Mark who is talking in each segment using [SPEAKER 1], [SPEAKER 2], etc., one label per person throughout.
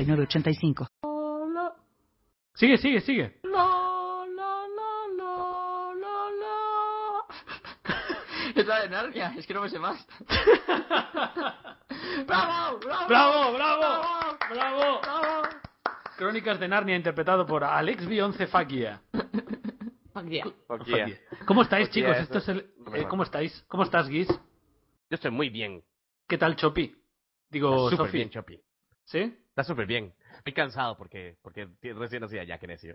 [SPEAKER 1] Lolo,
[SPEAKER 2] Sigue, sigue, sigue.
[SPEAKER 1] lo, lo, lo, lo, lo, lo.
[SPEAKER 3] Es la de Narnia, es que no me sé más.
[SPEAKER 1] ¡Bravo, bravo!
[SPEAKER 2] ¡Bravo, bravo! ¡Bravo!
[SPEAKER 1] bravo!
[SPEAKER 2] Crónicas de Narnia interpretado por Alex Bionce Fakia.
[SPEAKER 1] Fuck yeah.
[SPEAKER 4] Fuck yeah.
[SPEAKER 2] Fakia. ¿Cómo estáis,
[SPEAKER 4] Fakia,
[SPEAKER 2] chicos?
[SPEAKER 4] eso
[SPEAKER 2] Esto es el-
[SPEAKER 4] es lo
[SPEAKER 2] eh,
[SPEAKER 4] mejor.
[SPEAKER 2] ¿Cómo estáis? ¿Cómo estás, Guis?
[SPEAKER 4] Yo estoy muy bien.
[SPEAKER 2] ¿Qué tal, Chopi? Digo,
[SPEAKER 4] Está súper
[SPEAKER 2] Sofi.
[SPEAKER 4] bien, Chopi.
[SPEAKER 2] ¿Sí?
[SPEAKER 4] Está súper bien. Estoy cansado porque, porque recién hacía ya, que necio.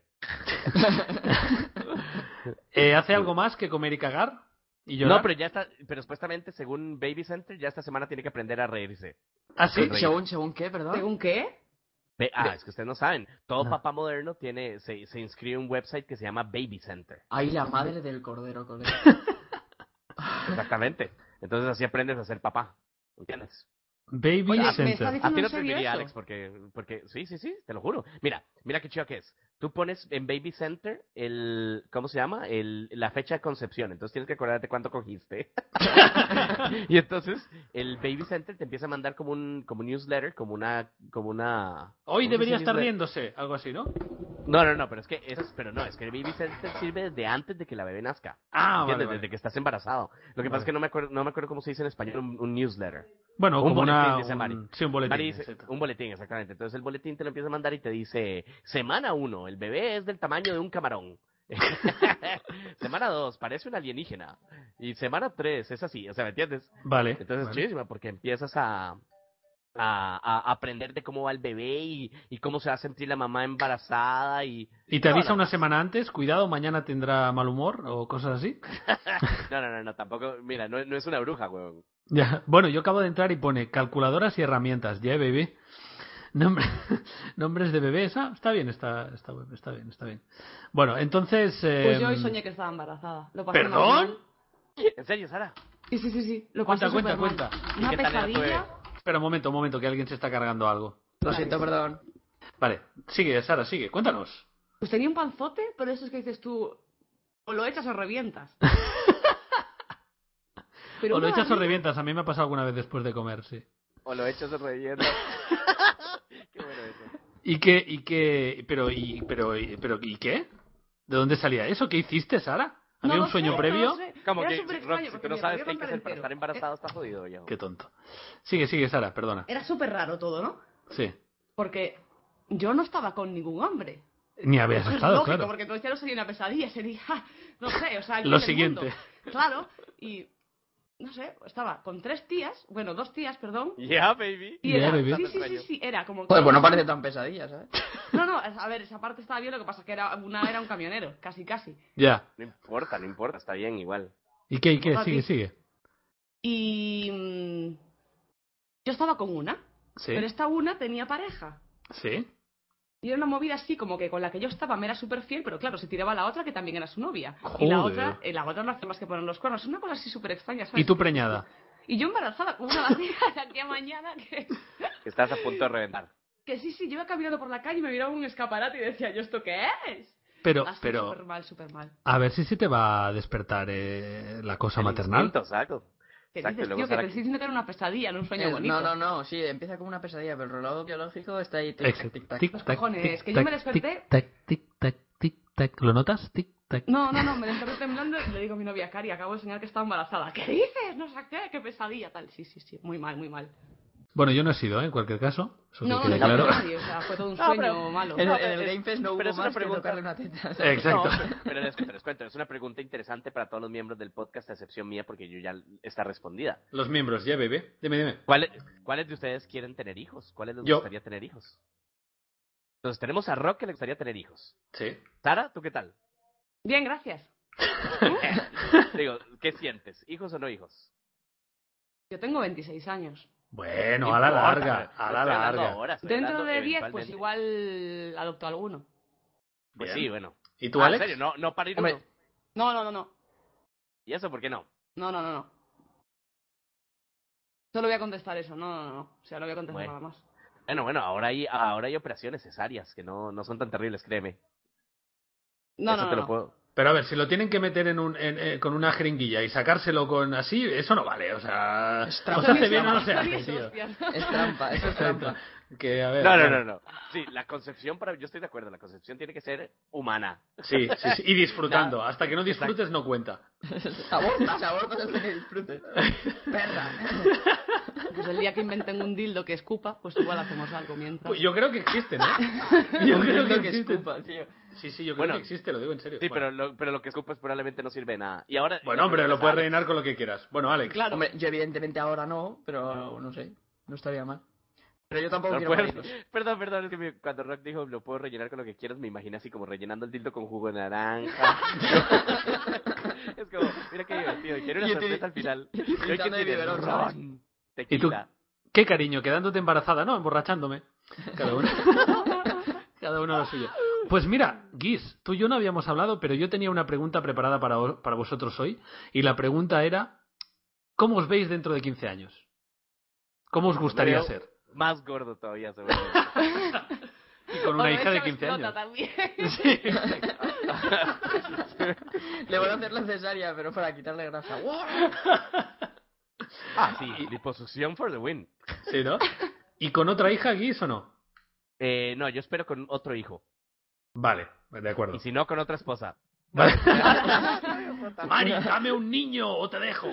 [SPEAKER 2] Eh, ¿Hace algo más que comer y cagar? ¿Y llorar?
[SPEAKER 4] No, pero ya está, pero supuestamente según Baby Center, ya esta semana tiene que aprender a reírse.
[SPEAKER 2] ¿Ah, sí?
[SPEAKER 4] Correcto.
[SPEAKER 3] Según, según qué, perdón.
[SPEAKER 1] ¿Según qué?
[SPEAKER 4] Ve-
[SPEAKER 2] Pero-
[SPEAKER 4] Ah, es que ustedes no saben. Todo
[SPEAKER 2] No.
[SPEAKER 4] papá moderno tiene, se, se inscribe en un website que se llama Baby Center.
[SPEAKER 3] Ahí la madre del cordero, colega.
[SPEAKER 4] Exactamente. Entonces así aprendes a ser papá. ¿Entiendes?
[SPEAKER 2] Baby
[SPEAKER 1] Oye, me está
[SPEAKER 2] Center.
[SPEAKER 1] diciendo-
[SPEAKER 4] A ti
[SPEAKER 1] no
[SPEAKER 4] no
[SPEAKER 1] sabía
[SPEAKER 4] te serviría,
[SPEAKER 1] eso.
[SPEAKER 4] Alex, porque, porque sí, sí, sí, te lo juro. Mira, mira qué chido que es. Tú pones en Baby Center el, ¿cómo se llama? El, la fecha de concepción. Entonces tienes que acordarte cuánto cogiste. y entonces el Baby Center te empieza a mandar como un, como un newsletter, como una, como una.
[SPEAKER 2] Hoy
[SPEAKER 4] ¿cómo se dice
[SPEAKER 2] debería estar
[SPEAKER 4] newsletter?
[SPEAKER 2] riéndose, algo así, ¿no?
[SPEAKER 4] No, no, no, pero es que eso es- pero no, es que el Baby Center sirve desde antes de que la bebé nazca.
[SPEAKER 2] Ah, vale,
[SPEAKER 4] ¿Entiendes?
[SPEAKER 2] vale.
[SPEAKER 4] Desde que estás embarazado. Lo
[SPEAKER 2] Vale.
[SPEAKER 4] que pasa es que no me acuerdo, no me acuerdo cómo se dice en español un- un newsletter.
[SPEAKER 2] Bueno,
[SPEAKER 4] Un
[SPEAKER 2] como una...
[SPEAKER 4] boletín, dice Mari.
[SPEAKER 2] un- sí, un boletín.
[SPEAKER 4] Mari dice-
[SPEAKER 2] etcétera.
[SPEAKER 4] eh, un boletín, exactamente. Entonces el boletín te lo empieza a mandar y te dice, semana 1, el bebé es del tamaño de un camarón. semana 2, parece un alienígena. Y semana 3, es así, o sea, ¿me entiendes?
[SPEAKER 2] Vale.
[SPEAKER 4] eh, Entonces es
[SPEAKER 2] vale.
[SPEAKER 4] chidísima porque empiezas a, a, a aprender de cómo va el bebé y, y cómo se va a sentir la mamá embarazada y...
[SPEAKER 2] ¿Y te
[SPEAKER 4] No,
[SPEAKER 2] avisa
[SPEAKER 4] no.
[SPEAKER 2] una semana antes? Cuidado, mañana tendrá mal humor o cosas así.
[SPEAKER 4] No, no, no, no, tampoco, mira, no, no es una bruja, weón.
[SPEAKER 2] Ya, bueno, yo acabo de entrar y pone calculadoras y herramientas, ya bebé. Nombre, nombres de bebés, ah, está bien, está, está, bien, está bien, está bien. Bueno, entonces...
[SPEAKER 1] Pues
[SPEAKER 2] eh,
[SPEAKER 1] yo hoy soñé que estaba embarazada. Lo pasé
[SPEAKER 2] ¿Perdón?
[SPEAKER 1] mal.
[SPEAKER 4] ¿En serio, Sara?
[SPEAKER 1] Sí, sí, sí, sí. Lo
[SPEAKER 2] Cuenta,
[SPEAKER 1] pasé
[SPEAKER 2] cuenta,
[SPEAKER 1] supermal.
[SPEAKER 2] cuenta.
[SPEAKER 4] ¿Y
[SPEAKER 1] Una
[SPEAKER 4] qué tal era tu
[SPEAKER 1] pesadilla.
[SPEAKER 2] Espera un momento, un momento, que alguien se está cargando algo.
[SPEAKER 3] Lo siento, perdón.
[SPEAKER 2] Vale, sigue, Sara, sigue, cuéntanos.
[SPEAKER 1] Pues tenía un panzote, pero eso es que dices tú, o lo echas o revientas. pero
[SPEAKER 2] o lo
[SPEAKER 1] una
[SPEAKER 2] echas o
[SPEAKER 1] barriga-
[SPEAKER 2] revientas, a mí me ha pasado alguna vez después de comer, sí.
[SPEAKER 4] ¿O lo echas de relleno? Qué bueno eso.
[SPEAKER 2] ¿Y qué, y qué, pero, y, pero, y, pero, ¿y qué? ¿De dónde salía eso? ¿Qué hiciste, Sara?
[SPEAKER 1] No
[SPEAKER 2] ¿Había
[SPEAKER 1] lo
[SPEAKER 2] un sueño
[SPEAKER 1] sé,
[SPEAKER 2] previo?
[SPEAKER 1] no lo sé.
[SPEAKER 4] Como
[SPEAKER 1] Era
[SPEAKER 4] que,
[SPEAKER 1] súper
[SPEAKER 4] Rob,
[SPEAKER 1] extraño,
[SPEAKER 4] si
[SPEAKER 1] porque
[SPEAKER 4] tú no
[SPEAKER 1] me
[SPEAKER 4] sabes
[SPEAKER 1] podía
[SPEAKER 4] qué hay que
[SPEAKER 1] romper Eh.
[SPEAKER 4] hacer para estar
[SPEAKER 1] entero.
[SPEAKER 4] embarazado, está jodido, yo.
[SPEAKER 2] Qué tonto. Sigue, sigue, Sara, perdona.
[SPEAKER 1] Era súper raro todo, ¿no?
[SPEAKER 2] Sí.
[SPEAKER 1] Porque yo no estaba con ningún hombre.
[SPEAKER 2] Ni habías
[SPEAKER 1] Eso es
[SPEAKER 2] estado,
[SPEAKER 1] lógico,
[SPEAKER 2] Ah, claro.
[SPEAKER 1] porque entonces ya no sería una pesadilla, sería, no sé, o sea, yo
[SPEAKER 2] Lo
[SPEAKER 1] en el
[SPEAKER 2] siguiente.
[SPEAKER 1] mundo. Claro, y no sé, estaba con tres tías, bueno, dos tías, perdón.
[SPEAKER 4] Yeah, baby.
[SPEAKER 1] Y
[SPEAKER 2] Ya,
[SPEAKER 1] era,
[SPEAKER 2] bebé.
[SPEAKER 1] sí, sí, sí, sí, era como...
[SPEAKER 3] Joder, pues no parece tan pesadilla, ¿sabes?
[SPEAKER 1] No, no, a ver, esa parte estaba bien, lo que pasa es que era una era un camionero, casi, casi.
[SPEAKER 2] Ya.
[SPEAKER 4] No importa, no importa, está bien igual.
[SPEAKER 2] ¿Y qué, y qué?
[SPEAKER 1] Ojo a
[SPEAKER 2] Sigue,
[SPEAKER 1] ti.
[SPEAKER 2] sigue.
[SPEAKER 1] Y mm, yo estaba con una,
[SPEAKER 2] Sí.
[SPEAKER 1] pero esta una tenía pareja.
[SPEAKER 2] Sí.
[SPEAKER 1] Y era una movida así, como que con la que yo estaba me era súper fiel, pero claro, se tiraba a la otra que también era su novia. Y la
[SPEAKER 2] Joder.
[SPEAKER 1] otra, eh, la otra no hacía más que poner los cuernos. Es una cosa así súper extraña, ¿sabes?
[SPEAKER 2] ¿Y tú preñada?
[SPEAKER 1] Y yo embarazada con una vacía de aquí a mañana que,
[SPEAKER 4] Estás a punto de reventar.
[SPEAKER 1] que sí, sí, yo iba caminando por la calle y me miraba un escaparate y decía, ¿yo esto qué es?
[SPEAKER 2] Pero,
[SPEAKER 1] Así, súper
[SPEAKER 2] pero,
[SPEAKER 1] mal, súper mal.
[SPEAKER 2] a ver si se te va a despertar eh, la cosa
[SPEAKER 4] El
[SPEAKER 2] maternal.
[SPEAKER 4] instinto, saco.
[SPEAKER 1] Que
[SPEAKER 4] Exacto,
[SPEAKER 1] dices,
[SPEAKER 4] luego
[SPEAKER 1] tío, que
[SPEAKER 4] será
[SPEAKER 1] te
[SPEAKER 4] que-
[SPEAKER 1] estoy diciendo que era una pesadilla, no un sueño
[SPEAKER 3] Es-
[SPEAKER 1] bonito.
[SPEAKER 3] no, no, no, sí, empieza como una pesadilla, pero el reloj biológico está ahí. Tic,
[SPEAKER 2] Exacto.
[SPEAKER 3] tac, tic, tac.
[SPEAKER 2] Tic,
[SPEAKER 1] Los
[SPEAKER 2] tac,
[SPEAKER 1] cojones,
[SPEAKER 2] tic,
[SPEAKER 1] que yo me
[SPEAKER 2] tac,
[SPEAKER 1] desperté.
[SPEAKER 2] Tic, tac, tic, tac, tic, tac. ¿Lo notas? Tic, tac.
[SPEAKER 1] No, no, no, me desperté temblando y le digo a mi novia, Cari, acabo de soñar que estaba embarazada. ¿Qué dices? No sé qué, qué pesadilla, tal. Sí, sí, sí, muy mal, muy mal.
[SPEAKER 2] Bueno, yo no he sido, ¿eh? en cualquier caso. Eso
[SPEAKER 1] No,
[SPEAKER 2] que
[SPEAKER 1] no,
[SPEAKER 2] quede
[SPEAKER 1] no,
[SPEAKER 2] claro.
[SPEAKER 1] no, nadie, o sea, fue todo un
[SPEAKER 4] No,
[SPEAKER 1] sueño
[SPEAKER 4] pero-
[SPEAKER 1] malo.
[SPEAKER 3] En,
[SPEAKER 4] No,
[SPEAKER 3] en el
[SPEAKER 4] pero-
[SPEAKER 3] Game Fest no
[SPEAKER 4] pero
[SPEAKER 3] hubo
[SPEAKER 4] es una
[SPEAKER 3] más que
[SPEAKER 4] pregunta.
[SPEAKER 3] tocarle una teta. ¿sabes?
[SPEAKER 2] Exacto.
[SPEAKER 4] No, pero les cuento, les cuento, es una pregunta interesante para todos los miembros del podcast, a excepción mía, porque yo ya está respondida.
[SPEAKER 2] Los miembros, ya, bebé. Dime, dime.
[SPEAKER 4] ¿Cuál- e, ¿Cuáles de ustedes quieren tener hijos? ¿Cuáles les
[SPEAKER 2] Yo.
[SPEAKER 4] gustaría tener hijos? Entonces tenemos a Rock que le gustaría tener hijos.
[SPEAKER 2] Sí.
[SPEAKER 4] Sara, ¿tú qué tal?
[SPEAKER 1] Bien, gracias.
[SPEAKER 4] Digo, ¿qué sientes? ¿Hijos o no hijos?
[SPEAKER 1] Yo tengo 26 años.
[SPEAKER 2] Bueno,
[SPEAKER 4] No
[SPEAKER 2] a la
[SPEAKER 4] importa,
[SPEAKER 2] larga,
[SPEAKER 4] no
[SPEAKER 2] a la
[SPEAKER 4] estoy hablando
[SPEAKER 2] larga.
[SPEAKER 4] ahora, estoy
[SPEAKER 1] Dentro
[SPEAKER 4] hablando
[SPEAKER 1] de 10, pues
[SPEAKER 4] eventualmente.
[SPEAKER 1] igual adopto alguno.
[SPEAKER 2] Bien.
[SPEAKER 4] Pues sí, bueno.
[SPEAKER 2] ¿Y tú,
[SPEAKER 4] Ah,
[SPEAKER 2] Alex?
[SPEAKER 4] En serio, no, no parir
[SPEAKER 3] Hombre.
[SPEAKER 4] uno.
[SPEAKER 1] No, no, no, no.
[SPEAKER 4] ¿Y eso por qué no?
[SPEAKER 1] No, no, no, no. Solo voy a contestar eso. No, no, no. no. O sea, no voy a contestar
[SPEAKER 4] Bueno.
[SPEAKER 1] nada más.
[SPEAKER 4] Bueno, bueno, ahora hay, ahora hay operaciones cesáreas que no, no son tan terribles, créeme.
[SPEAKER 1] No,
[SPEAKER 4] eso
[SPEAKER 1] no, no.
[SPEAKER 4] te lo
[SPEAKER 1] no.
[SPEAKER 4] puedo.
[SPEAKER 2] Pero a ver, si lo tienen que meter en un, en- eh, con una jeringuilla y sacárselo con así, eso no vale. O sea,
[SPEAKER 3] Es
[SPEAKER 2] o
[SPEAKER 3] trampa.
[SPEAKER 2] se hace bien o no se
[SPEAKER 1] Son
[SPEAKER 2] hace,
[SPEAKER 1] mis
[SPEAKER 2] tío.
[SPEAKER 1] hostias.
[SPEAKER 3] Es trampa, eso es trampa.
[SPEAKER 2] Que, a ver,
[SPEAKER 4] No, no,
[SPEAKER 2] bueno.
[SPEAKER 4] no, no. Sí, la concepción, para, yo estoy de acuerdo, la concepción tiene que ser humana.
[SPEAKER 2] Sí, sí, sí, y disfrutando. Hasta que no disfrutes no cuenta.
[SPEAKER 3] Abortas, abortas hasta que disfrutes. Perra.
[SPEAKER 1] Pues el día que inventen un dildo que escupa, pues igual hacemos algo mientras.
[SPEAKER 2] Pues yo creo que existen, ¿eh? Yo creo que,
[SPEAKER 3] que
[SPEAKER 2] existen.
[SPEAKER 3] escupa, tío.
[SPEAKER 2] Sí, sí, yo creo
[SPEAKER 4] Bueno.
[SPEAKER 2] que existe, lo digo en serio.
[SPEAKER 4] Sí,
[SPEAKER 2] bueno.
[SPEAKER 4] pero lo, pero lo que escupas probablemente no sirve de nada. Y ahora...
[SPEAKER 2] Bueno, hombre, lo puedes
[SPEAKER 4] ¿sabes?
[SPEAKER 2] rellenar con lo que quieras. Bueno, Alex.
[SPEAKER 1] Claro.
[SPEAKER 3] Hombre, yo evidentemente ahora no, pero no sé, no estaría mal. Pero yo tampoco
[SPEAKER 4] Lo
[SPEAKER 3] quiero
[SPEAKER 4] puedes-
[SPEAKER 3] morirlos.
[SPEAKER 4] Perdón, perdón, es que me- cuando Rock dijo lo puedo rellenar con lo que quieras, me imaginé así como rellenando el tildo con jugo de naranja. es como, mira qué divertido, y quiero una
[SPEAKER 3] Yo te-
[SPEAKER 4] sorpresa al final. Y hoy que
[SPEAKER 3] Gritando de
[SPEAKER 4] tiene
[SPEAKER 3] biberón,
[SPEAKER 4] ron,
[SPEAKER 3] ¿sabes?
[SPEAKER 2] ¿Y tú?
[SPEAKER 4] tequila.
[SPEAKER 2] Qué cariño, quedándote embarazada, ¿no? Emborrachándome. Cada uno. Cada uno lo suyo. Pues mira, Guis, tú y yo no habíamos hablado, pero yo tenía una pregunta preparada para, o- para vosotros hoy. Y la pregunta era: ¿Cómo os veis dentro de 15 años? ¿Cómo os gustaría
[SPEAKER 4] Veo
[SPEAKER 2] ser?
[SPEAKER 4] Más gordo todavía, seguro.
[SPEAKER 2] Y con una
[SPEAKER 1] Bueno,
[SPEAKER 2] hija de
[SPEAKER 1] eso
[SPEAKER 2] 15
[SPEAKER 1] explota
[SPEAKER 2] años.
[SPEAKER 1] también.
[SPEAKER 2] Sí.
[SPEAKER 3] Le voy a hacer la cesárea, pero para quitarle grasa. ¡Wow!
[SPEAKER 4] ah, sí, liposucción for the win.
[SPEAKER 2] Sí, ¿no? ¿Y con otra hija, Guis, o no?
[SPEAKER 4] Eh, no, yo espero con otro hijo.
[SPEAKER 2] Vale, de acuerdo.
[SPEAKER 4] Y si no, con otra esposa.
[SPEAKER 2] Vale. Mari, dame un niño o te dejo.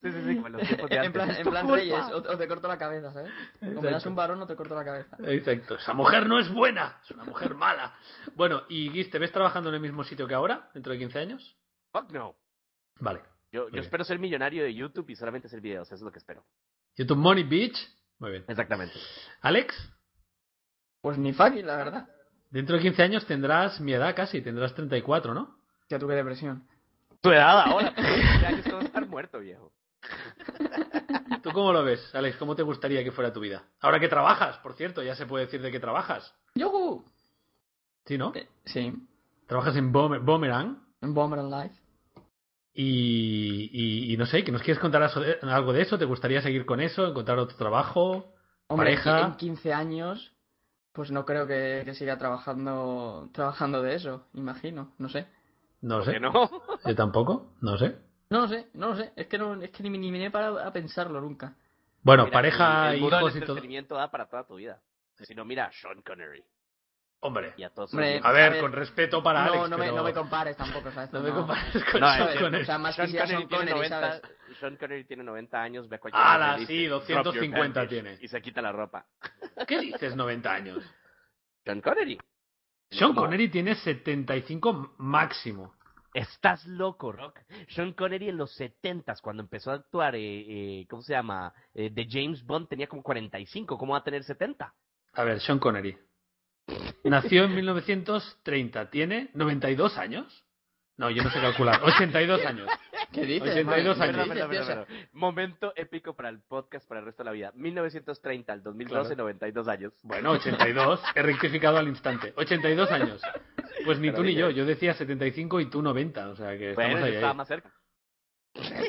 [SPEAKER 4] Sí, sí, sí, como en los tiempos de
[SPEAKER 3] En plan,
[SPEAKER 4] antes.
[SPEAKER 3] en plan Reyes, o, o te corto la cabeza, ¿sabes? O me das
[SPEAKER 2] Exacto.
[SPEAKER 3] un varón o te corto la cabeza.
[SPEAKER 2] Exacto. Esa mujer no es buena, es una mujer mala. Bueno, y Guis, ¿te ves trabajando en el mismo sitio que ahora, dentro de 15 años?
[SPEAKER 4] Fuck no.
[SPEAKER 2] Vale.
[SPEAKER 4] Yo,
[SPEAKER 2] bien.
[SPEAKER 4] yo espero ser millonario de YouTube y solamente hacer videos, eso es lo que espero.
[SPEAKER 2] YouTube Money Beach. Muy bien.
[SPEAKER 4] Exactamente.
[SPEAKER 2] Alex,
[SPEAKER 3] Pues ni fucking, la verdad.
[SPEAKER 2] dentro de 15 años tendrás mi edad casi, tendrás 34, ¿no?
[SPEAKER 3] Ya tuve depresión.
[SPEAKER 4] Tu edad ahora, pues, pero en 15 años todo estar muerto, viejo.
[SPEAKER 2] ¿Tú cómo lo ves, Alex? ¿Cómo te gustaría que fuera tu vida? Ahora que trabajas, por cierto, ya se puede decir de que trabajas.
[SPEAKER 3] ¡Yuhu!
[SPEAKER 2] ¿Sí, no?
[SPEAKER 3] Eh, Sí,
[SPEAKER 2] Trabajas en Boomer- Boomerang.
[SPEAKER 3] en Bomber Life.
[SPEAKER 2] Y, y- y no sé, que nos quieres contar aso- de- algo de eso, ¿te gustaría seguir con eso, encontrar otro trabajo?
[SPEAKER 3] Hombre,
[SPEAKER 2] Pareja.
[SPEAKER 3] en 15 años, pues no creo que, que siga trabajando trabajando de eso, imagino. No sé.
[SPEAKER 2] No
[SPEAKER 4] ¿Por
[SPEAKER 2] sé,
[SPEAKER 4] qué no?
[SPEAKER 2] yo tampoco, no sé.
[SPEAKER 3] No lo sé, no lo sé. Es que, no, es que ni, ni me he parado a pensarlo nunca.
[SPEAKER 2] Bueno,
[SPEAKER 4] Mira,
[SPEAKER 2] pareja,
[SPEAKER 4] el, el mundo
[SPEAKER 2] hijos
[SPEAKER 4] del
[SPEAKER 2] y todo.
[SPEAKER 4] entretenimiento da para toda tu vida. Si no, mira a Sean Connery
[SPEAKER 2] Hombre,
[SPEAKER 4] y a todos.
[SPEAKER 3] Hombre,
[SPEAKER 4] esos
[SPEAKER 2] a ver,
[SPEAKER 3] a ver.
[SPEAKER 2] con respeto para
[SPEAKER 3] no,
[SPEAKER 2] Alex,
[SPEAKER 3] no, me,
[SPEAKER 2] pero
[SPEAKER 3] no me compares tampoco, ¿sabes?
[SPEAKER 2] no me compares con
[SPEAKER 4] No,
[SPEAKER 2] Sean
[SPEAKER 4] es-
[SPEAKER 3] O
[SPEAKER 2] Connery.
[SPEAKER 3] sea, más
[SPEAKER 4] Sean
[SPEAKER 3] quisiera
[SPEAKER 4] Connery,
[SPEAKER 3] Sean
[SPEAKER 4] tiene
[SPEAKER 3] Connery,
[SPEAKER 4] 90,
[SPEAKER 3] ¿sabes?
[SPEAKER 4] Sean Connery tiene 90 años, ve a cualquier
[SPEAKER 2] ¡Hala,
[SPEAKER 4] persona y le
[SPEAKER 2] sí!
[SPEAKER 4] dice, "Drop your
[SPEAKER 2] 250
[SPEAKER 4] panties",
[SPEAKER 2] tiene.
[SPEAKER 4] Y se quita la ropa.
[SPEAKER 2] ¿Qué dices 90 años?
[SPEAKER 4] Sean Connery.
[SPEAKER 2] Sean
[SPEAKER 4] Como,
[SPEAKER 2] Connery tiene 75 máximo.
[SPEAKER 4] Estás loco, Rock. Sean Connery en los 70s, cuando empezó a actuar, eh, eh, ¿cómo se llama? Eh, de James Bond tenía como 45, ¿cómo va a tener 70?
[SPEAKER 2] A ver, Sean Connery. Nació en 1930, tiene 92 años. No, yo no sé calcular. 82 años.
[SPEAKER 3] ¿Qué dices?
[SPEAKER 2] 82
[SPEAKER 3] madre?
[SPEAKER 2] años.
[SPEAKER 4] Perdón, perdón,
[SPEAKER 3] ¿Qué dices,
[SPEAKER 4] perdón, perdón. Momento épico para el podcast para el resto de la vida. 1930 al 2012,
[SPEAKER 2] Claro.
[SPEAKER 4] 92 años.
[SPEAKER 2] Bueno, 82. He rectificado al instante. 82 años. Pues ni
[SPEAKER 4] Pero
[SPEAKER 2] tú ni
[SPEAKER 4] dije-
[SPEAKER 2] yo. Yo decía 75 y tú 90. O sea que estamos
[SPEAKER 4] Bueno, yo
[SPEAKER 2] ahí,
[SPEAKER 4] estaba
[SPEAKER 2] ahí.
[SPEAKER 4] más cerca.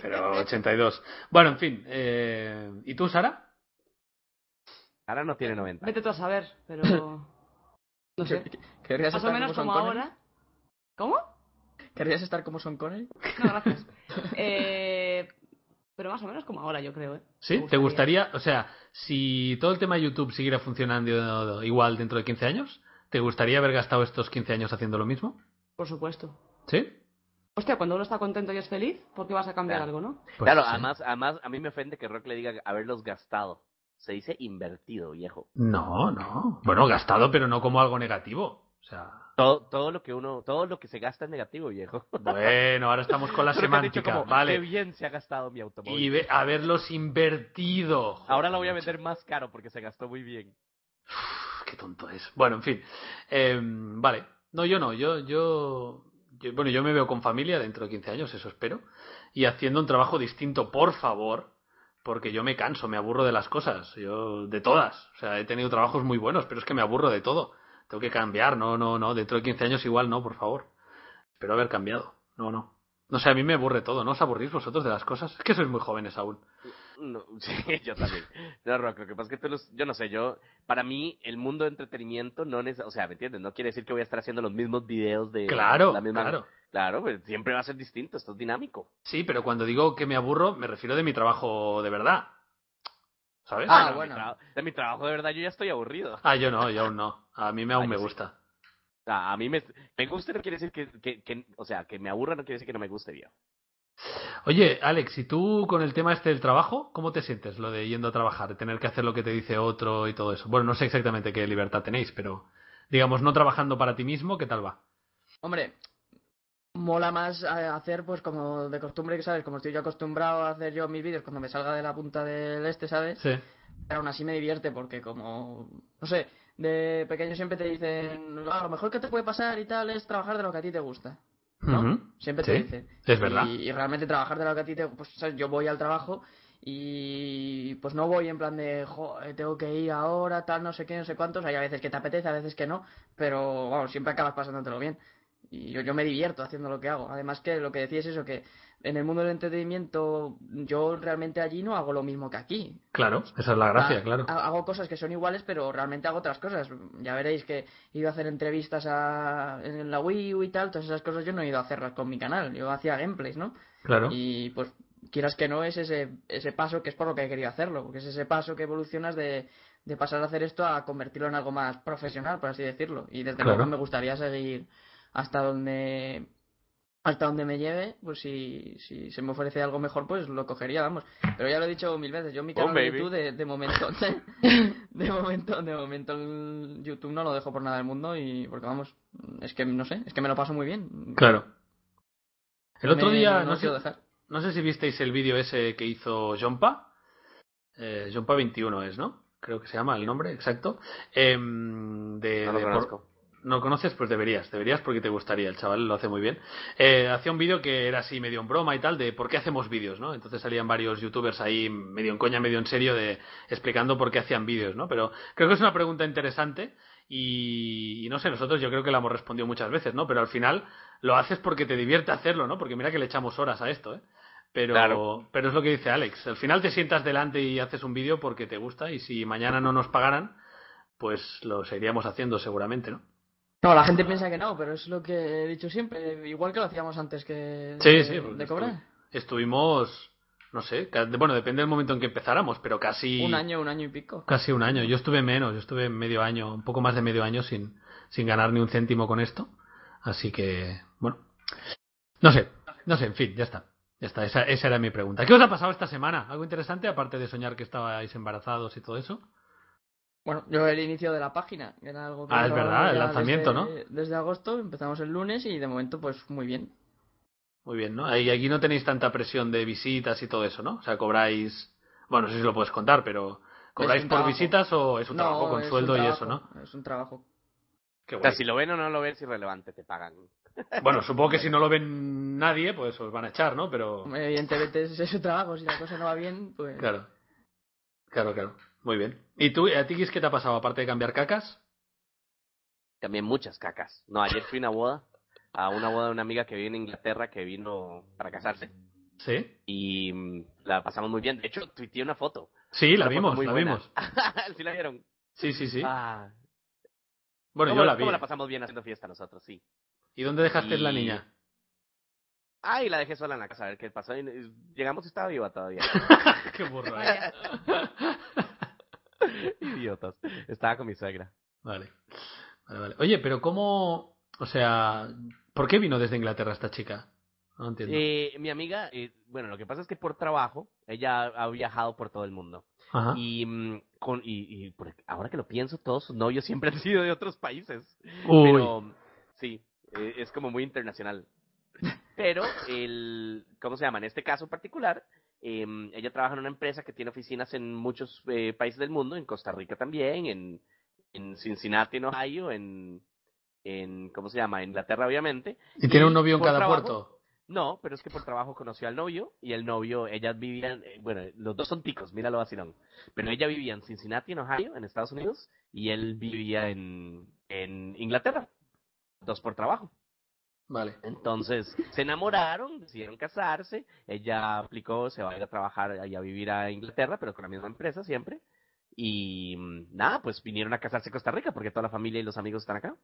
[SPEAKER 2] Pero 82. Bueno, en fin. eh, ¿Y tú, Sara?
[SPEAKER 4] Ahora no tiene 90.
[SPEAKER 1] Vete tú a saber, pero. No sé.
[SPEAKER 3] tío? ¿Querrías
[SPEAKER 1] Más o
[SPEAKER 3] estar
[SPEAKER 1] menos
[SPEAKER 3] Sean
[SPEAKER 1] como
[SPEAKER 3] Connery?
[SPEAKER 1] ahora. ¿Cómo?
[SPEAKER 3] ¿Querrías estar como Son Connery?
[SPEAKER 1] No, gracias. Eh, pero más o menos como ahora, yo creo, ¿eh?
[SPEAKER 2] ¿Sí?
[SPEAKER 1] Me
[SPEAKER 2] ¿Te gustaría? O sea, si todo el tema de YouTube siguiera funcionando igual dentro de 15 años, ¿te gustaría haber gastado estos 15 años haciendo lo mismo?
[SPEAKER 1] Por supuesto.
[SPEAKER 2] ¿Sí?
[SPEAKER 1] Hostia, cuando uno está contento y es feliz, ¿por qué vas a cambiar
[SPEAKER 4] Claro.
[SPEAKER 1] algo, no?
[SPEAKER 2] Pues
[SPEAKER 4] claro,
[SPEAKER 2] sí.
[SPEAKER 4] además, además, a mí me ofende que Rock le diga haberlos gastado. Se dice invertido, viejo.
[SPEAKER 2] No, no. Bueno, gastado, pero no como algo negativo. O sea,
[SPEAKER 4] Todo, todo lo que uno, todo lo que se gasta es negativo, viejo.
[SPEAKER 2] bueno, ahora estamos con la
[SPEAKER 4] Creo que has dicho
[SPEAKER 2] semántica,
[SPEAKER 4] como, Qué
[SPEAKER 2] vale.
[SPEAKER 4] bien se ha gastado mi automóvil.
[SPEAKER 2] Y ve- haberlos invertido. Joder,
[SPEAKER 4] Ahora lo voy a
[SPEAKER 2] macho.
[SPEAKER 4] vender más caro porque se gastó muy bien.
[SPEAKER 2] Uf, Ah, Qué tonto es. Bueno, en fin. Em, vale. No, yo no. Yo, yo, yo- bueno, yo me veo con familia dentro de 15 años, eso espero. Y haciendo un trabajo distinto, por favor. porque yo me canso, me aburro de las cosas, yo de todas. O sea, he tenido trabajos muy buenos, pero es que me aburro de todo. Tengo que cambiar, no, no, no, dentro de 15 años igual no, por favor. Espero haber cambiado. No, no. No sé, a mí me aburre todo, ¿no os aburrís vosotros de las cosas? Es que sois muy jóvenes aún.
[SPEAKER 4] No, sí, yo también. No, Rock, lo que pasa es que tú los- yo no sé, yo, para mí, el mundo de entretenimiento no neces- o sea, ¿me entiendes? No quiere decir que voy a estar haciendo los mismos videos de
[SPEAKER 2] Claro,
[SPEAKER 4] la misma-
[SPEAKER 2] claro.
[SPEAKER 4] Claro, pues, siempre va a ser distinto, esto es dinámico.
[SPEAKER 2] Sí, pero cuando digo que me aburro, me refiero de mi trabajo de verdad. ¿Sabes?
[SPEAKER 3] Ah,
[SPEAKER 4] Pero
[SPEAKER 3] bueno.
[SPEAKER 4] mi tra- de mi trabajo, de verdad, yo ya estoy aburrido.
[SPEAKER 2] Ah, yo no, yo aún no. A mí me aún
[SPEAKER 4] Ah, yo
[SPEAKER 2] me
[SPEAKER 4] sí.
[SPEAKER 2] gusta.
[SPEAKER 4] A, a mí me, me gusta no quiere decir que, que- que- o sea, que me aburra no quiere decir que no me guste, viejo.
[SPEAKER 2] Oye, Alex, ¿y tú con el tema este del trabajo, cómo te sientes lo de yendo a trabajar, de tener que hacer lo que te dice otro y todo eso? Bueno, no sé exactamente qué libertad tenéis, pero digamos, no trabajando para ti mismo, ¿qué tal va?
[SPEAKER 3] Hombre, mola más eh, hacer pues como de costumbre, que sabes, como estoy yo acostumbrado a hacer yo mis vídeos cuando me salga de la punta del este, ¿sabes?
[SPEAKER 2] Sí,
[SPEAKER 3] Pero aún así me divierte porque como, no sé, de pequeño siempre te dicen, "Ah, lo mejor que te puede pasar y tal es trabajar de lo que a ti te gusta. ¿no?
[SPEAKER 2] Ujú.
[SPEAKER 3] Siempre
[SPEAKER 2] Sí,
[SPEAKER 3] te dicen.
[SPEAKER 2] es verdad.
[SPEAKER 3] Y, y realmente trabajar de lo que a ti te... Pues, ¿sabes? Yo voy al trabajo y pues no voy en plan de, "Jo, eh, tengo que ir ahora, tal, no sé qué, no sé cuántos. Hay a veces que te apetece, a veces que no, pero vamos, siempre acabas pasándotelo bien. Y yo, yo me divierto haciendo lo que hago. Además que lo que decía es eso, que en el mundo del entretenimiento yo realmente allí no hago lo mismo que aquí.
[SPEAKER 2] claro, esa es la gracia,
[SPEAKER 3] Ah,
[SPEAKER 2] claro.
[SPEAKER 3] ha- Hago cosas que son iguales, pero realmente hago otras cosas. Ya veréis que he ido a hacer entrevistas a, en la Wii U y tal, todas esas cosas yo no he ido a hacerlas con mi canal, yo hacía gameplays, ¿no?
[SPEAKER 2] Claro,
[SPEAKER 3] Y pues quieras que no, es ese, ese paso que es por lo que he querido hacerlo, porque es ese paso que evolucionas de, de pasar a hacer esto a convertirlo en algo más profesional, por así decirlo. Y desde
[SPEAKER 2] Claro.
[SPEAKER 3] luego me gustaría seguir hasta donde hasta donde me lleve, pues si, si se me ofrece algo mejor, pues lo cogería, vamos. Pero ya lo he dicho mil veces, yo mi canal de
[SPEAKER 4] baby.
[SPEAKER 3] YouTube de, de momento, de momento, de momento el YouTube no lo dejo por nada del mundo y porque vamos, es que no sé, es que me lo paso muy bien.
[SPEAKER 2] claro. El otro
[SPEAKER 3] Me-
[SPEAKER 2] día,
[SPEAKER 3] no
[SPEAKER 2] no
[SPEAKER 3] lo quiero
[SPEAKER 2] sé,
[SPEAKER 3] dejar.
[SPEAKER 2] no sé si visteis el vídeo ese que hizo Jompa. Eh, Jompa 21 es, ¿no? Creo que se llama el nombre, exacto. Em, de,
[SPEAKER 4] No lo
[SPEAKER 2] de por-
[SPEAKER 4] conozco.
[SPEAKER 2] no lo conoces, pues deberías, deberías porque te gustaría, el chaval lo hace muy bien. Eh, hacía un vídeo que era así medio en broma y tal, de por qué hacemos vídeos, ¿no? Entonces salían varios youtubers ahí, medio en coña, medio en serio, de explicando por qué hacían vídeos, ¿no? Pero creo que es una pregunta interesante y, y no sé, nosotros yo creo que la hemos respondido muchas veces, ¿no? Pero al final lo haces porque te divierte hacerlo, ¿no? Porque mira que le echamos horas a esto, ¿eh? Pero,
[SPEAKER 4] Claro.
[SPEAKER 2] pero es lo que dice Alex, al final te sientas delante y haces un vídeo porque te gusta y si mañana no nos pagaran, pues lo seguiríamos haciendo seguramente, ¿no?
[SPEAKER 3] No, la gente piensa que no, pero es lo que he dicho siempre, igual que lo hacíamos antes que
[SPEAKER 2] Sí,
[SPEAKER 3] de,
[SPEAKER 2] sí,
[SPEAKER 3] de
[SPEAKER 2] porque
[SPEAKER 3] cobrar.
[SPEAKER 2] estu- Estuvimos, no sé, ca- bueno, depende del momento en que empezáramos, pero casi
[SPEAKER 3] Un año, un año y pico.
[SPEAKER 2] casi un año. Yo estuve menos, yo estuve medio año, un poco más de medio año sin, sin ganar ni un céntimo con esto. Así que, bueno, no sé, no sé, en fin, ya está. Ya está, esa, esa era mi pregunta. ¿Qué os ha pasado esta semana? ¿Algo interesante aparte de soñar que estabais embarazados y todo eso?
[SPEAKER 3] Bueno, yo el inicio de la página, que era algo que
[SPEAKER 2] Ah, es
[SPEAKER 3] llevábamos
[SPEAKER 2] verdad, el
[SPEAKER 3] ya
[SPEAKER 2] lanzamiento,
[SPEAKER 3] desde, Desde agosto, empezamos el lunes y de momento pues muy bien.
[SPEAKER 2] Muy bien, ¿no? Ahí, aquí no tenéis tanta presión de visitas y todo eso, ¿no? O sea, cobráis, bueno, no sé si lo puedes contar, pero ¿cobráis
[SPEAKER 3] un
[SPEAKER 2] por
[SPEAKER 3] trabajo.
[SPEAKER 2] visitas o es un trabajo con
[SPEAKER 3] es un
[SPEAKER 2] sueldo y eso, no?
[SPEAKER 3] trabajo, Es un trabajo.
[SPEAKER 2] Qué
[SPEAKER 4] O sea,
[SPEAKER 2] guay.
[SPEAKER 4] si lo ven o no lo ven es irrelevante, te pagan.
[SPEAKER 2] Bueno, supongo que si no lo ven nadie, pues os van a echar, ¿no? Pero.
[SPEAKER 3] Evidentemente ese es su trabajo, si la cosa no va bien, pues...
[SPEAKER 2] Claro. Claro, claro. Muy bien. ¿Y tú, a ti, Guis, qué te ha pasado? Aparte de cambiar cacas.
[SPEAKER 4] También muchas cacas. No, ayer fui a una boda, a una boda de una amiga que vive en Inglaterra que vino para casarse.
[SPEAKER 2] Sí.
[SPEAKER 4] Y mm, la pasamos muy bien. De hecho, tuiteé una foto.
[SPEAKER 2] Sí, la
[SPEAKER 4] Una foto
[SPEAKER 2] vimos,
[SPEAKER 4] muy
[SPEAKER 2] la
[SPEAKER 4] buena.
[SPEAKER 2] vimos.
[SPEAKER 4] ¿Sí la vieron?
[SPEAKER 2] Sí, sí, sí.
[SPEAKER 4] Ah,
[SPEAKER 2] bueno,
[SPEAKER 4] ¿cómo,
[SPEAKER 2] yo la vi.
[SPEAKER 4] cómo la pasamos bien haciendo fiesta nosotros? Sí.
[SPEAKER 2] ¿Y dónde dejaste la
[SPEAKER 4] Y-
[SPEAKER 2] niña?
[SPEAKER 4] Ah, y la dejé sola en la casa a ver qué pasó. Y, eh, llegamos y estaba viva todavía.
[SPEAKER 2] qué burro.
[SPEAKER 4] ¿eh?
[SPEAKER 3] Vaya.
[SPEAKER 4] Idiotas. Estaba con mi suegra.
[SPEAKER 2] Vale. Vale, vale. Oye, pero ¿cómo. O sea, ¿por qué vino desde Inglaterra esta chica? No entiendo.
[SPEAKER 4] Eh, mi amiga, eh, bueno, lo que pasa es que por trabajo ella ha ha viajado por todo el mundo.
[SPEAKER 2] Ajá.
[SPEAKER 4] Y, mm, con, y, y por- ahora que lo pienso, todos sus novios siempre han sido de otros países.
[SPEAKER 2] Uy.
[SPEAKER 4] Pero mm, sí, eh, es como muy internacional. Pero el, ¿cómo se llama? En este caso particular, eh, ella trabaja en una empresa que tiene oficinas en muchos eh, países del mundo, en Costa Rica también, en, en Cincinnati, en Ohio, en, en, ¿cómo se llama? En Inglaterra, obviamente.
[SPEAKER 2] ¿Y tiene
[SPEAKER 4] y
[SPEAKER 2] un novio en
[SPEAKER 4] por
[SPEAKER 2] cada
[SPEAKER 4] trabajo-
[SPEAKER 2] puerto?
[SPEAKER 4] No, pero es que por trabajo conoció al novio y el novio, ellas vivían, eh, bueno, los dos son ticos, míralo vacilón. Pero ella vivía en Cincinnati, en Ohio, en Estados Unidos, y él vivía en, en Inglaterra. Dos por trabajo.
[SPEAKER 2] Vale.
[SPEAKER 4] Entonces, se enamoraron, decidieron casarse, ella aplicó, se va a ir a trabajar y a vivir a Inglaterra, pero con la misma empresa siempre. Y mm, nada, pues vinieron a casarse a Costa Rica porque toda la familia y los amigos están acá.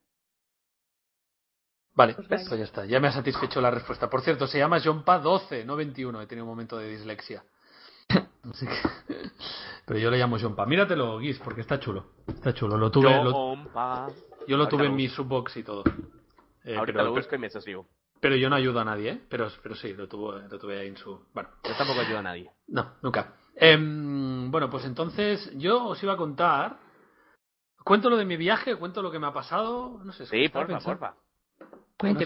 [SPEAKER 2] Vale,
[SPEAKER 1] Pues
[SPEAKER 2] pues
[SPEAKER 1] vale.
[SPEAKER 2] ya está. Ya me ha satisfecho la respuesta. Por cierto, se llama John Pa 12, no 21. He tenido un momento de dislexia. Así que- Pero yo le llamo John Pa. Míratelo, Guis, porque está chulo. Está chulo. Lo tuve,
[SPEAKER 4] yo,
[SPEAKER 2] lo-
[SPEAKER 4] compa,
[SPEAKER 2] yo lo
[SPEAKER 4] ahorita
[SPEAKER 2] tuve
[SPEAKER 4] lo
[SPEAKER 2] en mi
[SPEAKER 4] busco.
[SPEAKER 2] subbox y todo. Eh, pero,
[SPEAKER 4] ahorita lo
[SPEAKER 2] pero-
[SPEAKER 4] busco y me suscribo.
[SPEAKER 2] pero yo no ayudo a nadie, ¿eh? Pero, pero sí, lo, tuvo, lo tuve ahí en su. Bueno,
[SPEAKER 4] Yo tampoco ayudo a nadie.
[SPEAKER 2] no, nunca. Em, bueno, pues entonces yo os iba a contar. Cuento lo de mi viaje, cuento lo que me ha pasado. No sé, es que
[SPEAKER 4] Sí,
[SPEAKER 2] estaba
[SPEAKER 4] porfa,
[SPEAKER 2] pensando-
[SPEAKER 4] porfa.
[SPEAKER 3] Cuente,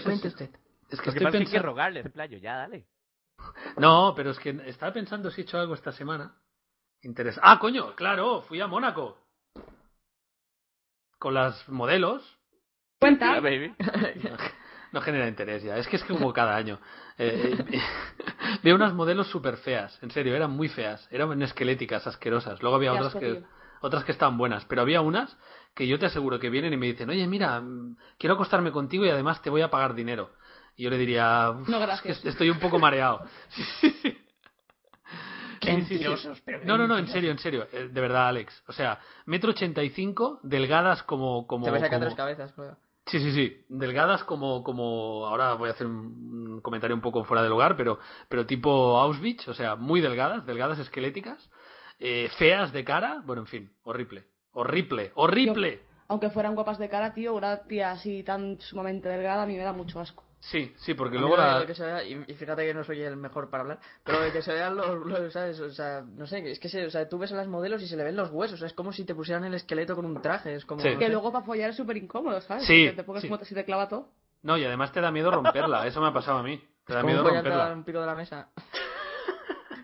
[SPEAKER 2] No sé
[SPEAKER 3] cuente
[SPEAKER 2] si-
[SPEAKER 3] usted.
[SPEAKER 2] Es que
[SPEAKER 4] Lo que
[SPEAKER 2] estoy
[SPEAKER 4] pasa es que hay que
[SPEAKER 2] pensando.
[SPEAKER 4] rogarle, en playo, ya dale.
[SPEAKER 2] No, pero es que estaba pensando si he hecho algo esta semana. Interes- Ah, coño, claro, fui a Mónaco. Con las modelos.
[SPEAKER 4] Ya,
[SPEAKER 1] Cuenta.
[SPEAKER 4] baby.
[SPEAKER 2] No genera interés ya. Es que es que hubo cada año. Eh, eh, vi unas modelos súper feas. En serio, eran muy feas. Eran esqueléticas, asquerosas. Luego había
[SPEAKER 1] Qué
[SPEAKER 2] otras
[SPEAKER 1] asco,
[SPEAKER 2] que,
[SPEAKER 1] tío.
[SPEAKER 2] otras que estaban buenas. Pero había unas que yo te aseguro que vienen y me dicen, oye, mira, mm, quiero acostarme contigo y además te voy a pagar dinero. Y yo le diría, "Uf,
[SPEAKER 1] No,
[SPEAKER 2] es
[SPEAKER 1] gracias.
[SPEAKER 2] que estoy un poco mareado. Sí, sí, sí.
[SPEAKER 3] Qué
[SPEAKER 2] Sí, sí, sí.
[SPEAKER 3] mentirosos, pero qué
[SPEAKER 2] No, no, no, en
[SPEAKER 3] mentirosos.
[SPEAKER 2] serio, en serio. Eh, De verdad, Alex. O sea, metro ochenta y cinco, delgadas como... como
[SPEAKER 3] Te ves acá
[SPEAKER 2] como-
[SPEAKER 3] tres cabezas, colega.
[SPEAKER 2] Sí, sí, sí. Delgadas como, como ahora voy a hacer un un comentario un poco fuera del lugar, pero, pero tipo Auschwitz, o sea, muy delgadas, delgadas esqueléticas, eh, feas de cara, bueno, en fin, horrible, horrible, horrible.
[SPEAKER 1] Aunque fueran guapas de cara, tío, una tía así tan sumamente delgada a mí me da mucho asco.
[SPEAKER 2] Sí, sí, porque
[SPEAKER 3] A mí
[SPEAKER 2] luego
[SPEAKER 3] lo de-
[SPEAKER 2] la...
[SPEAKER 3] lo que se vea- y, y fíjate que no soy el mejor para hablar, pero de que se vean los, los- ¿sabes? O sea, no sé, es que se, o sea, tú ves a las modelos y se le ven los huesos, o sea, es como si te pusieran el esqueleto con un traje, es como...
[SPEAKER 2] Sí.
[SPEAKER 3] no sé.
[SPEAKER 1] Que luego para follar es súper incómodo, ¿sabes?
[SPEAKER 2] Sí,
[SPEAKER 1] Que te pongas
[SPEAKER 2] sí.
[SPEAKER 1] como te- si te clava todo.
[SPEAKER 2] No, y además te da miedo romperla, eso me ha pasado a mí. Te da
[SPEAKER 3] como
[SPEAKER 2] miedo
[SPEAKER 3] voy a dar
[SPEAKER 2] romperla.
[SPEAKER 3] un pico de la mesa.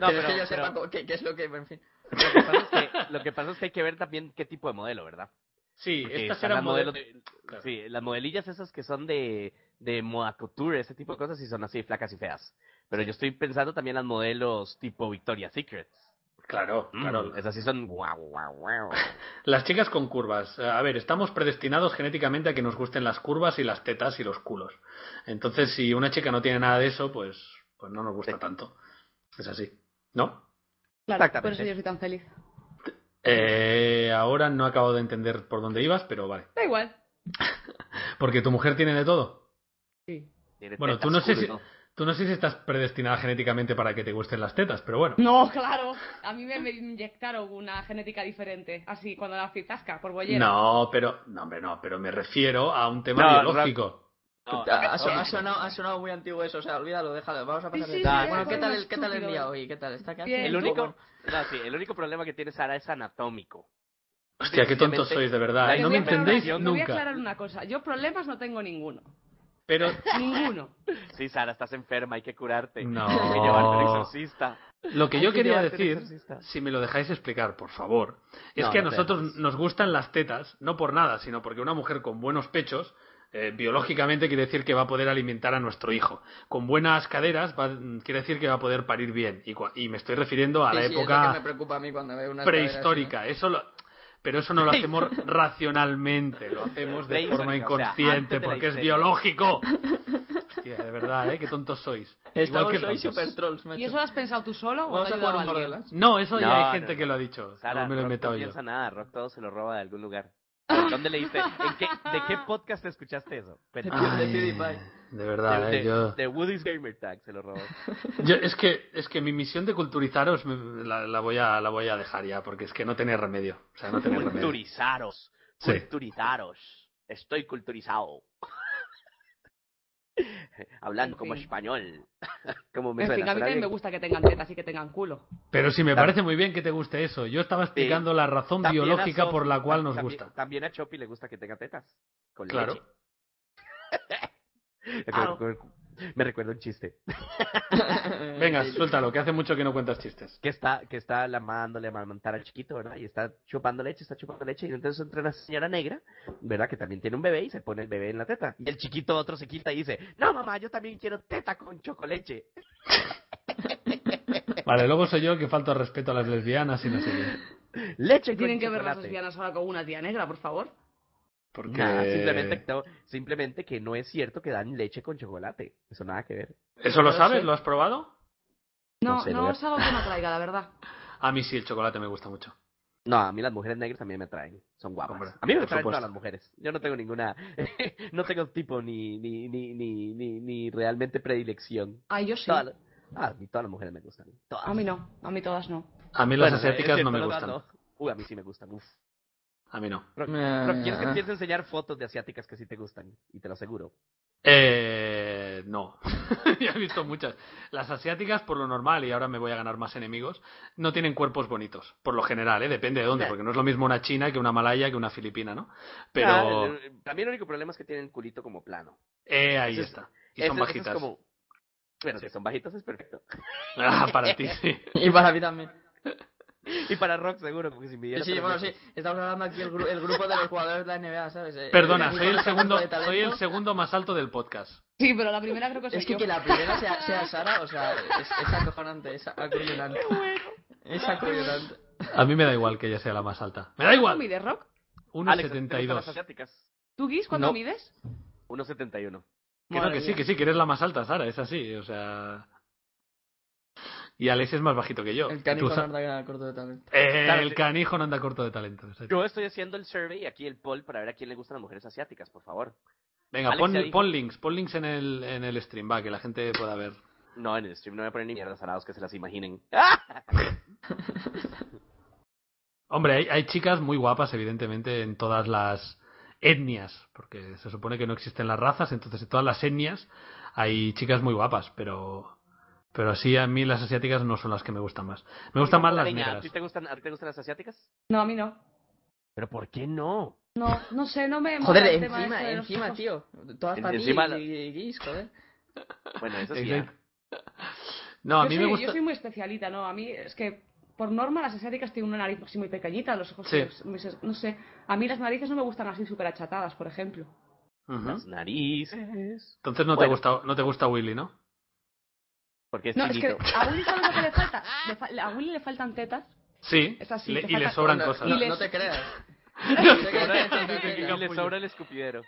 [SPEAKER 4] No,
[SPEAKER 3] pero, es que
[SPEAKER 4] pero-
[SPEAKER 3] yo sepa
[SPEAKER 4] pero-
[SPEAKER 3] cómo- qué, qué es lo que, en fin.
[SPEAKER 4] Lo que, pasa es que, lo que pasa es que hay que ver también qué tipo de modelo, ¿verdad?
[SPEAKER 2] Sí,
[SPEAKER 4] Porque
[SPEAKER 2] estas
[SPEAKER 4] están
[SPEAKER 2] eran
[SPEAKER 4] las modelos
[SPEAKER 2] modelos...
[SPEAKER 4] de-
[SPEAKER 2] claro.
[SPEAKER 4] eh, sí, las modelillas esas que son de, de moda couture, ese tipo de cosas, y son así flacas y feas. Pero yo estoy pensando también en las modelos tipo Victoria's Secret.
[SPEAKER 2] Claro,
[SPEAKER 4] Mm,
[SPEAKER 2] claro.
[SPEAKER 4] Esas sí son guau, guau, guau.
[SPEAKER 2] Las chicas con curvas. Eh, A ver, estamos predestinados genéticamente a que nos gusten las curvas y las tetas y los culos. Entonces, si una chica no tiene nada de eso, pues, pues no nos gusta
[SPEAKER 4] Sí.
[SPEAKER 2] tanto. Es así. ¿No?
[SPEAKER 1] Claro, por
[SPEAKER 4] Exactamente.
[SPEAKER 1] eso yo soy tan feliz.
[SPEAKER 2] Eh, ahora no acabo de entender por dónde ibas, pero vale.
[SPEAKER 1] Da igual.
[SPEAKER 2] Porque tu mujer tiene de todo.
[SPEAKER 1] Sí.
[SPEAKER 4] Tiene
[SPEAKER 2] Bueno, tú
[SPEAKER 4] tetas
[SPEAKER 2] no sé
[SPEAKER 4] cool,
[SPEAKER 2] si- Tú no sé si estás predestinada genéticamente para que te gusten las tetas, pero bueno.
[SPEAKER 1] No, claro. A mí me, me inyectaron una genética diferente. Así, cuando la fitasca, por bollera.
[SPEAKER 2] No, pero, no, hombre, no, pero me refiero a un tema
[SPEAKER 4] No,
[SPEAKER 2] biológico.
[SPEAKER 4] No,
[SPEAKER 3] Ah,
[SPEAKER 4] Ah,
[SPEAKER 3] Ha, ha
[SPEAKER 4] no,
[SPEAKER 3] so-
[SPEAKER 4] no,
[SPEAKER 3] ha sonado, ha sonado muy antiguo eso, o sea, olvídalo, déjalo, vamos a
[SPEAKER 1] Sí,
[SPEAKER 3] pasar de
[SPEAKER 1] sí,
[SPEAKER 4] Ah,
[SPEAKER 1] sí,
[SPEAKER 4] bueno,
[SPEAKER 1] es
[SPEAKER 3] ¿qué tal,
[SPEAKER 1] algo
[SPEAKER 3] el, ¿qué tal el
[SPEAKER 1] estúpido.
[SPEAKER 3] día hoy? ¿Qué tal? ¿Está
[SPEAKER 1] Bien.
[SPEAKER 4] El único, no, sí, el único problema que tienes ahora es anatómico.
[SPEAKER 2] Hostia, qué tontos
[SPEAKER 4] Efectivamente.
[SPEAKER 2] sois, de
[SPEAKER 4] La
[SPEAKER 2] verdad. ¿eh?
[SPEAKER 1] Te
[SPEAKER 2] No
[SPEAKER 1] voy
[SPEAKER 2] me
[SPEAKER 1] a aclarar
[SPEAKER 2] entendéis
[SPEAKER 1] una- Te voy a
[SPEAKER 2] nunca.
[SPEAKER 1] aclarar una cosa. Yo problemas no tengo ninguno.
[SPEAKER 2] Pero,
[SPEAKER 1] Ninguno.
[SPEAKER 4] Sí, Sara, estás enferma, hay que curarte.
[SPEAKER 2] No.
[SPEAKER 4] Hay que llevarte al exorcista.
[SPEAKER 2] Lo que
[SPEAKER 4] Hay
[SPEAKER 2] yo
[SPEAKER 4] que
[SPEAKER 2] quería
[SPEAKER 4] llevarte al
[SPEAKER 2] decir,
[SPEAKER 4] exorcista.
[SPEAKER 2] si me lo dejáis explicar, por favor, es
[SPEAKER 4] No,
[SPEAKER 2] que a
[SPEAKER 4] no te
[SPEAKER 2] nosotros
[SPEAKER 4] dejes.
[SPEAKER 2] nos gustan las tetas, no por nada, sino porque una mujer con buenos pechos, eh, biológicamente quiere decir que va a poder alimentar a nuestro hijo. Con buenas caderas va- mm, quiere decir que va a poder parir bien. Y, cua- y me estoy refiriendo a la
[SPEAKER 3] Sí, sí, es lo
[SPEAKER 2] época
[SPEAKER 3] que me preocupa a mí cuando veo una
[SPEAKER 2] prehistórica. Eso lo- pero eso no lo hacemos racionalmente, lo hacemos de
[SPEAKER 4] Prehistórica,
[SPEAKER 2] forma
[SPEAKER 4] o sea, antes
[SPEAKER 2] inconsciente,
[SPEAKER 4] de la
[SPEAKER 2] porque es
[SPEAKER 4] histeria.
[SPEAKER 2] biológico. Hostia, de verdad, ¿eh? Qué tontos sois. Igual
[SPEAKER 3] Estamos
[SPEAKER 2] que
[SPEAKER 3] hoy
[SPEAKER 2] tontos.
[SPEAKER 3] super trolls, macho.
[SPEAKER 1] ¿Y eso lo has pensado tú solo o
[SPEAKER 3] Vamos
[SPEAKER 1] te
[SPEAKER 3] a
[SPEAKER 1] ha
[SPEAKER 3] jugar un
[SPEAKER 1] ayudado alguien?
[SPEAKER 3] Borderlands.
[SPEAKER 2] No, eso
[SPEAKER 4] No,
[SPEAKER 2] ya hay
[SPEAKER 4] no,
[SPEAKER 2] gente
[SPEAKER 4] no.
[SPEAKER 2] que lo ha dicho.
[SPEAKER 4] Sara,
[SPEAKER 2] no me lo he
[SPEAKER 4] Rock
[SPEAKER 2] inventado
[SPEAKER 4] no
[SPEAKER 2] yo.
[SPEAKER 4] piensa nada, Rock todo se lo roba de algún lugar. ¿Por ¿Dónde leíste? ¿En qué, ¿De qué podcast te escuchaste eso? Pero-
[SPEAKER 3] Ah,
[SPEAKER 2] Ay,
[SPEAKER 3] de PewDiePie.
[SPEAKER 2] de verdad,
[SPEAKER 4] de,
[SPEAKER 2] eh, yo,
[SPEAKER 4] de Woody's Gamer Tag se lo robó.
[SPEAKER 2] yo- es que es que mi misión de culturizaros me- la, la voy a la voy a dejar ya porque es que no tenía remedio, o sea, no tenía remedio.
[SPEAKER 4] Culturizaros.
[SPEAKER 2] Sí.
[SPEAKER 4] Culturizaros. Estoy culturizado. Hablando
[SPEAKER 1] En
[SPEAKER 4] como
[SPEAKER 1] fin.
[SPEAKER 4] español. como me
[SPEAKER 1] En
[SPEAKER 4] suena,
[SPEAKER 1] fin, a mí
[SPEAKER 4] suena
[SPEAKER 1] también me
[SPEAKER 4] bien.
[SPEAKER 1] gusta que tengan tetas y que tengan culo.
[SPEAKER 2] Pero sí me
[SPEAKER 4] Claro.
[SPEAKER 2] parece muy bien que te guste eso. Yo estaba explicando la razón
[SPEAKER 4] También a
[SPEAKER 2] biológica
[SPEAKER 4] Sof-
[SPEAKER 2] por la cual nos
[SPEAKER 4] también-
[SPEAKER 2] gusta.
[SPEAKER 4] También a Chopi le gusta que tenga tetas. Con
[SPEAKER 2] Claro.
[SPEAKER 4] leche. Con- con- Me recuerda un chiste.
[SPEAKER 2] Venga, suéltalo, que hace mucho que no cuentas chistes.
[SPEAKER 4] Que está, que está lamándole a amamantar al chiquito, ¿verdad? Y está chupando leche, está chupando leche. Y entonces entra una señora negra, ¿verdad? Que también tiene un bebé y se pone el bebé en la teta. Y el chiquito otro se quita y dice, no mamá, yo también quiero teta con chocolate.
[SPEAKER 2] Vale, luego soy yo el que falta al respeto a las lesbianas y no sé qué.
[SPEAKER 4] Leche con
[SPEAKER 1] Tienen que ver las
[SPEAKER 4] chocolate".
[SPEAKER 1] lesbianas ahora con una tía negra, por favor.
[SPEAKER 2] Porque...
[SPEAKER 4] Nah, simplemente, no- simplemente que no es cierto que dan leche con chocolate. Eso nada que ver.
[SPEAKER 2] ¿Eso lo
[SPEAKER 3] No
[SPEAKER 2] sabes?
[SPEAKER 3] sé.
[SPEAKER 2] ¿Lo has probado?
[SPEAKER 4] No
[SPEAKER 1] No,
[SPEAKER 4] sé,
[SPEAKER 1] no
[SPEAKER 4] Lola.
[SPEAKER 1] es algo que me traiga, la verdad.
[SPEAKER 2] A mí sí, el chocolate me gusta mucho.
[SPEAKER 4] No, a mí las mujeres negras también me traen. Son guapas.
[SPEAKER 2] Hombre,
[SPEAKER 4] a mí me
[SPEAKER 2] por
[SPEAKER 4] traen
[SPEAKER 2] supuesto.
[SPEAKER 4] todas las mujeres. Yo no tengo ninguna. no tengo tipo ni, ni, ni, ni, ni, ni realmente predilección.
[SPEAKER 1] Ay, yo sí.
[SPEAKER 4] Todas las- ah, a mí todas las mujeres me gustan. Todas.
[SPEAKER 1] A mí no, a mí todas no.
[SPEAKER 2] A mí las
[SPEAKER 4] Bueno,
[SPEAKER 2] asiáticas
[SPEAKER 4] es
[SPEAKER 2] no me
[SPEAKER 4] cierto,
[SPEAKER 2] gustan.
[SPEAKER 4] no. Uy, a mí sí me gustan. Uf.
[SPEAKER 2] A mí no.
[SPEAKER 1] Ah.
[SPEAKER 4] Pero quieres que empiece a enseñar fotos de asiáticas que sí te gustan. Y te lo aseguro.
[SPEAKER 2] Eh, no. ya he visto muchas. Las asiáticas, por lo normal, y ahora me voy a ganar más enemigos, no tienen cuerpos bonitos. Por lo general, ¿eh? Depende de dónde,
[SPEAKER 4] Claro.
[SPEAKER 2] porque no es lo mismo una china que una malaya que una filipina, ¿no?
[SPEAKER 4] Ah,
[SPEAKER 2] Pero.
[SPEAKER 4] eh, también el único problema es que tienen culito como plano.
[SPEAKER 2] Eh, ahí
[SPEAKER 4] eso es-
[SPEAKER 2] está. Y
[SPEAKER 4] Ese-
[SPEAKER 2] son
[SPEAKER 4] ese es
[SPEAKER 2] bajitas.
[SPEAKER 4] como- Bueno,
[SPEAKER 2] Sí.
[SPEAKER 4] si son bajitas es perfecto.
[SPEAKER 2] Ah, para ti, sí.
[SPEAKER 4] Eh,
[SPEAKER 3] Y para mí también.
[SPEAKER 4] Y para Rock seguro, porque si
[SPEAKER 3] Sí,
[SPEAKER 4] midiera
[SPEAKER 3] sí,
[SPEAKER 4] tres
[SPEAKER 3] bueno, sí.
[SPEAKER 4] metros.
[SPEAKER 3] Estamos hablando aquí el, gru- el grupo de los jugadores de la NBA, ¿sabes? Eh,
[SPEAKER 2] Perdona,
[SPEAKER 3] grupo
[SPEAKER 2] soy el
[SPEAKER 3] de
[SPEAKER 2] segundo,
[SPEAKER 3] talento.
[SPEAKER 2] soy el segundo más alto del podcast.
[SPEAKER 1] Sí, pero la primera creo que soy
[SPEAKER 3] Es que
[SPEAKER 1] yo.
[SPEAKER 3] que la primera sea, sea Sara, o sea, es, es acojonante, es acojonante. Es acojonante.
[SPEAKER 2] A mí me da igual que ella sea la más alta. Me da
[SPEAKER 1] ¿Cuánto
[SPEAKER 2] igual.
[SPEAKER 1] mides, Rock?
[SPEAKER 4] Alex, ¿a ti te gustan las
[SPEAKER 2] 1,72.
[SPEAKER 4] asiáticas?
[SPEAKER 1] ¿Tú, Guis, cuánto
[SPEAKER 2] No.
[SPEAKER 1] mides?
[SPEAKER 4] 1.71.
[SPEAKER 2] Que no, que sí, que sí, que eres la más alta, Sara, es así, o sea... Y Alex es más bajito que yo.
[SPEAKER 3] El
[SPEAKER 2] Tú
[SPEAKER 3] canijo
[SPEAKER 2] sa-
[SPEAKER 3] anda que era corto de talento.
[SPEAKER 2] Eh,
[SPEAKER 4] Claro,
[SPEAKER 2] el
[SPEAKER 4] sí.
[SPEAKER 2] canijo no anda corto de talento. exacto.
[SPEAKER 4] Yo estoy haciendo el survey y aquí el poll para ver a quién le gustan las mujeres asiáticas, por favor.
[SPEAKER 2] Venga,
[SPEAKER 4] Alex
[SPEAKER 2] pon,
[SPEAKER 4] ya dijo-
[SPEAKER 2] pon links, pon links en el, en el stream, va, que la gente pueda ver.
[SPEAKER 4] No, en el stream no voy a poner ni mierdas alados que se las imaginen. ¡Ah!
[SPEAKER 2] Hombre, hay, hay chicas muy guapas, evidentemente, en todas las etnias, porque se supone que no existen las razas, entonces en todas las etnias hay chicas muy guapas, pero... Pero sí, a mí las asiáticas no son las que me gustan más. Me gustan más las
[SPEAKER 4] Niña, ¿a
[SPEAKER 2] negras.
[SPEAKER 4] ti te gustan, a ti te gustan las asiáticas?
[SPEAKER 1] No, a mí no.
[SPEAKER 4] ¿Pero por qué no?
[SPEAKER 1] No, no sé, no me... mola
[SPEAKER 3] Joder,
[SPEAKER 1] el tema
[SPEAKER 3] encima,
[SPEAKER 1] este de los
[SPEAKER 3] encima,
[SPEAKER 1] ojos.
[SPEAKER 3] tío. Todas
[SPEAKER 4] En-
[SPEAKER 3] para ti
[SPEAKER 4] encima la-
[SPEAKER 3] y, y Guis, joder.
[SPEAKER 4] Bueno, eso sí.
[SPEAKER 2] Exacto.
[SPEAKER 4] ah.
[SPEAKER 2] No, a
[SPEAKER 1] Yo
[SPEAKER 2] mí
[SPEAKER 1] soy-
[SPEAKER 2] me gusta...
[SPEAKER 1] Yo soy muy especialita, ¿no? A mí es que, por norma, las asiáticas tienen una nariz así muy pequeñita, los ojos...
[SPEAKER 2] Sí.
[SPEAKER 1] muy ses- no sé, a mí las narices no me gustan así súper achatadas, por ejemplo.
[SPEAKER 2] Ujú.
[SPEAKER 4] Las narices.
[SPEAKER 2] Entonces no te
[SPEAKER 4] Bueno.
[SPEAKER 2] gusta, no te gusta Willy, ¿no?
[SPEAKER 4] Porque es
[SPEAKER 1] No, es que
[SPEAKER 4] chiquito.
[SPEAKER 1] a Willy sabes lo que le falta. Le fa- a Willy le faltan tetas.
[SPEAKER 2] Sí.
[SPEAKER 1] Es así,
[SPEAKER 2] le-
[SPEAKER 1] te
[SPEAKER 2] y le
[SPEAKER 1] falta-
[SPEAKER 2] sobran
[SPEAKER 3] no,
[SPEAKER 2] cosas.
[SPEAKER 3] No,
[SPEAKER 1] Y
[SPEAKER 3] no
[SPEAKER 1] les-
[SPEAKER 3] te creas.
[SPEAKER 4] Y le sobra el escupidero.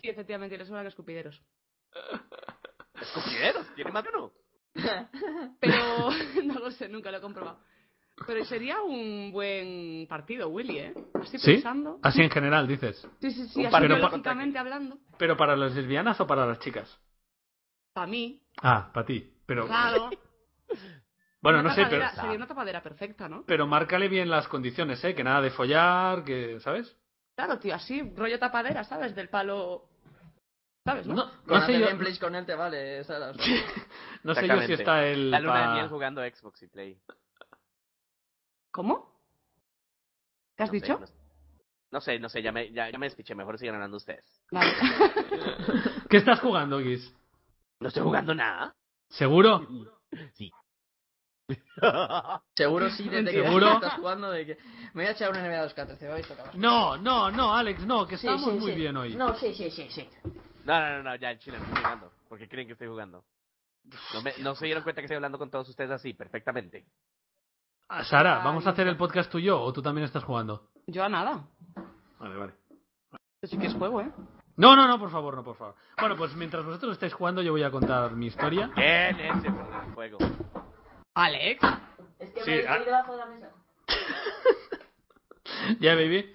[SPEAKER 1] Sí, efectivamente, les sobran escupideros.
[SPEAKER 4] ¿Escupideros? ¿Tiene más de uno?
[SPEAKER 1] Pero no lo sé, nunca lo he comprobado. Pero sería un buen partido, Willy, ¿eh? Así
[SPEAKER 2] ¿Sí?
[SPEAKER 1] pensando.
[SPEAKER 2] Así en general, dices.
[SPEAKER 1] Sí, sí, sí,
[SPEAKER 4] Un
[SPEAKER 1] así
[SPEAKER 4] partido
[SPEAKER 1] biológicamente hablando.
[SPEAKER 2] ¿Pero para las lesbianas o para las chicas?
[SPEAKER 1] Para mí,
[SPEAKER 2] Ah, para ti. Pero,
[SPEAKER 1] claro.
[SPEAKER 2] bueno,
[SPEAKER 1] Una
[SPEAKER 2] no sé, pero,
[SPEAKER 1] tapadera- Sería una tapadera perfecta, ¿no?
[SPEAKER 2] pero márcale bien las condiciones, ¿eh? Que nada de follar, que, ¿sabes?
[SPEAKER 1] Claro, tío, así, rollo tapadera, ¿sabes? Del palo... ¿Sabes, no?
[SPEAKER 2] No, no
[SPEAKER 3] Con
[SPEAKER 2] sé
[SPEAKER 3] hacer
[SPEAKER 2] yo,
[SPEAKER 3] gameplays con él te vale, eh, Sara. o sea.
[SPEAKER 2] no sé yo si
[SPEAKER 4] Exactamente.
[SPEAKER 2] está el...
[SPEAKER 4] La luna
[SPEAKER 2] pa-
[SPEAKER 4] de miel jugando a Xbox y Play.
[SPEAKER 1] ¿Cómo? ¿Qué has
[SPEAKER 4] No sé,
[SPEAKER 1] dicho?
[SPEAKER 4] no sé. No sé, no sé, ya me, ya, ya me despiché. Mejor sigan hablando ustedes.
[SPEAKER 1] Vale.
[SPEAKER 2] ¿Qué estás jugando, Guis?
[SPEAKER 4] No estoy jugando nada.
[SPEAKER 2] ¿Seguro?
[SPEAKER 4] Sí.
[SPEAKER 3] Seguro sí, desde que
[SPEAKER 2] ¿Seguro?
[SPEAKER 3] estás jugando de que... Me voy a echar una NBA 2K13, me vais a tocar.
[SPEAKER 2] No, no, no, Alex, no, que estamos muy bien hoy.
[SPEAKER 3] No, sí, sí, sí, sí.
[SPEAKER 4] No, no, no, no, ya en Chile no estoy jugando. Porque creen que estoy jugando. No, me- no se dieron cuenta que estoy hablando con todos ustedes así, perfectamente.
[SPEAKER 2] Ah, Sara, ¿vamos a
[SPEAKER 1] Ay.
[SPEAKER 2] hacer el podcast tú y yo o tú también estás jugando?
[SPEAKER 1] Yo a nada.
[SPEAKER 2] Vale, vale.
[SPEAKER 1] Yo sí que es juego, ¿eh?
[SPEAKER 2] No, no, no, por favor, no, por favor. Bueno, pues mientras vosotros estáis jugando yo voy a contar mi historia.
[SPEAKER 4] ¿Quién es el problema del juego?
[SPEAKER 1] Alex.
[SPEAKER 2] Sí, ah. Ya, baby.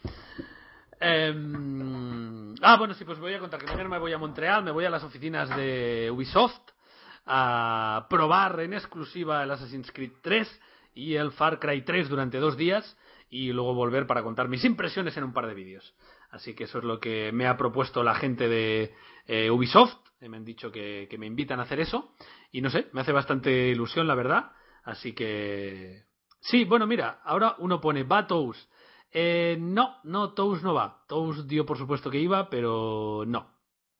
[SPEAKER 2] Em, ah, bueno, sí, pues voy a contar que mañana me voy a Montreal, me voy a las oficinas de Ubisoft a probar en exclusiva el Assassin's Creed 3 y el Far Cry 3 durante dos días y luego volver para contar mis impresiones en un par de vídeos. Así que eso es lo que me ha propuesto la gente de eh, Ubisoft. Me han dicho que, que me invitan a hacer eso. Y no sé, me hace bastante ilusión, la verdad. Así que... Sí, bueno, mira, ahora uno pone, va Tous. Eh, no, no, Tous no va. Tous dio por supuesto que iba, pero no,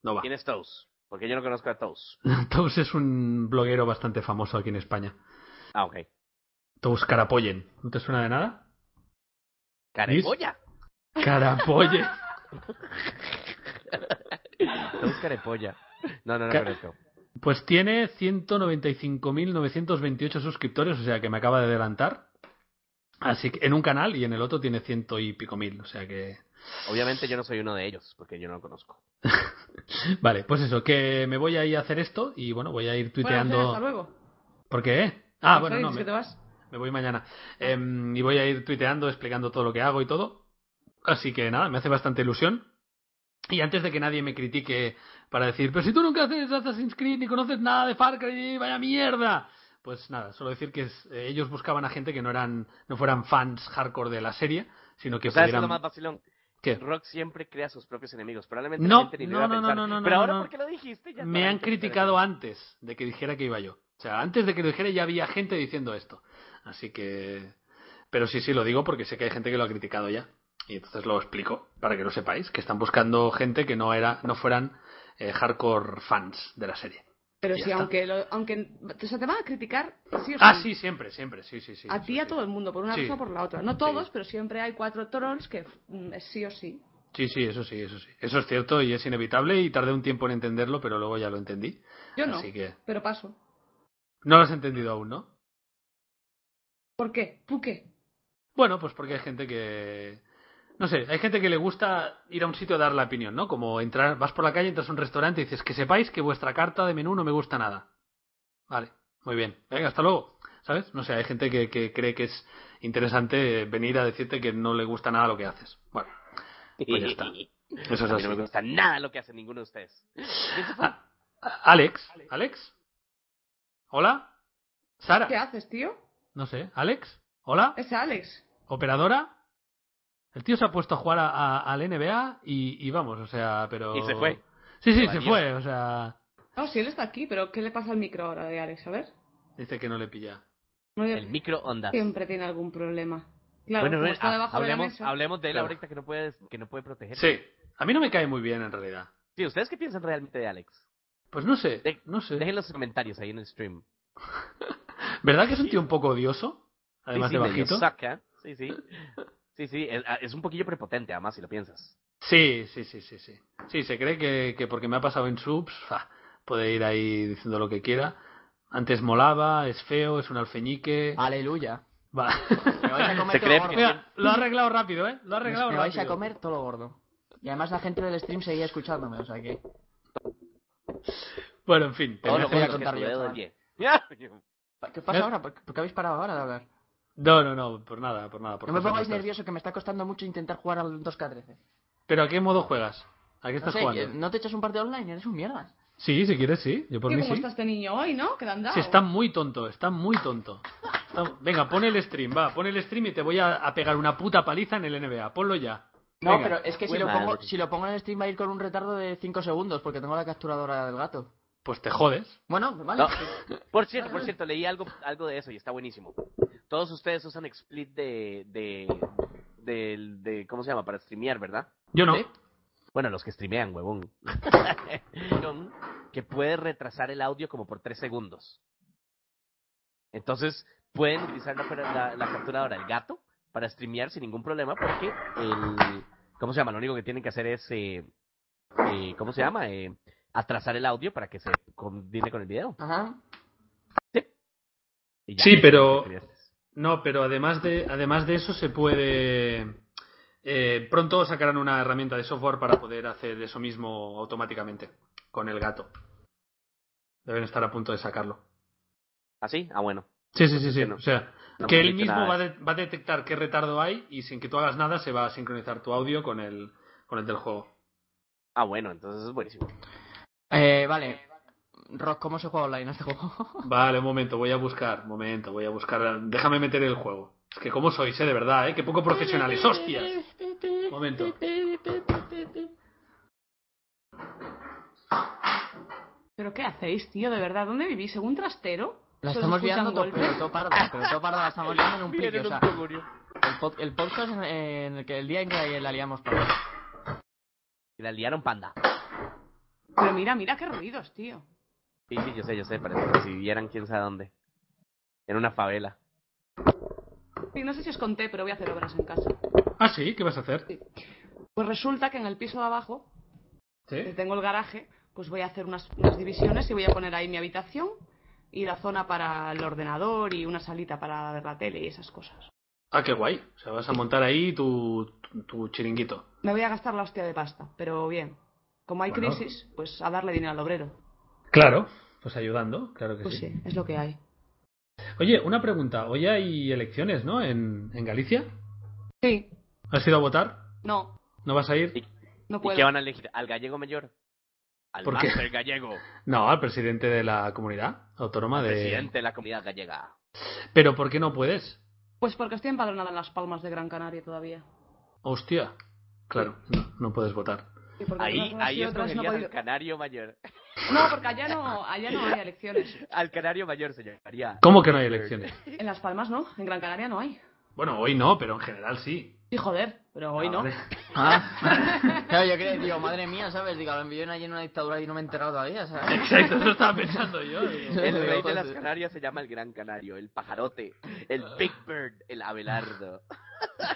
[SPEAKER 2] no va.
[SPEAKER 4] ¿Quién es Toast? Porque yo no conozco a Toast.
[SPEAKER 2] Tous es un bloguero bastante famoso aquí en España.
[SPEAKER 4] Ah, ok.
[SPEAKER 2] Tous Carapoyen. ¿No te suena de nada?
[SPEAKER 4] Carepolla.
[SPEAKER 2] Carapoyen.
[SPEAKER 4] Toast Carepolla. No, no, no
[SPEAKER 2] Ca-
[SPEAKER 4] conozco.
[SPEAKER 2] Pues tiene 195.928 suscriptores, o sea que me acaba de adelantar. Así que en un canal y en el otro tiene ciento y pico mil, o sea que...
[SPEAKER 4] Obviamente yo no soy uno de ellos, porque yo no lo conozco.
[SPEAKER 2] Vale, pues eso, que me voy a ir a hacer esto y bueno, voy a ir tuiteando...
[SPEAKER 1] Bueno, hasta luego.
[SPEAKER 2] ¿Por qué? Ah, bueno,
[SPEAKER 1] Félix,
[SPEAKER 2] no,
[SPEAKER 1] que
[SPEAKER 2] me,
[SPEAKER 1] te vas.
[SPEAKER 2] me voy mañana. Em, y voy a ir tuiteando, explicando todo lo que hago y todo. Así que nada, me hace bastante ilusión. Y antes de que nadie me critique para decir, pero si tú nunca haces Assassin's Creed ni conoces nada de Far Cry, vaya mierda. Pues nada, solo decir que es- eh, ellos buscaban a gente que no eran no fueran fans hardcore de la serie, sino que
[SPEAKER 4] ¿Sabes qué es lo
[SPEAKER 2] pudieran...
[SPEAKER 4] más vacilón?
[SPEAKER 2] ¿Qué?
[SPEAKER 4] Rock siempre crea sus propios enemigos. Probablemente
[SPEAKER 2] No,
[SPEAKER 4] la gente ni
[SPEAKER 2] no,
[SPEAKER 4] lo iba
[SPEAKER 2] no,
[SPEAKER 4] a pensar.
[SPEAKER 2] no, no, no,
[SPEAKER 4] Pero
[SPEAKER 2] no,
[SPEAKER 4] ahora
[SPEAKER 2] no.
[SPEAKER 4] porque lo dijiste, ya
[SPEAKER 2] Me
[SPEAKER 4] saben
[SPEAKER 2] han
[SPEAKER 4] que es
[SPEAKER 2] criticado
[SPEAKER 4] diferente.
[SPEAKER 2] antes de que dijera que iba yo. O sea, antes de que lo dijera ya había gente diciendo esto. Así que... Pero sí, sí, lo digo porque sé que hay gente que lo ha criticado ya. Y entonces lo explico para que lo sepáis, que están buscando gente que no, era, no fueran eh, hardcore fans de la serie.
[SPEAKER 1] Pero
[SPEAKER 2] Ya
[SPEAKER 1] sí,
[SPEAKER 2] está.
[SPEAKER 1] aunque, lo- aunque. O sea, te van a criticar, sí o
[SPEAKER 2] Ah,
[SPEAKER 1] sí.
[SPEAKER 2] sí, siempre, siempre, sí, sí, sí.
[SPEAKER 1] a ti y
[SPEAKER 2] sí,
[SPEAKER 1] a
[SPEAKER 2] sí.
[SPEAKER 1] todo el mundo, por una
[SPEAKER 2] Sí.
[SPEAKER 1] cosa o por la otra. No todos, pero siempre hay cuatro trolls que mm, es sí o sí.
[SPEAKER 2] Sí, sí, eso sí, eso sí. Eso es cierto y es inevitable y tardé un tiempo en entenderlo, pero luego ya lo entendí.
[SPEAKER 1] Yo no,
[SPEAKER 2] Así que
[SPEAKER 1] pero paso.
[SPEAKER 2] no lo has entendido aún, ¿no?
[SPEAKER 1] ¿Por qué? ¿Tú qué?
[SPEAKER 2] Bueno, pues porque hay gente que. No sé, hay gente que le gusta ir a un sitio a dar la opinión, ¿no? Como entrar, vas por la calle, entras a un restaurante y dices que sepáis que vuestra carta de menú no me gusta nada. Vale, muy bien. Venga, hasta luego. ¿Sabes? No sé, hay gente que, que cree que es interesante eh, venir a decirte que no le gusta nada lo que haces. Bueno, pues ya está. Eso es
[SPEAKER 4] A mí
[SPEAKER 2] así.
[SPEAKER 4] no me gusta nada lo que hace ninguno de ustedes.
[SPEAKER 2] Ah, ah, Alex, Alex. Hola.
[SPEAKER 1] ¿Qué
[SPEAKER 2] Sara.
[SPEAKER 1] haces, tío?
[SPEAKER 2] No sé, Alex. Hola.
[SPEAKER 1] Es Alex.
[SPEAKER 2] operadora. El tío se ha puesto a jugar a- a- al NBA y, y vamos, o sea, pero.
[SPEAKER 4] Y se fue.
[SPEAKER 2] Sí, sí,
[SPEAKER 4] Se
[SPEAKER 2] se
[SPEAKER 4] bañó.
[SPEAKER 2] fue, o sea.
[SPEAKER 1] No, sí, él está aquí, pero ¿qué le pasa al micro ahora de Alex? A ver.
[SPEAKER 2] Dice que no le pilla.
[SPEAKER 1] No le-
[SPEAKER 4] El microondas.
[SPEAKER 1] Siempre tiene algún problema. Claro,
[SPEAKER 4] bueno,
[SPEAKER 2] eh,
[SPEAKER 1] como
[SPEAKER 4] no,
[SPEAKER 1] está
[SPEAKER 4] ha-
[SPEAKER 1] debajo
[SPEAKER 4] hablemos,
[SPEAKER 1] de la mesa.
[SPEAKER 4] hablemos de él
[SPEAKER 2] Claro.
[SPEAKER 4] ahorita que no puede, que no puede proteger.
[SPEAKER 2] Sí, a mí no me cae muy bien en realidad.
[SPEAKER 4] Sí, ¿ustedes qué piensan realmente de Alex?
[SPEAKER 2] Pues no sé,
[SPEAKER 4] De-
[SPEAKER 2] no sé.
[SPEAKER 4] Dejen los comentarios ahí en el stream.
[SPEAKER 2] ¿Verdad que es un tío un poco odioso? Además
[SPEAKER 4] sí, sí,
[SPEAKER 2] de
[SPEAKER 4] medio
[SPEAKER 2] bajito.
[SPEAKER 4] saca. Sí, sí. Sí, sí, es, ah, es un poquillo prepotente, además, si lo piensas.
[SPEAKER 2] Sí, sí, sí, sí, sí. Sí, se cree que, que porque me ha pasado en subs, fa, puede ir ahí diciendo lo que quiera. Antes molaba, es feo, es un alfeñique.
[SPEAKER 3] Ah. Aleluya.
[SPEAKER 2] Va.
[SPEAKER 3] Me vais a
[SPEAKER 4] Se
[SPEAKER 3] comer todo
[SPEAKER 4] cree
[SPEAKER 3] lo gordo.
[SPEAKER 2] Mira, lo ha arreglado rápido, ¿eh? Lo ha arreglado
[SPEAKER 3] Me
[SPEAKER 2] rápido.
[SPEAKER 3] vais a comer todo lo gordo. Y además la gente del stream seguía escuchándome, o sea que...
[SPEAKER 2] Bueno, en fin.
[SPEAKER 4] Todo
[SPEAKER 3] me
[SPEAKER 4] lo
[SPEAKER 3] voy a
[SPEAKER 4] bueno este que
[SPEAKER 3] contar
[SPEAKER 4] su
[SPEAKER 3] yo,
[SPEAKER 4] dedo
[SPEAKER 3] chaval.
[SPEAKER 4] del pie.
[SPEAKER 3] ¿Qué
[SPEAKER 2] ¿Eh?
[SPEAKER 3] pasa ahora? ¿Por por qué habéis parado ahora de hablar?
[SPEAKER 2] No, no, no, por nada, por nada. Por
[SPEAKER 3] No me
[SPEAKER 2] cosas
[SPEAKER 3] pongáis
[SPEAKER 2] de estas.
[SPEAKER 3] nervioso, que me está costando mucho intentar jugar al 2K13.
[SPEAKER 2] ¿Pero a qué modo juegas? ¿A qué
[SPEAKER 3] No,
[SPEAKER 2] estás
[SPEAKER 3] sé,
[SPEAKER 2] jugando?
[SPEAKER 3] eh, ¿no te echas un partido online? Eres un mierda.
[SPEAKER 2] Sí, si quieres, sí. Yo por
[SPEAKER 1] ¿Qué,
[SPEAKER 2] mí
[SPEAKER 1] ¿Cómo
[SPEAKER 2] sí.
[SPEAKER 1] está este niño hoy, no? ¿Qué le han dado?
[SPEAKER 2] Sí, está muy tonto, está muy tonto. Está- Venga, pon el stream, va, pon el stream y te voy a, a pegar una puta paliza en el NBA. Ponlo ya.
[SPEAKER 3] No,
[SPEAKER 2] Venga.
[SPEAKER 3] pero es que si
[SPEAKER 4] Bueno,
[SPEAKER 3] lo, pongo,
[SPEAKER 4] madre.
[SPEAKER 3] si lo pongo en el stream va a ir con un retardo de 5 segundos, porque tengo la capturadora del gato.
[SPEAKER 2] Pues te jodes.
[SPEAKER 3] Bueno, vale.
[SPEAKER 4] No. Por cierto, por cierto, leí algo, algo de eso y está buenísimo. Todos ustedes usan Xsplit de, de, del- de, ¿cómo se llama? Para streamear, ¿verdad?
[SPEAKER 2] Yo no.
[SPEAKER 3] ¿Sí?
[SPEAKER 4] Bueno, los que streamean, huevón. Con- que puede retrasar el audio como por tres segundos. Entonces, pueden utilizar la, la, la capturadora del gato para streamear sin ningún problema porque el... ¿Cómo se llama? Lo único que tienen que hacer es... eh, eh, ¿Cómo se llama? Eh, atrasar el audio para que se combine con el video.
[SPEAKER 3] Ajá.
[SPEAKER 4] Y ya.
[SPEAKER 2] Sí, pero- No, pero además de, además de eso se puede... eh, pronto sacarán una herramienta de software para poder hacer eso mismo automáticamente con el gato. Deben estar a punto de sacarlo.
[SPEAKER 4] ¿Ah, sí? Ah, bueno.
[SPEAKER 2] Sí, sí, sí, sí.
[SPEAKER 4] que no.
[SPEAKER 2] O sea,
[SPEAKER 4] No
[SPEAKER 2] que
[SPEAKER 4] hemos
[SPEAKER 2] él
[SPEAKER 4] dicho
[SPEAKER 2] mismo
[SPEAKER 4] nada
[SPEAKER 2] va, a de- va a detectar qué retardo hay y sin que tú hagas nada se va a sincronizar tu audio con el, con el del juego.
[SPEAKER 4] Ah, bueno, entonces es buenísimo.
[SPEAKER 3] Eh, vale. Rock, ¿cómo se juega online a este juego?
[SPEAKER 2] Vale, un momento, voy a buscar, un momento, voy a buscar. Déjame meter el juego. Es que cómo sois, eh, de verdad, eh, que poco profesionales, hostias. Un momento.
[SPEAKER 1] ¿Pero qué hacéis, tío? ¿De verdad? ¿Dónde vivís? ¿En un trastero?
[SPEAKER 3] La
[SPEAKER 1] ¿Solo
[SPEAKER 3] estamos
[SPEAKER 1] se escuchan
[SPEAKER 3] liando todo,
[SPEAKER 1] golpes?
[SPEAKER 3] pero todo pardo, pero todo pardo la estamos liando en un pique, o sea, el, pod- el podcast en, en el que el día en que la liamos parda.
[SPEAKER 4] Y la liaron panda.
[SPEAKER 1] Pero mira, mira qué ruidos, tío.
[SPEAKER 4] Sí, sí, yo sé, yo sé, parece que si vieran quién sabe dónde. En una favela.
[SPEAKER 1] Sí, no sé si os conté, pero voy a hacer obras en casa.
[SPEAKER 2] Ah, sí, ¿qué vas a hacer?
[SPEAKER 1] Pues resulta que en el piso de abajo, que
[SPEAKER 2] ¿Sí?
[SPEAKER 1] tengo el garaje, pues voy a hacer unas, unas divisiones y voy a poner ahí mi habitación y la zona para el ordenador y una salita para ver la tele y esas cosas.
[SPEAKER 2] Ah, qué guay. O sea, vas a montar ahí tu, tu, tu chiringuito.
[SPEAKER 1] Me voy a gastar la hostia de pasta, pero bien. Como hay
[SPEAKER 2] Bueno.
[SPEAKER 1] crisis, pues a darle dinero al obrero.
[SPEAKER 2] Claro. Pues ayudando, claro que
[SPEAKER 1] Pues
[SPEAKER 2] sí.
[SPEAKER 1] sí, es lo que hay.
[SPEAKER 2] Oye, una pregunta. Hoy hay elecciones, ¿no? En, en Galicia.
[SPEAKER 1] Sí,
[SPEAKER 2] ¿Has ido a votar?
[SPEAKER 1] no,
[SPEAKER 2] ¿No vas a ir?
[SPEAKER 1] no
[SPEAKER 4] ¿Y qué
[SPEAKER 1] puedo.
[SPEAKER 4] van a elegir? ¿Al gallego mayor? Al
[SPEAKER 2] ¿Por qué?
[SPEAKER 4] máster gallego.
[SPEAKER 2] No, al presidente de la comunidad autónoma de...
[SPEAKER 4] Presidente de la comunidad gallega.
[SPEAKER 2] Pero ¿por qué no puedes?
[SPEAKER 1] Pues porque estoy empadronada en las palmas de Gran Canaria todavía.
[SPEAKER 2] Hostia. Claro, no, no puedes votar.
[SPEAKER 1] Y porque unas
[SPEAKER 4] Ahí,
[SPEAKER 1] cosas
[SPEAKER 4] ahí
[SPEAKER 1] y otras no, he
[SPEAKER 4] escogerías al
[SPEAKER 1] podido-
[SPEAKER 4] canario mayor.
[SPEAKER 1] No, porque allá no, allá no hay elecciones.
[SPEAKER 4] Al canario mayor, señor. Haría.
[SPEAKER 2] ¿Cómo que no hay elecciones?
[SPEAKER 1] En Las Palmas no, en Gran Canaria no hay.
[SPEAKER 2] Bueno, hoy no, pero en general sí.
[SPEAKER 1] Sí, joder, pero hoy no.
[SPEAKER 2] Vale.
[SPEAKER 3] Ah. claro, yo creo, digo, madre mía, ¿sabes? Digo, lo envió allí en una dictadura y no me he enterado todavía, ¿sabes?
[SPEAKER 2] Exacto, eso estaba pensando yo. digo.
[SPEAKER 4] El rey de las Canarias se llama el Gran Canario, el pajarote, el
[SPEAKER 2] Ah.
[SPEAKER 4] Big Bird, el Abelardo.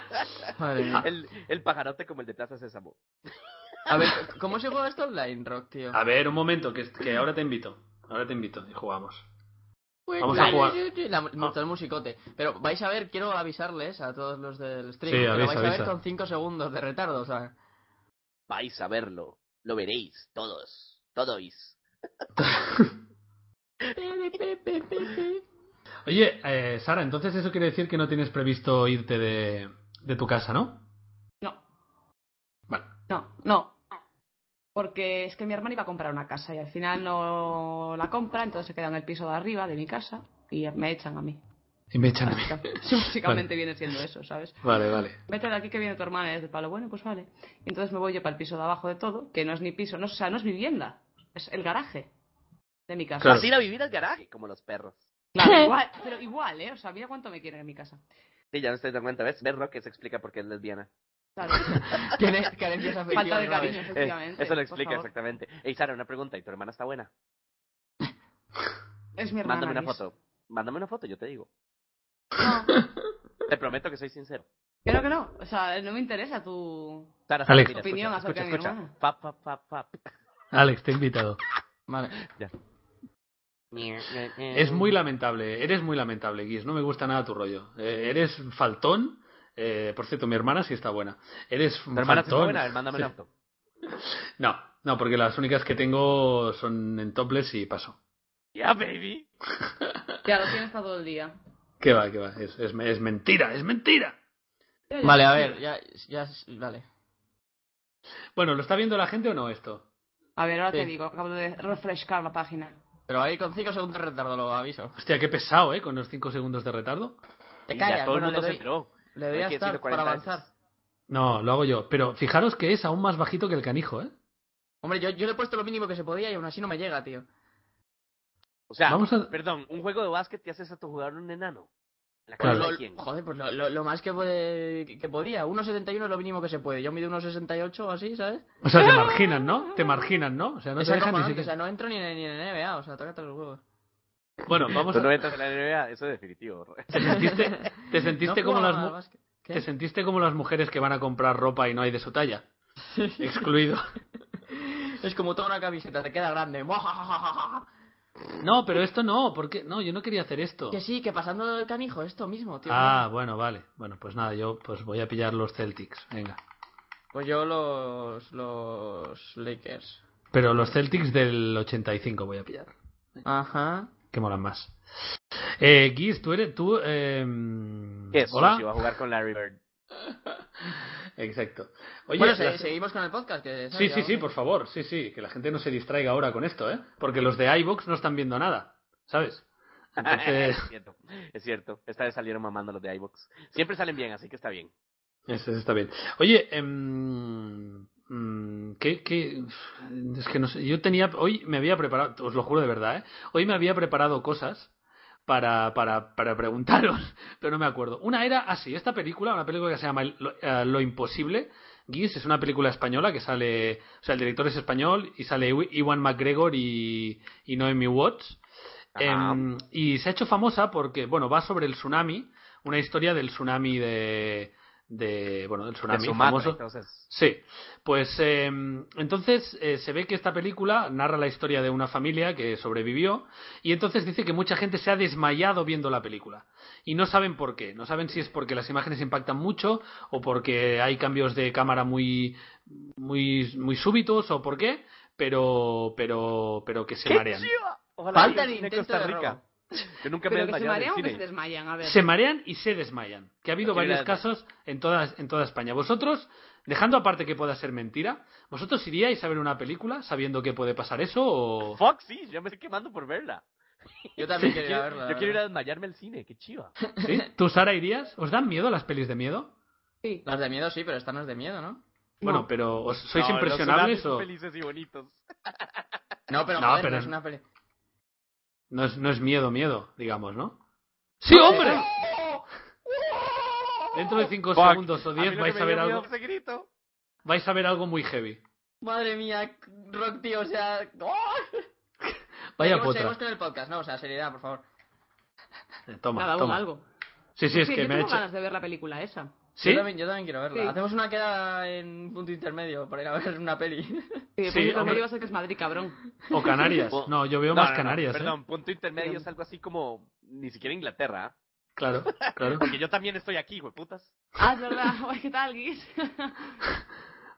[SPEAKER 3] Madre mía.
[SPEAKER 4] El, el pajarote como el de Plaza Sésamo.
[SPEAKER 3] A ver, ¿cómo se juega esto online, Rock, tío?
[SPEAKER 2] A ver, un momento, que, que ahora te invito. Ahora te invito y jugamos. vamos a
[SPEAKER 3] Pues La-
[SPEAKER 2] jugar.
[SPEAKER 3] La, está el musicote. Pero vais a ver, quiero avisarles a todos los del stream.
[SPEAKER 2] Sí,
[SPEAKER 3] que
[SPEAKER 2] avisa,
[SPEAKER 3] lo vais a
[SPEAKER 2] avisa.
[SPEAKER 3] ver con 5 segundos de retardo, o sea.
[SPEAKER 4] Vais a verlo. Lo veréis, todos. Todois.
[SPEAKER 2] Oye, eh, Sara, entonces eso quiere decir que no tienes previsto irte de, de tu casa, ¿no?
[SPEAKER 1] No,
[SPEAKER 2] Vale.
[SPEAKER 1] no, no. Porque es que mi hermana iba a comprar una casa y al final no la compra, entonces se queda en el piso de arriba de mi casa y me echan a mí.
[SPEAKER 2] Y me echan a mí.
[SPEAKER 1] Sí, básicamente viene siendo eso, ¿sabes?
[SPEAKER 2] Vale, vale.
[SPEAKER 1] Vete de aquí que viene tu hermana y es de palo. Bueno, pues vale. Y entonces me voy yo para el piso de abajo de todo, que no es ni piso, no, o sea, no es vivienda, es el garaje de mi casa.
[SPEAKER 2] Claro.
[SPEAKER 4] Así ir a vivir al garaje, como los perros.
[SPEAKER 1] Claro, igual, pero igual, ¿eh? O sea, mira cuánto me quieren en mi casa.
[SPEAKER 4] Sí, ya no te dando cuenta. ¿Ves? ¿Ves, Rock? Que se explica por qué es lesbiana.
[SPEAKER 1] Claro.
[SPEAKER 3] Tiene carencias afectivas.
[SPEAKER 1] Falta de
[SPEAKER 3] ¿no?
[SPEAKER 1] cariño,
[SPEAKER 4] Eh,
[SPEAKER 1] efectivamente.
[SPEAKER 4] eso lo
[SPEAKER 1] por
[SPEAKER 4] explica
[SPEAKER 1] favor.
[SPEAKER 4] exactamente. Ey, Sara, una pregunta. ¿Y tu hermana está buena?
[SPEAKER 1] Es mi hermana.
[SPEAKER 4] Mándame una
[SPEAKER 1] Liz.
[SPEAKER 4] foto. Mándame una foto, yo te digo.
[SPEAKER 1] No,
[SPEAKER 4] Te prometo que soy sincero.
[SPEAKER 1] creo que no. O sea, no me interesa tu.
[SPEAKER 4] Sara,
[SPEAKER 2] Alex.
[SPEAKER 4] mira,
[SPEAKER 1] Opinión
[SPEAKER 4] escucha,
[SPEAKER 1] acerca de mi
[SPEAKER 4] escucha,
[SPEAKER 1] hermana.
[SPEAKER 4] escucha. Pap, pap, pap, pap.
[SPEAKER 2] Alex, te he invitado.
[SPEAKER 3] Vale.
[SPEAKER 2] Es muy lamentable, eres muy lamentable, Guis. No me gusta nada tu rollo. Eh, eres faltón. Eh, por cierto, mi hermana sí está buena. Eres
[SPEAKER 4] Tu hermana sí está
[SPEAKER 2] faltón.
[SPEAKER 4] buena, mándame una foto.
[SPEAKER 2] No, no, porque las únicas que tengo son en topless y paso.
[SPEAKER 4] Ya, baby.
[SPEAKER 1] Ya lo tienes todo el día.
[SPEAKER 2] Que va, que va. Es, es, es mentira, es mentira.
[SPEAKER 3] Vale, a ver, ya, ya, vale.
[SPEAKER 2] Bueno, ¿lo está viendo la gente o no esto?
[SPEAKER 1] A ver, ahora te
[SPEAKER 3] Sí.
[SPEAKER 1] digo, acabo de refrescar la página.
[SPEAKER 3] Pero ahí con 5 segundos de retardo, lo aviso.
[SPEAKER 2] Hostia, qué pesado, ¿eh? Con los 5 segundos de retardo.
[SPEAKER 3] Te
[SPEAKER 4] Y
[SPEAKER 3] callas,
[SPEAKER 4] ya todo
[SPEAKER 3] bueno,
[SPEAKER 4] el mundo se
[SPEAKER 3] le doy,
[SPEAKER 4] enteró.
[SPEAKER 3] le doy
[SPEAKER 4] Hay
[SPEAKER 3] a
[SPEAKER 4] que
[SPEAKER 3] start
[SPEAKER 4] decirlo
[SPEAKER 3] para
[SPEAKER 4] 40
[SPEAKER 3] avanzar.
[SPEAKER 4] veces.
[SPEAKER 2] No, lo hago yo. Pero fijaros que es aún más bajito que el canijo, ¿eh?
[SPEAKER 3] Hombre, yo, yo le he puesto lo mínimo que se podía y aún así no me llega, tío.
[SPEAKER 4] O sea,
[SPEAKER 2] Vamos a-
[SPEAKER 4] perdón, un juego de básquet te haces a tu jugador un enano. La
[SPEAKER 2] Claro.
[SPEAKER 4] cara
[SPEAKER 3] Lo-
[SPEAKER 4] de quién.
[SPEAKER 3] joder, pues lo, lo- lo más que, puede- que podía. 1,71 es lo mínimo que se puede. Yo mido 1,68 o así, ¿sabes?
[SPEAKER 2] O sea, te marginan, ¿no? Te marginan, ¿no? O sea, no te
[SPEAKER 3] Esa
[SPEAKER 2] dejan ni
[SPEAKER 3] copa, o sea,
[SPEAKER 2] siquiera.
[SPEAKER 3] no entro ni en, ni en NBA, o sea, tócate los huevos.
[SPEAKER 2] Bueno, vamos
[SPEAKER 4] Tú no
[SPEAKER 2] a...
[SPEAKER 4] entras en la NBA, eso es definitivo.
[SPEAKER 2] ¿Te sentiste, te sentiste
[SPEAKER 3] No
[SPEAKER 2] como
[SPEAKER 3] jugaba
[SPEAKER 2] las...
[SPEAKER 3] al
[SPEAKER 2] mu-
[SPEAKER 3] básquet. ¿Qué?
[SPEAKER 2] ¿Te sentiste como las mujeres que van a comprar ropa y no hay de su talla? Excluido.
[SPEAKER 3] Es como toda una camiseta, te queda grande.
[SPEAKER 2] No, pero esto no, porque no, yo no quería hacer esto.
[SPEAKER 3] Que sí, que pasando el canijo, esto mismo, tío.
[SPEAKER 2] Ah, bueno, vale. Bueno, pues nada, yo pues voy a pillar los Celtics, venga.
[SPEAKER 3] Pues yo los, los Lakers.
[SPEAKER 2] Pero los Celtics del 85 voy a pillar,
[SPEAKER 3] Ajá.
[SPEAKER 2] que molan más. Eh, Guis, tú eres tú eh,
[SPEAKER 4] ¿Qué es? Sushi, va
[SPEAKER 2] Hola.
[SPEAKER 4] a jugar con Larry Bird.
[SPEAKER 2] Exacto. Oye,
[SPEAKER 3] bueno, se-
[SPEAKER 2] las-
[SPEAKER 3] seguimos con el podcast. Que,
[SPEAKER 2] Sí, sí, sí, por favor, sí, sí, que la gente no se distraiga ahora con esto, ¿eh? Porque los de iBox no están viendo nada, ¿sabes? Entonces,
[SPEAKER 4] es cierto, es cierto. Esta vez salieron mamando los de iVox. Siempre salen bien, así que está bien.
[SPEAKER 2] Eso eso está bien. Oye, em, mm, ¿qué, qué? Es que no sé, yo tenía, hoy me había preparado, os lo juro de verdad, ¿eh? Hoy me había preparado cosas para, para, para preguntaros, pero no me acuerdo. Una era así, esta película, una película que se llama Lo, eh, Lo Imposible, Guis es una película española que sale, o sea, el director es español y sale Iw- Iwan McGregor y, y Noemi Watts.
[SPEAKER 4] Ajá.
[SPEAKER 2] Em, y se ha hecho famosa porque, bueno, va sobre el tsunami, una historia del tsunami de, de bueno, del
[SPEAKER 4] De
[SPEAKER 2] tsunami
[SPEAKER 4] Sumatra,
[SPEAKER 2] famoso.
[SPEAKER 4] entonces.
[SPEAKER 2] Sí, pues eh, entonces eh, se ve que esta película narra la historia de una familia que sobrevivió y entonces dice que mucha gente se ha desmayado viendo la película y no saben por qué, no saben si es porque las imágenes impactan mucho o porque hay cambios de cámara muy muy muy súbitos o por qué, pero pero pero que se marean.
[SPEAKER 4] ah, Ojalá haya
[SPEAKER 3] Falta
[SPEAKER 4] un
[SPEAKER 3] el
[SPEAKER 4] cine en
[SPEAKER 3] intento
[SPEAKER 4] Costa
[SPEAKER 3] de
[SPEAKER 4] Rica. Yo nunca me
[SPEAKER 1] Pero
[SPEAKER 4] he
[SPEAKER 1] que se
[SPEAKER 4] desmayado en
[SPEAKER 1] marean o
[SPEAKER 4] el
[SPEAKER 1] que se
[SPEAKER 4] cine.
[SPEAKER 1] desmayan, a ver.
[SPEAKER 2] Se marean y se desmayan. Que ha habido
[SPEAKER 4] Aquí
[SPEAKER 2] varios
[SPEAKER 4] la-
[SPEAKER 2] casos en toda, en toda España. Vosotros, dejando aparte que pueda ser mentira, ¿vosotros iríais a ver una película sabiendo que puede pasar eso? O...
[SPEAKER 4] Fuck, sí, yo me estoy quemando por verla.
[SPEAKER 3] Yo también quiero ir a
[SPEAKER 4] Yo-
[SPEAKER 3] verla.
[SPEAKER 4] yo
[SPEAKER 3] la
[SPEAKER 4] quiero ir a
[SPEAKER 3] verdad.
[SPEAKER 4] desmayarme al cine, qué chiva.
[SPEAKER 2] ¿Sí? ¿Tú, Sara, irías? ¿Os dan miedo las pelis de miedo?
[SPEAKER 1] Sí.
[SPEAKER 3] Las de miedo sí, pero esta no es de miedo, ¿no?
[SPEAKER 2] Bueno,
[SPEAKER 1] No.
[SPEAKER 2] pero ¿os- ¿sois
[SPEAKER 4] No, los
[SPEAKER 2] impresionables
[SPEAKER 4] tsunamis son
[SPEAKER 2] o...?
[SPEAKER 4] felices y bonitos.
[SPEAKER 3] No, pero,
[SPEAKER 2] No,
[SPEAKER 3] joder,
[SPEAKER 2] pero-
[SPEAKER 3] es una peli.
[SPEAKER 2] No es, no es miedo, miedo, digamos, ¿no? ¡Sí, hombre! Dentro de 5
[SPEAKER 4] Fuck.
[SPEAKER 2] segundos o
[SPEAKER 4] A mí
[SPEAKER 2] 10
[SPEAKER 4] lo que
[SPEAKER 2] vais
[SPEAKER 4] me
[SPEAKER 2] a ver
[SPEAKER 4] dio miedo
[SPEAKER 2] algo,
[SPEAKER 4] fue ese grito.
[SPEAKER 2] vais a ver algo muy heavy.
[SPEAKER 3] Madre mía, Rock, tío, o sea. ¡oh!
[SPEAKER 2] Vaya
[SPEAKER 3] Seguimos- seguimos
[SPEAKER 2] potra.
[SPEAKER 3] con el podcast, no, o sea, seriedad, por favor.
[SPEAKER 2] Toma,
[SPEAKER 1] Cada uno
[SPEAKER 2] toma.
[SPEAKER 1] algo.
[SPEAKER 2] Sí, sí, es
[SPEAKER 1] Sí,
[SPEAKER 2] que
[SPEAKER 1] yo
[SPEAKER 2] me ha
[SPEAKER 1] tengo
[SPEAKER 2] hecho...
[SPEAKER 1] ganas de ver la película esa.
[SPEAKER 2] ¿Sí?
[SPEAKER 3] Yo también, yo también quiero verla.
[SPEAKER 1] Sí.
[SPEAKER 3] Hacemos una queda en punto intermedio para ir a ver una peli.
[SPEAKER 1] Sí,
[SPEAKER 2] Sí,
[SPEAKER 1] pues,
[SPEAKER 2] hombre.
[SPEAKER 1] hombre, iba a ser que es Madrid, cabrón.
[SPEAKER 2] O Canarias. No, yo veo
[SPEAKER 4] No,
[SPEAKER 2] más
[SPEAKER 4] no, no,
[SPEAKER 2] Canarias, ¿eh?
[SPEAKER 4] Perdón, punto intermedio es algo así como ni siquiera Inglaterra. ¿eh?
[SPEAKER 2] Claro, claro.
[SPEAKER 4] Porque yo también estoy aquí, güey, putas.
[SPEAKER 1] Ah, es verdad. Guay, ¿qué tal, Guis?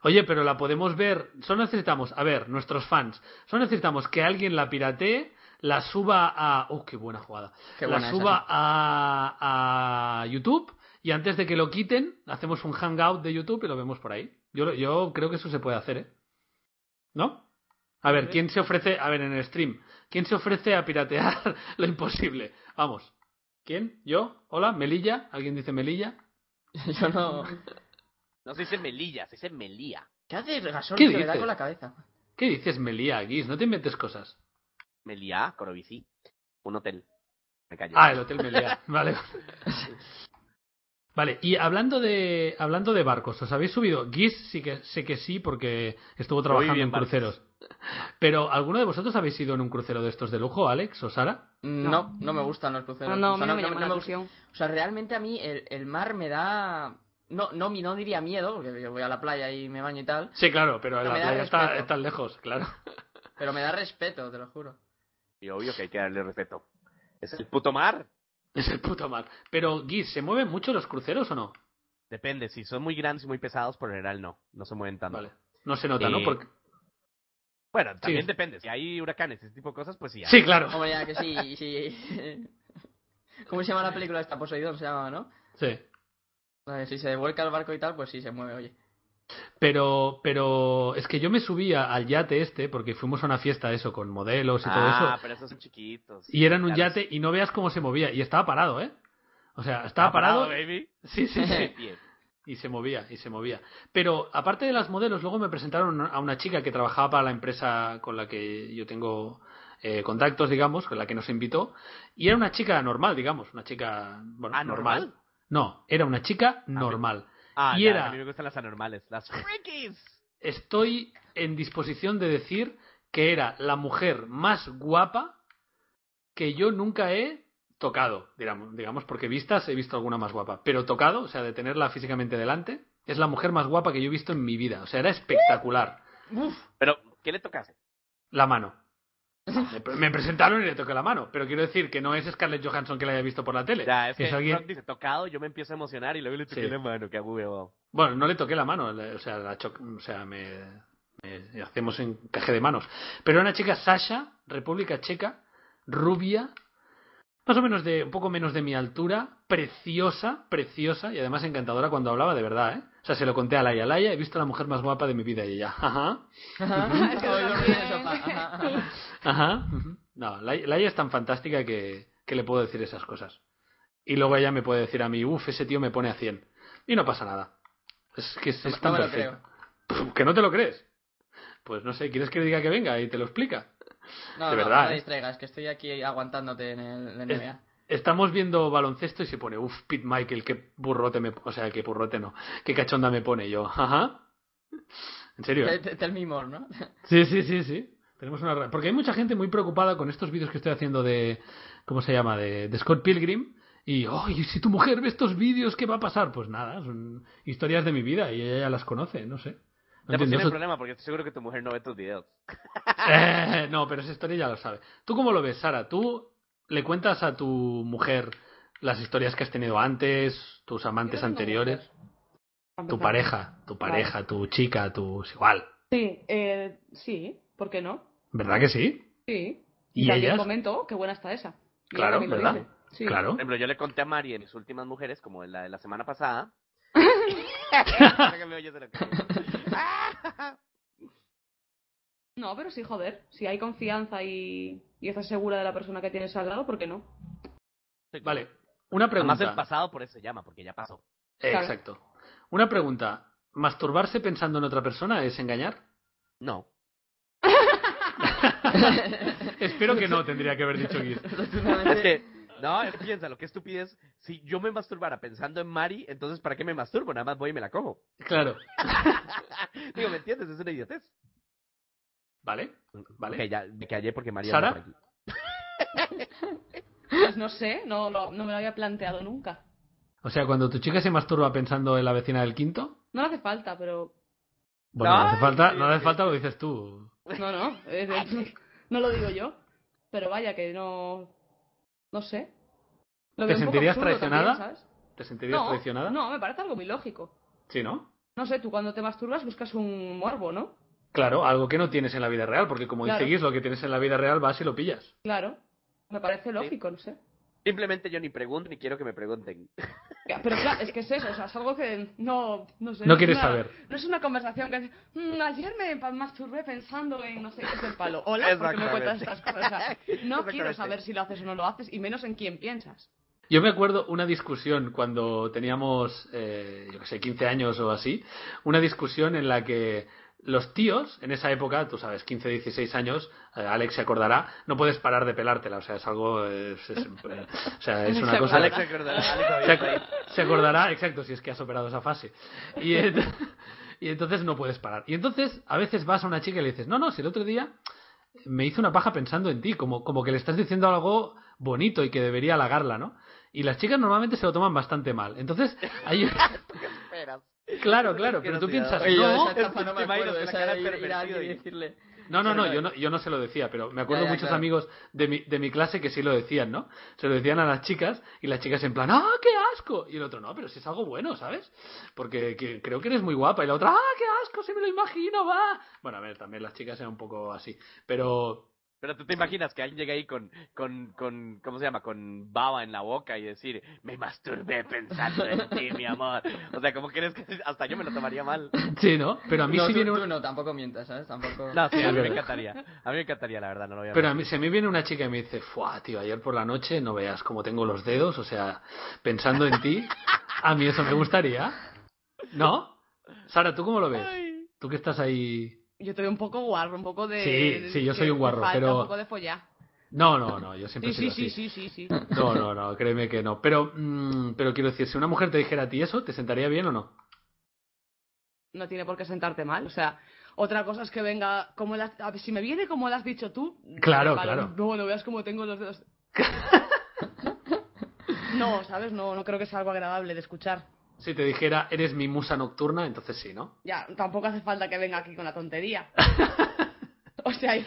[SPEAKER 2] Oye, pero la podemos ver. Solo necesitamos, a ver, nuestros fans, solo necesitamos que alguien la piratee, la suba a. ¡Oh, qué buena jugada!
[SPEAKER 3] Qué
[SPEAKER 2] la
[SPEAKER 3] buena esa,
[SPEAKER 2] suba
[SPEAKER 3] sí.
[SPEAKER 2] a, a YouTube y antes de que lo quiten, hacemos un hangout de YouTube y lo vemos por ahí. Yo, lo- yo creo que eso se puede hacer, ¿eh? ¿No? A ver, ¿quién se ofrece. A ver, en el stream, ¿quién se ofrece a piratear lo imposible? Vamos. ¿Quién? ¿Yo? ¿Hola? ¿Melilla? ¿Alguien dice Melilla?
[SPEAKER 3] Yo no.
[SPEAKER 4] No se dice Melilla, se dice Melía.
[SPEAKER 3] ¿Qué haces, Gasol?
[SPEAKER 2] ¿Qué
[SPEAKER 3] que me da
[SPEAKER 2] dices?
[SPEAKER 3] con la cabeza.
[SPEAKER 2] ¿Qué dices, Melía, Guis? No te inventes cosas.
[SPEAKER 4] Melía, Corobici. Un hotel. Me callo.
[SPEAKER 2] Ah, el Hotel Meliá. vale. Vale, y hablando de hablando de barcos, ¿os habéis subido? Guis sí que sé que sí porque estuvo trabajando
[SPEAKER 4] bien,
[SPEAKER 2] en
[SPEAKER 4] barcos.
[SPEAKER 2] cruceros. Pero ¿alguno de vosotros habéis ido en un crucero de estos de lujo, Alex o Sara?
[SPEAKER 3] No, no, me gustan los
[SPEAKER 1] No,
[SPEAKER 3] cruceros.
[SPEAKER 1] no,
[SPEAKER 3] O
[SPEAKER 1] a
[SPEAKER 3] sea,
[SPEAKER 1] mí no me llama la
[SPEAKER 3] me gusta-
[SPEAKER 1] atención.
[SPEAKER 3] O sea, realmente a mí el, el mar me da. No, no, mi- no diría miedo, porque yo voy a la playa y me baño y tal,
[SPEAKER 2] Sí, claro, pero la
[SPEAKER 3] Me da
[SPEAKER 2] playa está,
[SPEAKER 3] respeto.
[SPEAKER 2] está lejos, claro.
[SPEAKER 3] pero me da respeto, te lo juro.
[SPEAKER 4] Y obvio que hay que darle respeto. Es el puto mar.
[SPEAKER 2] Es el puto mar. Pero Guis, ¿se mueven mucho los cruceros o no?
[SPEAKER 4] Depende, si son muy grandes y muy pesados, por lo general no. No se mueven tanto.
[SPEAKER 2] Vale. No se nota, ¿no?
[SPEAKER 4] Eh,
[SPEAKER 2] Porque...
[SPEAKER 4] Bueno, también
[SPEAKER 2] Sí.
[SPEAKER 4] depende. Si hay huracanes y ese tipo de cosas, pues sí. hay.
[SPEAKER 2] Sí, claro.
[SPEAKER 3] Hombre, ya que sí, sí. ¿Cómo se llama la película esta? Poseidón se llama, ¿no?
[SPEAKER 2] Sí.
[SPEAKER 3] A ver, si se devuelca el barco y tal, pues sí se mueve, oye.
[SPEAKER 2] Pero, pero es que yo me subía al yate este porque fuimos a una fiesta eso con modelos y todo eso.
[SPEAKER 4] Ah, pero esos son chiquitos.
[SPEAKER 2] Y era en un
[SPEAKER 4] Claro,
[SPEAKER 2] yate y no veas cómo se movía. Y estaba parado, ¿eh? O sea, estaba
[SPEAKER 4] Está
[SPEAKER 2] parado.
[SPEAKER 4] baby.
[SPEAKER 2] sí, sí, sí.
[SPEAKER 4] Bien.
[SPEAKER 2] Y se movía, y se movía. Pero aparte de las modelos, luego me presentaron a una chica que trabajaba para la empresa con la que yo tengo eh, contactos, digamos, con la que nos invitó. Y era una chica normal, digamos. Una chica. Bueno,
[SPEAKER 4] ¿Ah, normal?
[SPEAKER 2] No, era una chica normal.
[SPEAKER 4] Ah,
[SPEAKER 2] Y
[SPEAKER 4] ya,
[SPEAKER 2] era-
[SPEAKER 4] a mí me gustan las anormales, las freakies.
[SPEAKER 2] Estoy en disposición de decir que era la mujer más guapa que yo nunca he tocado, digamos, digamos, porque vistas he visto alguna más guapa, pero tocado, o sea, de tenerla físicamente delante, es la mujer más guapa que yo he visto en mi vida, o sea, era espectacular
[SPEAKER 4] Pero, ¿qué le tocaste?
[SPEAKER 2] la mano. Me pre- Me presentaron y le toqué la mano, pero quiero decir que no es Scarlett Johansson que la haya visto por la tele.
[SPEAKER 4] Ya, es que
[SPEAKER 2] alguien-
[SPEAKER 4] Rock dice tocado, yo me empiezo a emocionar y luego le toqué
[SPEAKER 2] Sí.
[SPEAKER 4] la mano, que huevo.
[SPEAKER 2] Bueno, no le toqué la mano, le- o sea, la cho- o sea me, me- hacemos encaje de manos. Pero era una chica Sasha, República Checa, rubia, más o menos de, un poco menos de mi altura, preciosa, preciosa y además encantadora cuando hablaba de verdad, ¿eh? O sea, se lo conté a Laia. Laia, he visto a la mujer más guapa de mi vida y ella, ajá,
[SPEAKER 1] Es que
[SPEAKER 3] Hoy
[SPEAKER 1] yo
[SPEAKER 3] dormí en el
[SPEAKER 1] también.
[SPEAKER 3] sofá, ajá, ajá.
[SPEAKER 2] ajá. ujú. No, Laia Laia es tan fantástica que, que le puedo decir esas cosas. Y luego ella me puede decir a mí, uff, ese tío me pone a 100. Y no pasa nada. Es que es, es
[SPEAKER 3] No
[SPEAKER 2] tan
[SPEAKER 3] me lo
[SPEAKER 2] perfecta.
[SPEAKER 3] creo.
[SPEAKER 2] Pff, ¿Que no te lo crees? Pues no sé, ¿quieres que le diga que venga y te lo explica?
[SPEAKER 3] No,
[SPEAKER 2] De
[SPEAKER 3] no,
[SPEAKER 2] verdad,
[SPEAKER 3] no
[SPEAKER 2] ¿eh?
[SPEAKER 3] te distraigas, que estoy aquí aguantándote en el en el NBA.
[SPEAKER 2] Estamos viendo baloncesto y se pone, uff, Pete Michael, qué burrote me... O sea, qué burrote no, qué cachonda me pone Y yo. Ajá. En serio. ¿eh?
[SPEAKER 3] Te- te- te el mimor, ¿no?
[SPEAKER 2] Sí, sí, sí, sí. Tenemos una ra- Porque hay mucha gente muy preocupada con estos vídeos que estoy haciendo de. ¿Cómo se llama? De, de Scott Pilgrim. Y, oh, y si tu mujer ve estos vídeos, ¿qué va a pasar? Pues nada, son historias de mi vida y ella ya pues las conoce, no sé. No,
[SPEAKER 4] Te
[SPEAKER 2] entiendo
[SPEAKER 4] tiene
[SPEAKER 2] eso-
[SPEAKER 4] problema porque estoy seguro que tu mujer no ve tus videos.
[SPEAKER 2] Eh, no, pero esa historia ya lo sabe. ¿Tú cómo lo ves, Sara? ¿Tú le cuentas a tu mujer las historias que has tenido antes, tus amantes
[SPEAKER 1] tengo
[SPEAKER 2] anteriores?
[SPEAKER 1] Para
[SPEAKER 2] Tu
[SPEAKER 1] empezar.
[SPEAKER 2] pareja, tu pareja, tu chica, tus igual.
[SPEAKER 1] Sí, eh, sí, ¿por qué no?
[SPEAKER 2] ¿Verdad que sí?
[SPEAKER 1] Sí.
[SPEAKER 2] ¿Y
[SPEAKER 1] también
[SPEAKER 2] ellas?
[SPEAKER 1] comento, "Oh, qué buena está esa. Y
[SPEAKER 2] Claro,
[SPEAKER 1] ella también lo
[SPEAKER 2] ¿verdad?
[SPEAKER 1] dice. Sí.
[SPEAKER 2] Claro.
[SPEAKER 4] Por ejemplo, yo le conté a Mari en mis últimas mujeres, como la de la semana pasada. Ahora que me oyes de la cara.
[SPEAKER 1] No, pero sí, joder. Si hay confianza y, y estás segura de la persona que tienes al lado, ¿por qué no?
[SPEAKER 2] Vale, una
[SPEAKER 4] Además, el
[SPEAKER 2] pregunta.
[SPEAKER 4] pasado por eso se llama, porque ya pasó.
[SPEAKER 2] Eh,
[SPEAKER 1] Claro.
[SPEAKER 2] Exacto. Una pregunta. ¿Masturbarse pensando en otra persona es engañar?
[SPEAKER 4] No.
[SPEAKER 2] Espero que no, tendría que haber dicho Guiz.
[SPEAKER 4] Es que, no, es que piensa, lo que estupidez. Si yo me masturbara pensando en Mari, entonces ¿para qué me masturbo? Nada más voy y me la cojo.
[SPEAKER 2] Claro.
[SPEAKER 4] Digo, ¿me entiendes? Es una idiotez.
[SPEAKER 2] ¿Vale? ¿Vale?
[SPEAKER 4] Ok, ya me callé porque Mari
[SPEAKER 2] ¿Sara?
[SPEAKER 4] anda por aquí.
[SPEAKER 1] Pues no sé, no, lo- no me lo había planteado nunca.
[SPEAKER 2] O sea, cuando tu chica se masturba pensando en la vecina del quinto,
[SPEAKER 1] No le hace falta, pero.
[SPEAKER 2] bueno, no hace
[SPEAKER 4] Ay,
[SPEAKER 2] falta,
[SPEAKER 4] sí,
[SPEAKER 2] no hace
[SPEAKER 4] sí.
[SPEAKER 2] falta, lo dices tú.
[SPEAKER 1] No, no. es de- no lo digo yo. Pero vaya, que no. No sé. Lo veo un
[SPEAKER 2] ¿Te
[SPEAKER 1] poco
[SPEAKER 2] sentirías
[SPEAKER 1] absurdo
[SPEAKER 2] traicionada?
[SPEAKER 1] también, ¿sabes?
[SPEAKER 2] ¿Te sentirías
[SPEAKER 1] no,
[SPEAKER 2] traicionada?
[SPEAKER 1] No, me parece algo muy lógico.
[SPEAKER 2] Sí, ¿no?
[SPEAKER 1] No sé, tú cuando te masturbas buscas un morbo, ¿no?
[SPEAKER 2] Claro, algo que no tienes en la vida real, porque como
[SPEAKER 1] Claro.
[SPEAKER 2] dice Guis, lo que tienes en la vida real vas y lo pillas.
[SPEAKER 1] Claro. Me parece lógico, no sé.
[SPEAKER 4] Simplemente yo ni pregunto ni quiero que me pregunten.
[SPEAKER 1] Ya, Pero claro, es que es eso, o sea, es algo que no, no sé.
[SPEAKER 2] No
[SPEAKER 1] es
[SPEAKER 2] quieres
[SPEAKER 1] una-
[SPEAKER 2] saber.
[SPEAKER 1] No es una conversación que "Mm, ayer me pa- masturbé pensando en no sé qué es el palo. Hola, porque me cuentas
[SPEAKER 4] Exactamente.
[SPEAKER 1] estas cosas. O sea, no quiero
[SPEAKER 4] Exactamente.
[SPEAKER 1] saber si lo haces o no lo haces, y menos en quién piensas.
[SPEAKER 2] Yo me acuerdo una discusión cuando teníamos, eh, yo qué sé, 15 años o así, una discusión en la que los tíos, en esa época, tú sabes, 15, 16 años, eh, Alex se acordará, no puedes parar de pelártela, o sea, es algo, eh, es, es- eh, o sea, es una
[SPEAKER 1] Se
[SPEAKER 2] cosa...
[SPEAKER 4] Alex, recordará, Alex
[SPEAKER 2] se,
[SPEAKER 4] había
[SPEAKER 2] ac- se acordará, exacto, si es que has operado esa fase. Y, ent- y entonces no puedes parar. Y entonces a veces vas a una chica y le dices, no, no, si el otro día me hice una paja pensando en ti, como, como que le estás diciendo algo bonito y que debería halagarla, ¿no? Y las chicas normalmente se lo toman bastante mal. Entonces, hay...
[SPEAKER 4] esperas.
[SPEAKER 2] claro, claro, pero tú piensas,
[SPEAKER 3] Oye, yo de
[SPEAKER 2] no,
[SPEAKER 3] esa etapa no me
[SPEAKER 4] Te imagino
[SPEAKER 3] acuerdo,
[SPEAKER 4] que la
[SPEAKER 3] esa
[SPEAKER 4] cara
[SPEAKER 3] de ir- ir a
[SPEAKER 4] pervertido
[SPEAKER 3] alguien y
[SPEAKER 4] y-
[SPEAKER 3] decirle...
[SPEAKER 2] No, no, no,
[SPEAKER 3] Claro.
[SPEAKER 2] yo no, yo no se lo decía, pero me acuerdo
[SPEAKER 3] Ya, ya,
[SPEAKER 2] muchos
[SPEAKER 3] claro.
[SPEAKER 2] amigos de mi, de mi clase que sí lo decían, ¿no? Se lo decían a las chicas y las chicas en plan, ¡ah, qué asco! Y el otro, no, pero si es algo bueno, ¿sabes? Porque que- creo que eres muy guapa. Y la otra, ¡ah, qué asco! Se me lo imagino, va. Bueno, a ver, también las chicas eran un poco así. Pero,
[SPEAKER 4] Pero tú te imaginas que alguien llega ahí con, con, con, ¿cómo se llama? Con baba en la boca y decir, me masturbé pensando en ti, mi amor. O sea, ¿cómo crees que hasta yo me lo tomaría mal?
[SPEAKER 2] sí, ¿no? Pero a mí
[SPEAKER 3] No,
[SPEAKER 2] sí
[SPEAKER 3] tú,
[SPEAKER 2] viene
[SPEAKER 3] tú
[SPEAKER 2] un-
[SPEAKER 3] no, tampoco mientas, ¿sabes? Tampoco...
[SPEAKER 4] No, sí, a mí me
[SPEAKER 2] verdad.
[SPEAKER 4] encantaría. A mí me encantaría, la verdad, no lo voy a
[SPEAKER 2] Pero a
[SPEAKER 4] mentir.
[SPEAKER 2] mí, si a mí viene una chica y me dice, ¡fuah, tío! Ayer por la noche no veas cómo tengo los dedos, o sea, pensando en ti, a mí eso me gustaría. ¿No? Sara, ¿tú cómo lo ves?
[SPEAKER 4] Ay.
[SPEAKER 2] Tú que estás ahí
[SPEAKER 1] Yo te veo un poco guarro, un poco de.
[SPEAKER 2] Sí, sí, yo
[SPEAKER 1] que
[SPEAKER 2] soy un
[SPEAKER 1] te
[SPEAKER 2] guarro,
[SPEAKER 1] falta
[SPEAKER 2] pero-
[SPEAKER 1] Un poco de follar.
[SPEAKER 2] No, no, no, yo siempre
[SPEAKER 1] Sí,
[SPEAKER 2] he
[SPEAKER 1] sí,
[SPEAKER 2] sido
[SPEAKER 1] sí,
[SPEAKER 2] así.
[SPEAKER 1] sí, sí, sí.
[SPEAKER 2] No, no, no, créeme que no. Pero, mm, pero quiero decir, si una mujer te dijera a ti eso, ¿te sentaría bien o no?
[SPEAKER 1] No tiene por qué sentarte mal, o sea. Otra cosa es que venga, como la- a ver, si me viene como lo has dicho tú.
[SPEAKER 2] Claro,
[SPEAKER 1] vale,
[SPEAKER 2] claro.
[SPEAKER 1] No, no veas cómo tengo los dedos. no, ¿sabes? No, no creo que sea algo agradable de escuchar.
[SPEAKER 2] Si te dijera, eres mi musa nocturna, entonces sí, ¿no?
[SPEAKER 1] Ya, tampoco hace falta que venga aquí con la tontería. o sea, hay-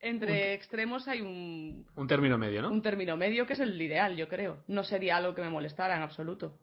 [SPEAKER 1] entre extremos hay un,
[SPEAKER 2] Un término medio, ¿no?
[SPEAKER 1] un término medio que es el ideal, yo creo. No sería algo que me molestara en absoluto.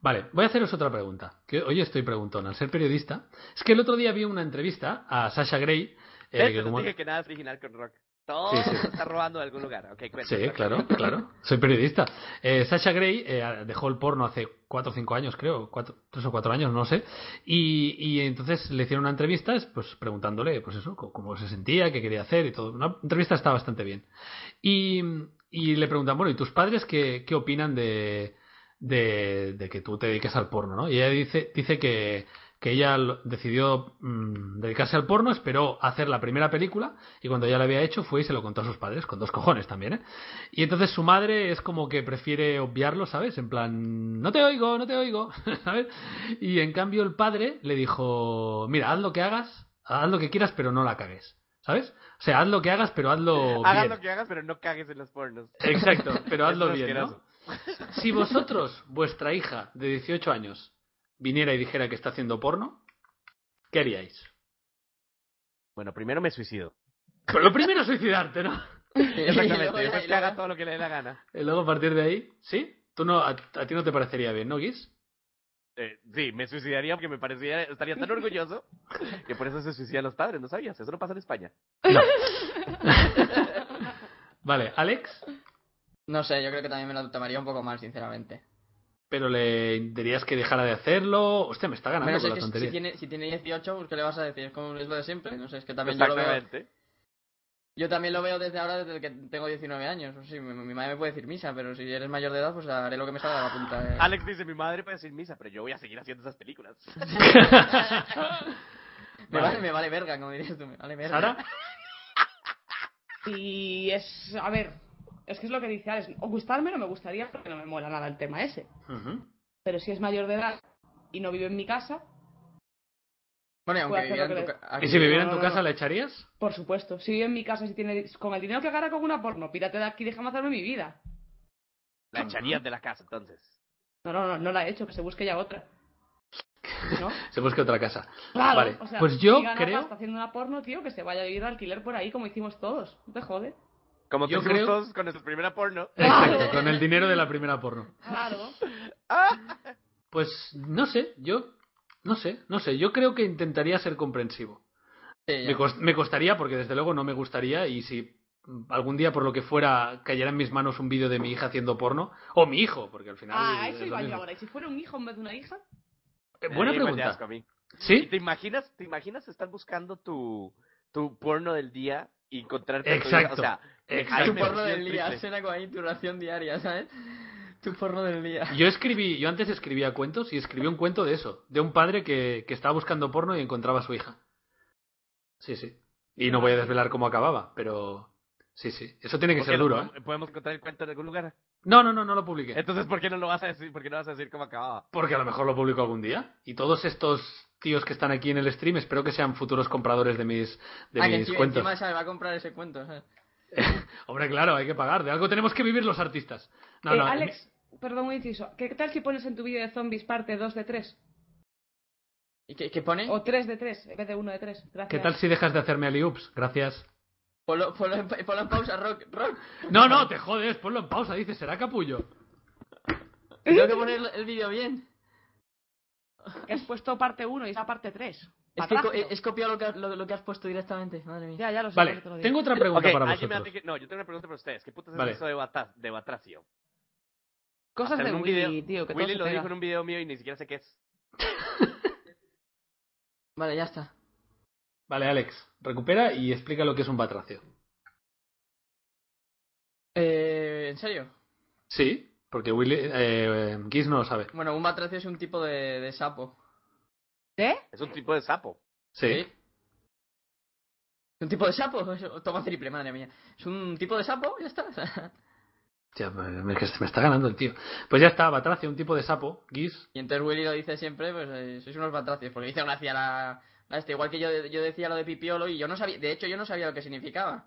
[SPEAKER 2] Vale, voy a haceros otra pregunta. Que hoy estoy preguntón, al ser periodista. Es que el otro día vi una entrevista a Sasha Gray. eh,
[SPEAKER 4] ¿Ves?
[SPEAKER 2] que
[SPEAKER 4] Te
[SPEAKER 2] como-
[SPEAKER 4] dije que nada es original con rock. Todo
[SPEAKER 2] Sí, sí.
[SPEAKER 4] se está robando de algún lugar. Ok, cuéntame.
[SPEAKER 2] Sí, claro, claro. Soy periodista. Eh, Sasha Gray eh, dejó el porno hace cuatro o cinco años, creo, cuatro, tres o cuatro años, no sé. Y, y entonces le hicieron una entrevista, es, pues preguntándole, pues eso, co- cómo se sentía, qué quería hacer y todo. Una entrevista está bastante bien. Y, y le preguntan, bueno, ¿y tus padres qué, qué opinan de, de, de que tú te dediques al porno, no? Y ella dice, dice que, que ella lo- decidió mm, dedicarse al porno, esperó hacer la primera película y cuando ya la había hecho fue y se lo contó a sus padres, con dos cojones también, ¿eh? Y entonces su madre es como que prefiere obviarlo, ¿sabes? En plan, no te oigo, no te oigo, ¿sabes? Y en cambio el padre le dijo, mira, haz lo que hagas, haz lo que quieras, pero no la cagues, ¿sabes? O sea, haz lo que hagas, pero hazlo
[SPEAKER 4] Hagas
[SPEAKER 2] bien.
[SPEAKER 4] lo que hagas, pero no cagues en los pornos.
[SPEAKER 2] Exacto, pero hazlo
[SPEAKER 4] Es
[SPEAKER 2] bien, ¿no?
[SPEAKER 4] asqueroso.
[SPEAKER 2] Si vosotros, vuestra hija de 18 años, viniera y dijera que está haciendo porno, ¿qué haríais?
[SPEAKER 4] Bueno, primero me suicido.
[SPEAKER 2] Pero lo primero es suicidarte, ¿no?
[SPEAKER 3] Y
[SPEAKER 4] Exactamente.
[SPEAKER 3] luego-
[SPEAKER 4] Después
[SPEAKER 3] y
[SPEAKER 4] que haga
[SPEAKER 3] luego-
[SPEAKER 4] todo lo que le dé la gana.
[SPEAKER 2] Y luego a partir de ahí, ¿sí? Tú no, a, a ti no te parecería bien, ¿no, Guis?
[SPEAKER 4] Eh, sí, me suicidaría porque me parecería, estaría tan orgulloso que por eso se suicidan los padres, ¿no sabías? Eso no pasa en España.
[SPEAKER 2] Vale, Alex,
[SPEAKER 3] No sé, yo creo que también me lo tomaría un poco mal, sinceramente.
[SPEAKER 2] pero le dirías que dejara de hacerlo. Hostia, me está ganando
[SPEAKER 3] Menos
[SPEAKER 2] con
[SPEAKER 3] es
[SPEAKER 2] la
[SPEAKER 3] que si-
[SPEAKER 2] tontería.
[SPEAKER 3] si tiene, si tiene 18, pues ¿qué le vas a decir? Es como es lo de siempre. No sé, es que también yo lo veo.
[SPEAKER 4] Exactamente.
[SPEAKER 3] Yo también lo veo desde ahora, desde que tengo 19 años. Sí, mi, mi madre me puede decir misa, pero si eres mayor de edad, pues haré lo que me salga de la punta. eh.
[SPEAKER 4] Alex dice, mi madre puede decir misa, pero yo voy a seguir haciendo esas películas.
[SPEAKER 3] Me
[SPEAKER 2] Vale.
[SPEAKER 3] vale, me vale verga, como dirías tú. Me vale verga.
[SPEAKER 2] Sara,
[SPEAKER 1] Y es, a ver, es que es lo que dice Alex. O gustarme no me gustaría porque no me mola nada el tema ese.
[SPEAKER 2] Ujú.
[SPEAKER 1] Pero si es mayor de edad y no vive en mi casa,
[SPEAKER 3] Bueno, y aunque
[SPEAKER 1] Puede hacer
[SPEAKER 3] viviera
[SPEAKER 1] lo
[SPEAKER 3] en
[SPEAKER 1] que
[SPEAKER 3] tu ca-
[SPEAKER 2] ¿y
[SPEAKER 3] aquí-
[SPEAKER 2] si viviera en
[SPEAKER 1] no,
[SPEAKER 2] tu
[SPEAKER 1] no,
[SPEAKER 2] casa
[SPEAKER 1] no.
[SPEAKER 2] la echarías?
[SPEAKER 1] por supuesto, si vive en mi casa, si tiene con el dinero que gana con una porno, pírate de aquí, déjame hacerme mi vida.
[SPEAKER 4] La echarías de la casa, entonces.
[SPEAKER 1] No, no, no, no la he hecho, que se busque ya otra. ¿No?
[SPEAKER 2] Se busca otra casa.
[SPEAKER 1] Claro,
[SPEAKER 2] vale,
[SPEAKER 1] o sea,
[SPEAKER 2] pues yo
[SPEAKER 1] si gana
[SPEAKER 2] creo...
[SPEAKER 1] pasta haciendo una porno, tío, que se vaya a vivir de alquiler por ahí como hicimos todos. No te jode.
[SPEAKER 4] Como tú
[SPEAKER 2] Yo
[SPEAKER 4] hicimos
[SPEAKER 2] creo-
[SPEAKER 4] todos con nuestra primera porno.
[SPEAKER 2] Exacto, con el dinero de la primera porno.
[SPEAKER 1] Claro.
[SPEAKER 4] ¡Ah!
[SPEAKER 2] Pues no sé, yo no sé, no sé, yo creo que intentaría ser comprensivo.
[SPEAKER 3] Sí, ya.
[SPEAKER 2] Me, cos- me costaría porque desde luego no me gustaría y si mm, algún día por lo que fuera cayera en mis manos un vídeo de mi hija haciendo porno o mi hijo, porque al final
[SPEAKER 1] Ah, a
[SPEAKER 2] es
[SPEAKER 1] eso
[SPEAKER 2] lo
[SPEAKER 1] iba yo
[SPEAKER 2] mismo.
[SPEAKER 1] ahora. ¿Y si fuera un hijo en vez de una hija?
[SPEAKER 2] Eh, buena
[SPEAKER 4] Ahí me das
[SPEAKER 2] pregunta.
[SPEAKER 4] pues asco a mí. ¿Y
[SPEAKER 2] ¿Sí?
[SPEAKER 4] te imaginas, te imaginas estar buscando tu, tu porno del día y encontrarte a tu hija?
[SPEAKER 2] Exacto.
[SPEAKER 4] O sea,
[SPEAKER 2] Exacto.
[SPEAKER 4] ahí
[SPEAKER 3] Tu
[SPEAKER 4] me
[SPEAKER 3] porno
[SPEAKER 4] siento
[SPEAKER 3] del día,
[SPEAKER 4] triste.
[SPEAKER 3] suena como ahí tu ración diaria, ¿sabes? Tu porno del día.
[SPEAKER 2] Yo escribí, yo antes escribía cuentos y escribí un cuento de eso, de un padre que, que estaba buscando porno y encontraba a su hija. Sí, sí. Y no voy a desvelar cómo acababa, pero sí, sí. Eso tiene que
[SPEAKER 4] ¿Por qué
[SPEAKER 2] ser
[SPEAKER 4] no?
[SPEAKER 2] duro, ¿eh?
[SPEAKER 4] Podemos encontrar el cuento en algún lugar.
[SPEAKER 2] No, no, no, no lo publiqué.
[SPEAKER 4] Entonces, ¿por qué no lo vas a decir? ¿Por qué no vas a decir Ah. cómo acababa?
[SPEAKER 2] Porque a lo mejor lo publico algún día. Y todos estos tíos que están aquí en el stream, espero que sean futuros compradores de mis, de
[SPEAKER 3] ah, que
[SPEAKER 2] mis
[SPEAKER 3] encima,
[SPEAKER 2] cuentos.
[SPEAKER 3] encima, ¿sabes? va a comprar ese cuento, ¿sabes?
[SPEAKER 2] Hombre, claro, hay que pagar. De algo tenemos que vivir los artistas. No,
[SPEAKER 1] Eh,
[SPEAKER 2] no,
[SPEAKER 1] Alex, perdón un inciso. ¿Qué tal si pones en tu vídeo de zombies parte 2 de 3?
[SPEAKER 3] ¿Y qué, qué pone?
[SPEAKER 1] O 3 de 3, en vez de 1 de 3. Gracias.
[SPEAKER 2] ¿Eh? ¿Qué tal si dejas de hacerme aliups? Gracias.
[SPEAKER 3] Ponlo, ponlo en pa- ponlo en pausa, Rock, Rock.
[SPEAKER 2] No, no, te jodes, ponlo en pausa. Dice, será capullo.
[SPEAKER 3] Tengo que poner el vídeo bien.
[SPEAKER 1] Que has puesto parte 1 y está parte 3.
[SPEAKER 3] Es que co- es copiar lo que, has- lo, lo que has puesto directamente, madre mía.
[SPEAKER 1] Ya, ya lo sé.
[SPEAKER 2] Vale,
[SPEAKER 1] ya te lo digo.
[SPEAKER 2] tengo otra pregunta
[SPEAKER 4] Ok,
[SPEAKER 2] para
[SPEAKER 4] alguien me
[SPEAKER 2] vosotros.
[SPEAKER 4] hace que- No, yo tengo una pregunta para ustedes. ¿Qué putas es
[SPEAKER 2] Vale.
[SPEAKER 4] eso de, bata- de batracio?
[SPEAKER 1] Cosas
[SPEAKER 4] Hacer
[SPEAKER 1] de
[SPEAKER 4] un
[SPEAKER 1] Willy,
[SPEAKER 4] video-
[SPEAKER 1] tío, que todo
[SPEAKER 4] Willy
[SPEAKER 1] se
[SPEAKER 4] lo
[SPEAKER 1] pega.
[SPEAKER 4] dijo en un video mío y ni siquiera sé qué es.
[SPEAKER 3] Vale, ya está.
[SPEAKER 2] Vale, Alex, recupera y explica lo que es un batracio.
[SPEAKER 3] Eh, ¿En serio?
[SPEAKER 2] Sí, porque Willy, eh, Giz no lo sabe.
[SPEAKER 3] Bueno, un batracio es un tipo de, de sapo.
[SPEAKER 1] ¿Eh?
[SPEAKER 4] Es un tipo de sapo.
[SPEAKER 2] Sí.
[SPEAKER 3] ¿Un tipo de sapo? Eso- Toma triple, madre mía. ¿Es un tipo de sapo? Ya está.
[SPEAKER 2] Hostia, me, que se me está ganando el tío. Pues ya está, batracio, un tipo de sapo. Giz,
[SPEAKER 3] Y entonces Willy lo dice siempre, pues eh, sois unos batracios, porque dice gracia la, la este, igual que yo, yo decía lo de pipiolo y yo no sabía, de hecho yo no sabía lo que significaba.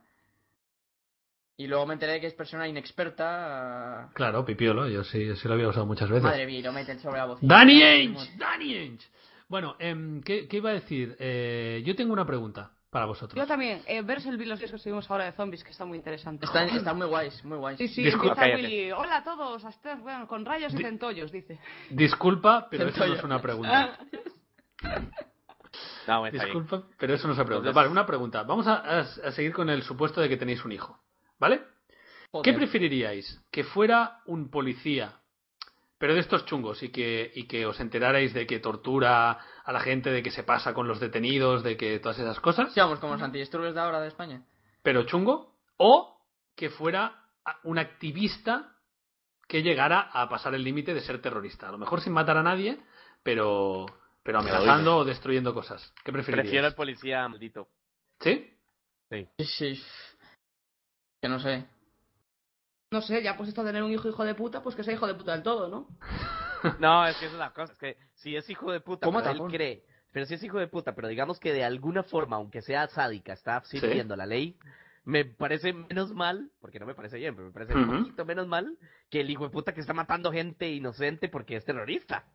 [SPEAKER 3] Y luego me enteré de que es persona inexperta.
[SPEAKER 2] Claro, pipiolo, yo sí, yo sí lo había usado muchas veces.
[SPEAKER 3] Madre mía, y lo meten sobre la bocina.
[SPEAKER 2] ¡Danny Ainge! ¡Danny Ainge! Bueno, em, ¿qué, qué iba a decir? Eh, yo tengo una pregunta para vosotros.
[SPEAKER 1] Yo también. Eh, veros el los que estuvimos ahora de zombies, que está muy interesante.
[SPEAKER 3] Están, están muy guays, muy guays.
[SPEAKER 1] Sí, sí,
[SPEAKER 2] Disculpa,
[SPEAKER 1] empieza
[SPEAKER 4] cállate.
[SPEAKER 1] Willy. Hola a todos, hasta- bueno, con rayos y centollos, dice.
[SPEAKER 2] Disculpa, pero eso no
[SPEAKER 3] Centollo.
[SPEAKER 2] es una
[SPEAKER 3] Ah.
[SPEAKER 2] pregunta.
[SPEAKER 4] No, está bien.
[SPEAKER 2] Disculpa, pero eso no es una pregunta.
[SPEAKER 4] Entonces-
[SPEAKER 2] Vale, una pregunta. Vamos a, a- a seguir con el supuesto de que tenéis un hijo. ¿Vale? ¿Qué
[SPEAKER 3] Joder.
[SPEAKER 2] preferiríais? ¿Que fuera un policía, pero de estos chungos, y que, y que os enterarais de que tortura a la gente, de que se pasa con los detenidos, de que todas esas cosas?
[SPEAKER 3] Sí, vamos, como los antidisturbios de ahora de España.
[SPEAKER 2] pero chungo, o que fuera a- un activista que llegara a pasar el límite de ser terrorista. A lo mejor sin matar a nadie, pero, Pero amenazando o destruyendo cosas. ¿Qué preferirías?
[SPEAKER 4] Prefiero al policía maldito.
[SPEAKER 2] ¿Sí?
[SPEAKER 3] Sí, sí. Que no sé.
[SPEAKER 1] No sé, ya pues esto de tener un hijo hijo de puta, pues que sea hijo de puta del todo, ¿no?
[SPEAKER 4] No, es que esa es la cosa. Es que si es hijo de puta,
[SPEAKER 3] ¿Cómo
[SPEAKER 4] pero él
[SPEAKER 3] tapón?
[SPEAKER 4] cree. Pero si es hijo de puta, pero digamos que de alguna forma, aunque sea sádica, está sirviendo la ley. Me parece menos mal, porque no me parece bien, pero me parece
[SPEAKER 2] Ujú.
[SPEAKER 4] un poquito menos mal que el hijo de puta que está matando gente inocente porque es terrorista.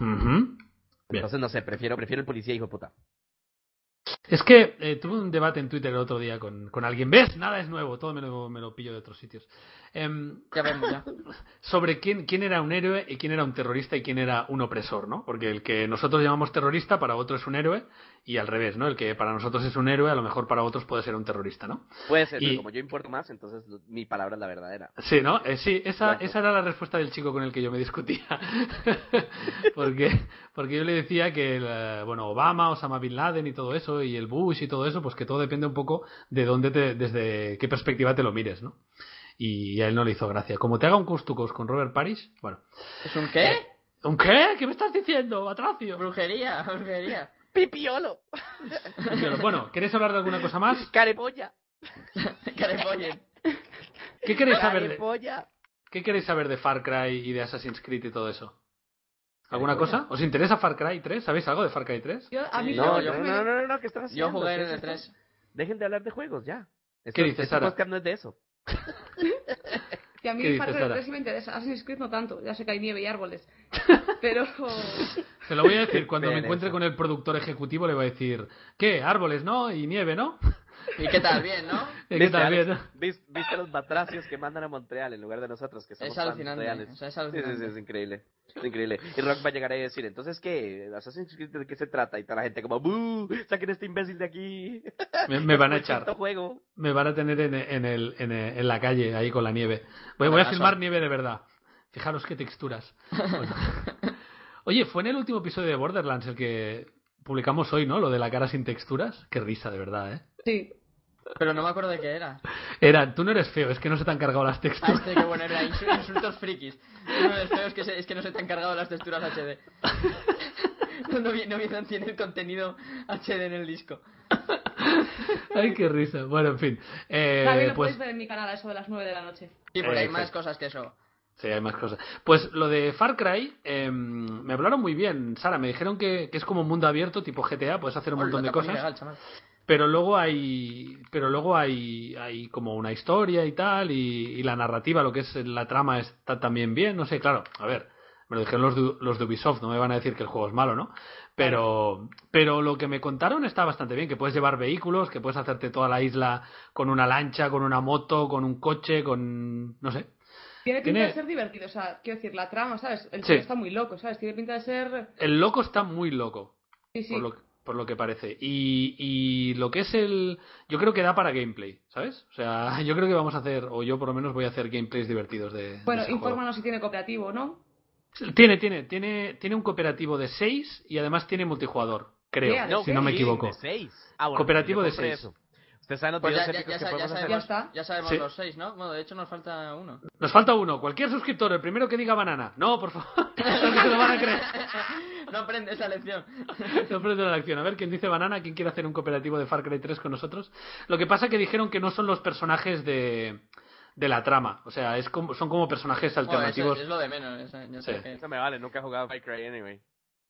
[SPEAKER 2] Ujú. Bien.
[SPEAKER 4] Entonces, no sé, prefiero, prefiero el policía hijo de puta.
[SPEAKER 2] Es que eh, tuve un debate en Twitter el otro día con, con alguien. ¿Ves? Nada es nuevo. Todo me lo, me lo pillo de otros sitios. Em,
[SPEAKER 3] Ya vemos, ya.
[SPEAKER 2] sobre quién, quién era un héroe y quién era un terrorista y quién era un opresor, ¿no? Porque el que nosotros llamamos terrorista para otro es un héroe y al revés, ¿no? El que para nosotros es un héroe a lo mejor para otros puede ser un terrorista, ¿no?
[SPEAKER 4] Puede ser,
[SPEAKER 2] Y-
[SPEAKER 4] pero como yo importo más, entonces lo- mi palabra es la verdadera.
[SPEAKER 2] Sí, ¿no? Eh, sí, esa,
[SPEAKER 4] Blanco.
[SPEAKER 2] esa era la respuesta del chico con el que yo me discutía. porque, porque yo le decía que, el, eh, bueno, Obama, Osama Bin Laden y todo eso, y el Bush y todo eso, pues que todo depende un poco de dónde te, desde qué perspectiva te lo mires, ¿no? Y a él no le hizo gracia. Como te haga un custos con Robert Paris, bueno.
[SPEAKER 3] ¿Es un qué?
[SPEAKER 2] ¿Un qué? ¿Qué me estás diciendo, Atracio?
[SPEAKER 3] Brujería, brujería.
[SPEAKER 4] ¡Pipiolo!
[SPEAKER 2] Bueno, ¿queréis hablar de alguna cosa más?
[SPEAKER 4] ¡Carebolla!
[SPEAKER 3] Que le follen.
[SPEAKER 2] ¿Qué queréis saber de,
[SPEAKER 4] ¡Carebolla!
[SPEAKER 2] ¿qué queréis saber de Far Cry y de Assassin's Creed y todo eso? ¿Alguna cosa? ¿Os interesa Far Cry 3? ¿Sabéis algo de Far Cry 3?
[SPEAKER 1] Yo, a mí
[SPEAKER 3] Sí,
[SPEAKER 4] No,
[SPEAKER 1] no,
[SPEAKER 4] no,
[SPEAKER 3] yo-
[SPEAKER 4] no, no, no, no, ¿qué están haciendo?
[SPEAKER 3] Yo jugué en
[SPEAKER 4] ¿Qué es
[SPEAKER 3] el E
[SPEAKER 4] esto?
[SPEAKER 3] 3.
[SPEAKER 4] Dejen de hablar de juegos, ya. Esto-
[SPEAKER 2] ¿Qué dices,
[SPEAKER 4] este
[SPEAKER 2] Sara?
[SPEAKER 4] podcast no es de eso.
[SPEAKER 1] que a mí
[SPEAKER 2] ¿Qué
[SPEAKER 1] el
[SPEAKER 2] dices,
[SPEAKER 1] Far Cry
[SPEAKER 2] Sara?
[SPEAKER 1] 3 sí me interesa. Assassin's Creed no tanto, ya sé que hay nieve y árboles. Pero...
[SPEAKER 2] Se lo voy a decir, cuando me
[SPEAKER 4] pereza.
[SPEAKER 2] encuentre con el productor ejecutivo le voy a decir, ¿qué? Árboles, ¿no? Y nieve, ¿no?
[SPEAKER 3] ¿Y qué tal? Bien, ¿no?
[SPEAKER 2] ¿Y ¿Qué
[SPEAKER 4] ¿Viste,
[SPEAKER 2] tal?
[SPEAKER 4] Alex?
[SPEAKER 2] Bien.
[SPEAKER 4] ¿Vis- ¿Viste los batracios que mandan a Montreal en lugar de nosotros? Que somos
[SPEAKER 3] Es alucinante,
[SPEAKER 4] tan reales?
[SPEAKER 3] o sea, es
[SPEAKER 4] Sí, sí, sí,
[SPEAKER 3] alucinante.
[SPEAKER 4] es increíble. Es increíble. Y Rock va a llegar ahí a decir, entonces, ¿qué? ¿Assassin's Creed de qué se trata? Y toda la gente como, ¡buh! ¡Saquen a este imbécil de aquí!
[SPEAKER 2] Me, me van a
[SPEAKER 4] Maldito
[SPEAKER 2] echar,
[SPEAKER 4] juego!
[SPEAKER 2] me van a tener en, en el, en, el- en la calle ahí con la nieve. Voy, voy a filmar nieve de verdad. Fijaros qué texturas. Bueno. Oye, fue en el último episodio de Borderlands el que publicamos hoy, ¿no? Lo de la cara sin texturas. Qué risa, de verdad, ¿eh?
[SPEAKER 1] sí.
[SPEAKER 3] Pero no me acuerdo de qué era.
[SPEAKER 2] Era, tú no eres feo, es que no se te han cargado las
[SPEAKER 3] Ah,
[SPEAKER 2] texturas.
[SPEAKER 3] este, que bueno, era insu- insultos frikis. Uno de los feos que se- es que no se te han cargado las texturas HD. No, no, vi- no, vi- no tiene el contenido HD en el disco.
[SPEAKER 2] Ay, qué risa. Bueno, en fin. Eh,
[SPEAKER 1] También lo
[SPEAKER 2] pues,
[SPEAKER 1] podéis ver en mi canal a eso de las 9 de la noche.
[SPEAKER 3] Sí, porque hay
[SPEAKER 2] Exacto.
[SPEAKER 3] más cosas que eso.
[SPEAKER 2] Sí, hay más cosas. Pues lo de Far Cry, em, me hablaron muy bien, Sara. Me dijeron que, que es como un mundo abierto, tipo GTA, puedes hacer un
[SPEAKER 3] Hola,
[SPEAKER 2] montón de
[SPEAKER 3] tapa
[SPEAKER 2] cosas.
[SPEAKER 3] pues, ilegal, chaval.
[SPEAKER 2] Pero luego hay. Pero luego hay. hay como una historia y tal. Y, y la narrativa, lo que es la trama, está también bien. No sé, claro, a ver. Me lo dijeron los de, los de Ubisoft, no me van a decir que el juego es malo, ¿no? Pero, pero lo que me contaron está bastante bien, que puedes llevar vehículos, que puedes hacerte toda la isla con una lancha, con una moto, con un coche, con... no sé.
[SPEAKER 1] Tiene pinta
[SPEAKER 2] Tiene-
[SPEAKER 1] de ser divertido, o sea, quiero decir, la trama, ¿sabes? El
[SPEAKER 2] Sí.
[SPEAKER 1] tío está muy loco, ¿sabes? Tiene pinta de ser...
[SPEAKER 2] El loco está muy loco.
[SPEAKER 1] Sí, sí.
[SPEAKER 2] por lo, por lo que parece. Y, y lo que es el... Yo creo que da para gameplay, ¿sabes? O sea, yo creo que vamos a hacer, o yo por lo menos voy a hacer gameplays divertidos de... de
[SPEAKER 1] Bueno,
[SPEAKER 2] ese juego.
[SPEAKER 1] infórmanos si tiene cooperativo, ¿no?
[SPEAKER 2] Tiene, tiene, tiene, tiene un cooperativo de 6 y además tiene multijugador, creo,
[SPEAKER 1] Mira,
[SPEAKER 2] si
[SPEAKER 1] ok.
[SPEAKER 2] no me
[SPEAKER 4] sí,
[SPEAKER 2] equivoco.
[SPEAKER 4] de seis. Ah, bueno,
[SPEAKER 2] Cooperativo
[SPEAKER 4] yo
[SPEAKER 2] de
[SPEAKER 4] compré
[SPEAKER 2] seis.
[SPEAKER 4] eso. Ustedes saben los
[SPEAKER 3] Pues
[SPEAKER 4] videos
[SPEAKER 3] ya, ya,
[SPEAKER 4] épicos
[SPEAKER 3] ya,
[SPEAKER 4] que
[SPEAKER 3] sa- ya
[SPEAKER 4] podemos hacer.
[SPEAKER 3] sabemos,
[SPEAKER 1] está.
[SPEAKER 3] ya sabemos
[SPEAKER 2] Sí.
[SPEAKER 3] los seis, ¿no? Bueno, de hecho nos falta uno.
[SPEAKER 2] Nos falta uno, cualquier suscriptor, el primero que diga banana. No, por favor, no se lo van a creer.
[SPEAKER 3] No aprende esa lección.
[SPEAKER 2] No prende la acción. A ver, ¿quién dice banana? ¿Quién quiere hacer un cooperativo de Far Cry 3 con nosotros? Lo que pasa que dijeron que no son los personajes de, de la trama. O sea, es como, son como personajes
[SPEAKER 3] Bueno, eso
[SPEAKER 2] alternativos.
[SPEAKER 3] es lo de menos. eso- yo sé
[SPEAKER 2] Sí.
[SPEAKER 3] que-
[SPEAKER 4] Eso me vale, nunca he jugado Far Cry anyway.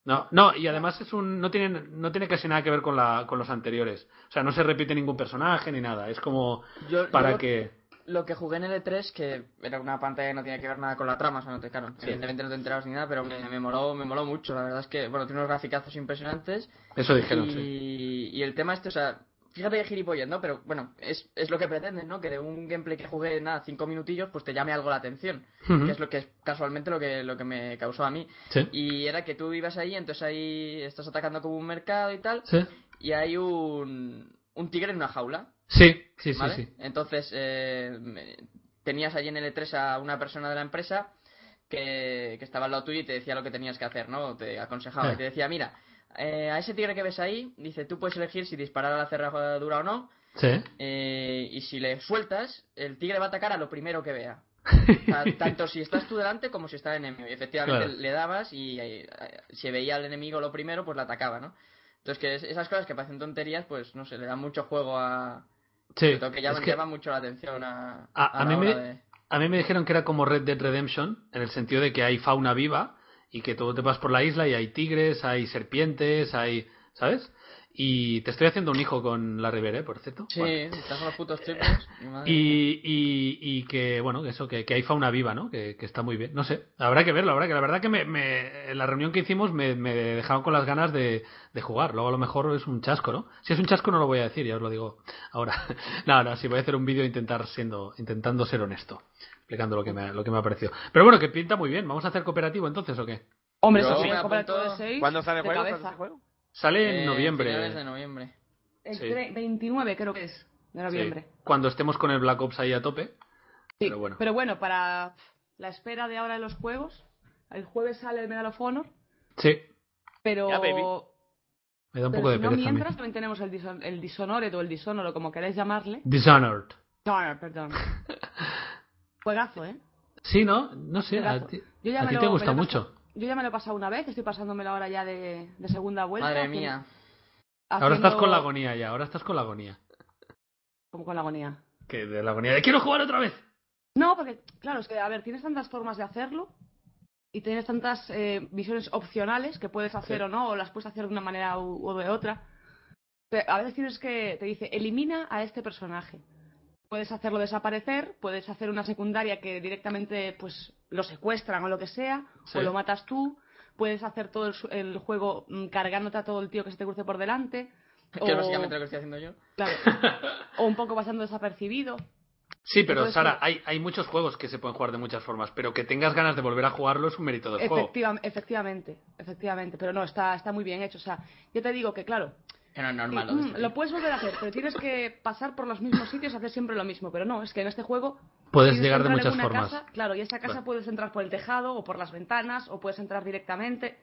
[SPEAKER 2] No, no, y además es un, no, tiene, no tiene casi nada que ver con, la, con los anteriores. O sea, no se repite ningún personaje ni nada. Es como
[SPEAKER 3] Yo-
[SPEAKER 2] para
[SPEAKER 3] yo-
[SPEAKER 2] que...
[SPEAKER 3] Lo que jugué en el E3, que era una pantalla que no tenía que ver nada con la trama, o sea, no te, claro, evidentemente no te enterabas ni nada, pero me, me moló, me moló mucho, la verdad es que, bueno, tiene unos graficazos impresionantes,
[SPEAKER 2] Eso dijeron,
[SPEAKER 3] y,
[SPEAKER 2] sí.
[SPEAKER 3] y el tema este, o sea, fíjate que gilipollas, ¿no? Pero bueno, es, es lo que pretenden, ¿no? Que de un gameplay que jugué, nada, cinco minutillos, pues te llame algo la atención,
[SPEAKER 2] Ujú.
[SPEAKER 3] que es lo que es casualmente lo que, lo que me causó a mí.
[SPEAKER 2] Sí.
[SPEAKER 3] Y era que tú ibas ahí, entonces ahí estás atacando como un mercado y tal,
[SPEAKER 2] Sí,
[SPEAKER 3] y hay un, un tigre en una jaula.
[SPEAKER 2] sí, sí, sí,
[SPEAKER 3] ¿vale?
[SPEAKER 2] sí.
[SPEAKER 3] Entonces, eh, me- tenías allí en el E3 a una persona de la empresa que, que estaba al lado tuyo y te decía lo que tenías que hacer, ¿no? Te aconsejaba
[SPEAKER 2] Ah.
[SPEAKER 3] y te decía, mira, eh, a ese tigre que ves ahí, dice, tú puedes elegir si disparar a la cerradura o no,
[SPEAKER 2] Sí.
[SPEAKER 3] eh, y si le sueltas, el tigre va a atacar a lo primero que vea. Ta- Tanto si estás tú delante como si está el enemigo. Y efectivamente
[SPEAKER 2] Claro.
[SPEAKER 3] le dabas y eh, se veía al enemigo lo primero, pues la atacaba, ¿no? Entonces, que es- esas cosas que parecen tonterías, pues no sé, le dan mucho juego a.
[SPEAKER 2] Sí,
[SPEAKER 3] sobre todo que llaman-
[SPEAKER 2] es que-
[SPEAKER 3] llama mucho la atención a.
[SPEAKER 2] A- a
[SPEAKER 3] la
[SPEAKER 2] mí me-
[SPEAKER 3] hora de-
[SPEAKER 2] A mí me dijeron que era como Red Dead Redemption, en el sentido de que hay fauna viva y que todo te vas por la isla y hay tigres, hay serpientes, hay. ¿Sabes? Y te estoy haciendo un hijo con la Rivera, ¿eh? por cierto.
[SPEAKER 3] Sí,
[SPEAKER 2] Bueno.
[SPEAKER 3] estás con los putos triples. mi madre.
[SPEAKER 2] Y, y, y que, bueno, que eso, que, que hay fauna viva, ¿no? Que, que está muy bien. No sé, habrá que verlo, habrá que. La verdad que me, me- en la reunión que hicimos me, me dejaron con las ganas de, de jugar. Luego a lo mejor es un chasco, ¿no? Si es un chasco no lo voy a decir, ya os lo digo ahora. no, no, si voy a hacer un vídeo e intentar siendo, intentando ser honesto, explicando lo que, me, ha- lo que me ha parecido. Pero bueno, que pinta muy bien. ¿Vamos a hacer cooperativo entonces o qué?
[SPEAKER 1] Hombre,
[SPEAKER 3] Yo
[SPEAKER 1] eso
[SPEAKER 3] me
[SPEAKER 1] sí,
[SPEAKER 3] apunto-
[SPEAKER 1] compra todo de seis
[SPEAKER 4] ¿Cuándo sale el
[SPEAKER 1] de
[SPEAKER 4] juego?
[SPEAKER 1] cabeza.
[SPEAKER 4] ¿Cuándo sale el juego?
[SPEAKER 2] Sale
[SPEAKER 3] Eh,
[SPEAKER 2] en noviembre.
[SPEAKER 3] finales de noviembre.
[SPEAKER 1] El
[SPEAKER 2] Sí.
[SPEAKER 1] tre- 29 creo que es, de
[SPEAKER 2] Sí,
[SPEAKER 1] noviembre.
[SPEAKER 2] cuando estemos con el Black Ops ahí a tope.
[SPEAKER 1] Sí,
[SPEAKER 2] Pero bueno.
[SPEAKER 1] para la espera de ahora de los juegos, el jueves sale el Medal of Honor,
[SPEAKER 2] Sí,
[SPEAKER 1] pero,
[SPEAKER 4] Ya, baby.
[SPEAKER 2] me da
[SPEAKER 1] pero
[SPEAKER 2] un poco de
[SPEAKER 1] si no,
[SPEAKER 2] pereza. a mí.
[SPEAKER 1] mientras también tenemos el, Dishon- el Dishonored o el Dishonored, o como queráis llamarle.
[SPEAKER 2] Dishonored.
[SPEAKER 1] Dishonored, perdón. Juegazo, ¿eh?
[SPEAKER 2] Sí, ¿no? No sé, a
[SPEAKER 1] Juegazo.
[SPEAKER 2] ti,
[SPEAKER 1] pues, Yo ya
[SPEAKER 2] a
[SPEAKER 1] me
[SPEAKER 2] ti
[SPEAKER 1] lo-
[SPEAKER 2] te
[SPEAKER 1] me
[SPEAKER 2] gusta
[SPEAKER 1] lo he
[SPEAKER 2] mucho.
[SPEAKER 1] pasado- Yo ya me lo he pasado una vez, estoy pasándomelo ahora ya de, de segunda vuelta.
[SPEAKER 3] Madre
[SPEAKER 1] haciendo-
[SPEAKER 3] mía.
[SPEAKER 2] Ahora estás
[SPEAKER 1] haciendo-
[SPEAKER 2] con la agonía ya, ahora estás con la agonía.
[SPEAKER 1] Como con la agonía.
[SPEAKER 2] Que de la agonía de quiero jugar otra vez.
[SPEAKER 1] No, porque, claro, es que, a ver, tienes tantas formas de hacerlo y tienes tantas eh, visiones opcionales que puedes hacer
[SPEAKER 2] Sí.
[SPEAKER 1] o no, o las puedes hacer de una manera u, o de otra. Pero a veces tienes que, te dice, elimina a este personaje. Puedes hacerlo desaparecer, puedes hacer una secundaria que directamente pues lo secuestran o lo que sea,
[SPEAKER 2] Sí.
[SPEAKER 1] o lo matas tú, puedes hacer todo el, su- el juego mm, cargándote a todo el tío que se te cruce por delante.
[SPEAKER 3] Que es
[SPEAKER 1] o-
[SPEAKER 3] básicamente lo que estoy haciendo yo.
[SPEAKER 1] claro, o un poco pasando desapercibido.
[SPEAKER 2] Sí, pero
[SPEAKER 1] Entonces,
[SPEAKER 2] Sara,
[SPEAKER 1] sí.
[SPEAKER 2] hay, hay muchos juegos que se pueden jugar de muchas formas, pero que tengas ganas de volver a jugarlo es un mérito del juego.
[SPEAKER 1] Efectiva- efectivamente, efectivamente, pero no, está, está muy bien hecho. O sea, yo te digo que, claro,
[SPEAKER 3] Que no es normal.
[SPEAKER 1] mm,
[SPEAKER 3] de este
[SPEAKER 1] lo
[SPEAKER 3] tipo.
[SPEAKER 1] puedes volver a hacer, pero tienes que pasar por los mismos sitios, hacer siempre lo mismo. Pero no, es que en este juego.
[SPEAKER 2] Puedes
[SPEAKER 1] tienes que
[SPEAKER 2] llegar de
[SPEAKER 1] entrar en
[SPEAKER 2] muchas
[SPEAKER 1] una
[SPEAKER 2] formas.
[SPEAKER 1] casa, claro, y esta casa
[SPEAKER 2] Bueno.
[SPEAKER 1] puedes entrar por el tejado o por las ventanas o puedes entrar directamente.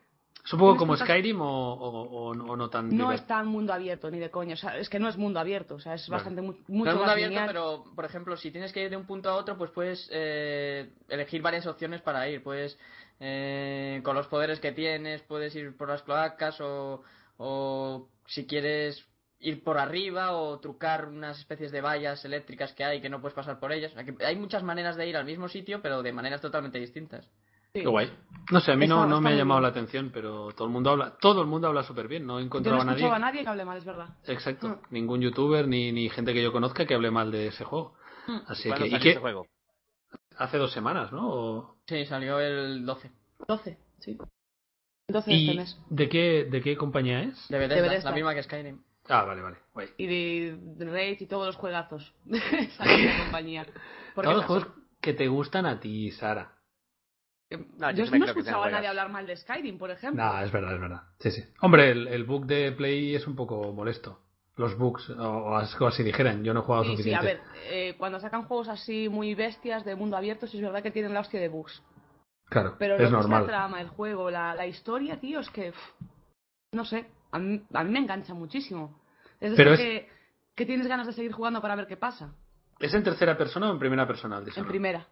[SPEAKER 2] Es un poco
[SPEAKER 1] tienes
[SPEAKER 2] como
[SPEAKER 1] tantas-
[SPEAKER 2] Skyrim o, o- o- o no tan...
[SPEAKER 1] No
[SPEAKER 2] liber-
[SPEAKER 1] es tan mundo abierto, ni de coño. O sea, es que no es mundo abierto, o sea, es
[SPEAKER 2] Vale.
[SPEAKER 1] bastante mu- mucho
[SPEAKER 3] No es mundo
[SPEAKER 1] más
[SPEAKER 3] abierto,
[SPEAKER 1] lineal.
[SPEAKER 3] pero por ejemplo, si tienes que ir de un punto a otro, pues puedes eh, elegir varias opciones para ir. Puedes, eh, con los poderes que tienes, puedes ir por las cloacas o, o si quieres ir por arriba o trucar unas especies de vallas eléctricas que hay que no puedes pasar por ellas. O sea, que hay muchas maneras de ir al mismo sitio, pero de maneras totalmente distintas.
[SPEAKER 1] Sí.
[SPEAKER 2] Qué guay. No sé, a mí no,
[SPEAKER 1] Está-
[SPEAKER 2] no
[SPEAKER 1] está
[SPEAKER 2] me ha
[SPEAKER 1] muy
[SPEAKER 2] llamado
[SPEAKER 1] bien.
[SPEAKER 2] la atención, pero todo el mundo habla todo el mundo habla súper bien. No
[SPEAKER 1] Yo
[SPEAKER 2] he
[SPEAKER 1] no
[SPEAKER 2] encontrado
[SPEAKER 1] he
[SPEAKER 2] a nadie...
[SPEAKER 1] escuchado a nadie que hable mal, es verdad.
[SPEAKER 2] Exacto.
[SPEAKER 1] Mm.
[SPEAKER 2] Ningún youtuber ni, ni gente que yo conozca que hable mal de ese juego.
[SPEAKER 3] Mm.
[SPEAKER 2] Así
[SPEAKER 4] ¿Cuándo
[SPEAKER 2] que... Y
[SPEAKER 4] sale este
[SPEAKER 2] que
[SPEAKER 4] juego?
[SPEAKER 2] hace dos semanas, ¿no? O-
[SPEAKER 3] Sí, salió el 12.
[SPEAKER 1] 12, sí. 12 de este
[SPEAKER 2] ¿Y
[SPEAKER 1] mes.
[SPEAKER 2] de qué, de qué compañía es?
[SPEAKER 3] De Bethesda,
[SPEAKER 1] Bethesda.
[SPEAKER 3] la misma que Skyrim.
[SPEAKER 2] Ah, vale, vale. guay.
[SPEAKER 1] y de Rage y todos los juegazos de esa misma compañía. Porque
[SPEAKER 2] Todos los
[SPEAKER 1] es así.
[SPEAKER 2] juegos que te gustan a ti, Sara.
[SPEAKER 4] No, yo
[SPEAKER 1] eh, yo
[SPEAKER 4] sí
[SPEAKER 1] no
[SPEAKER 4] me
[SPEAKER 1] he
[SPEAKER 4] creo que sean
[SPEAKER 1] escuchado a nadie
[SPEAKER 4] juegazos.
[SPEAKER 1] hablar mal de Skyrim, por ejemplo.
[SPEAKER 2] No, es verdad, es verdad. Sí, sí. Hombre, el, el bug de Play es un poco molesto. Los bugs, o, o as- o así dijeran, yo no he jugado
[SPEAKER 1] sí, sí,
[SPEAKER 2] suficiente.
[SPEAKER 1] a ver, eh, cuando sacan juegos así muy bestias de mundo abierto, sí es verdad que tienen la hostia de bugs.
[SPEAKER 2] claro,
[SPEAKER 1] Pero lo
[SPEAKER 2] es
[SPEAKER 1] que
[SPEAKER 2] normal.
[SPEAKER 1] es la trama, el juego, la, la historia, tío, es que. pff, no sé, a mí, a mí me engancha muchísimo. Es decir,
[SPEAKER 2] Pero es-
[SPEAKER 1] que, que tienes ganas de seguir jugando para ver qué pasa.
[SPEAKER 2] ¿Es en tercera persona o en primera persona? el
[SPEAKER 1] En
[SPEAKER 2] Dishonored?
[SPEAKER 1] primera,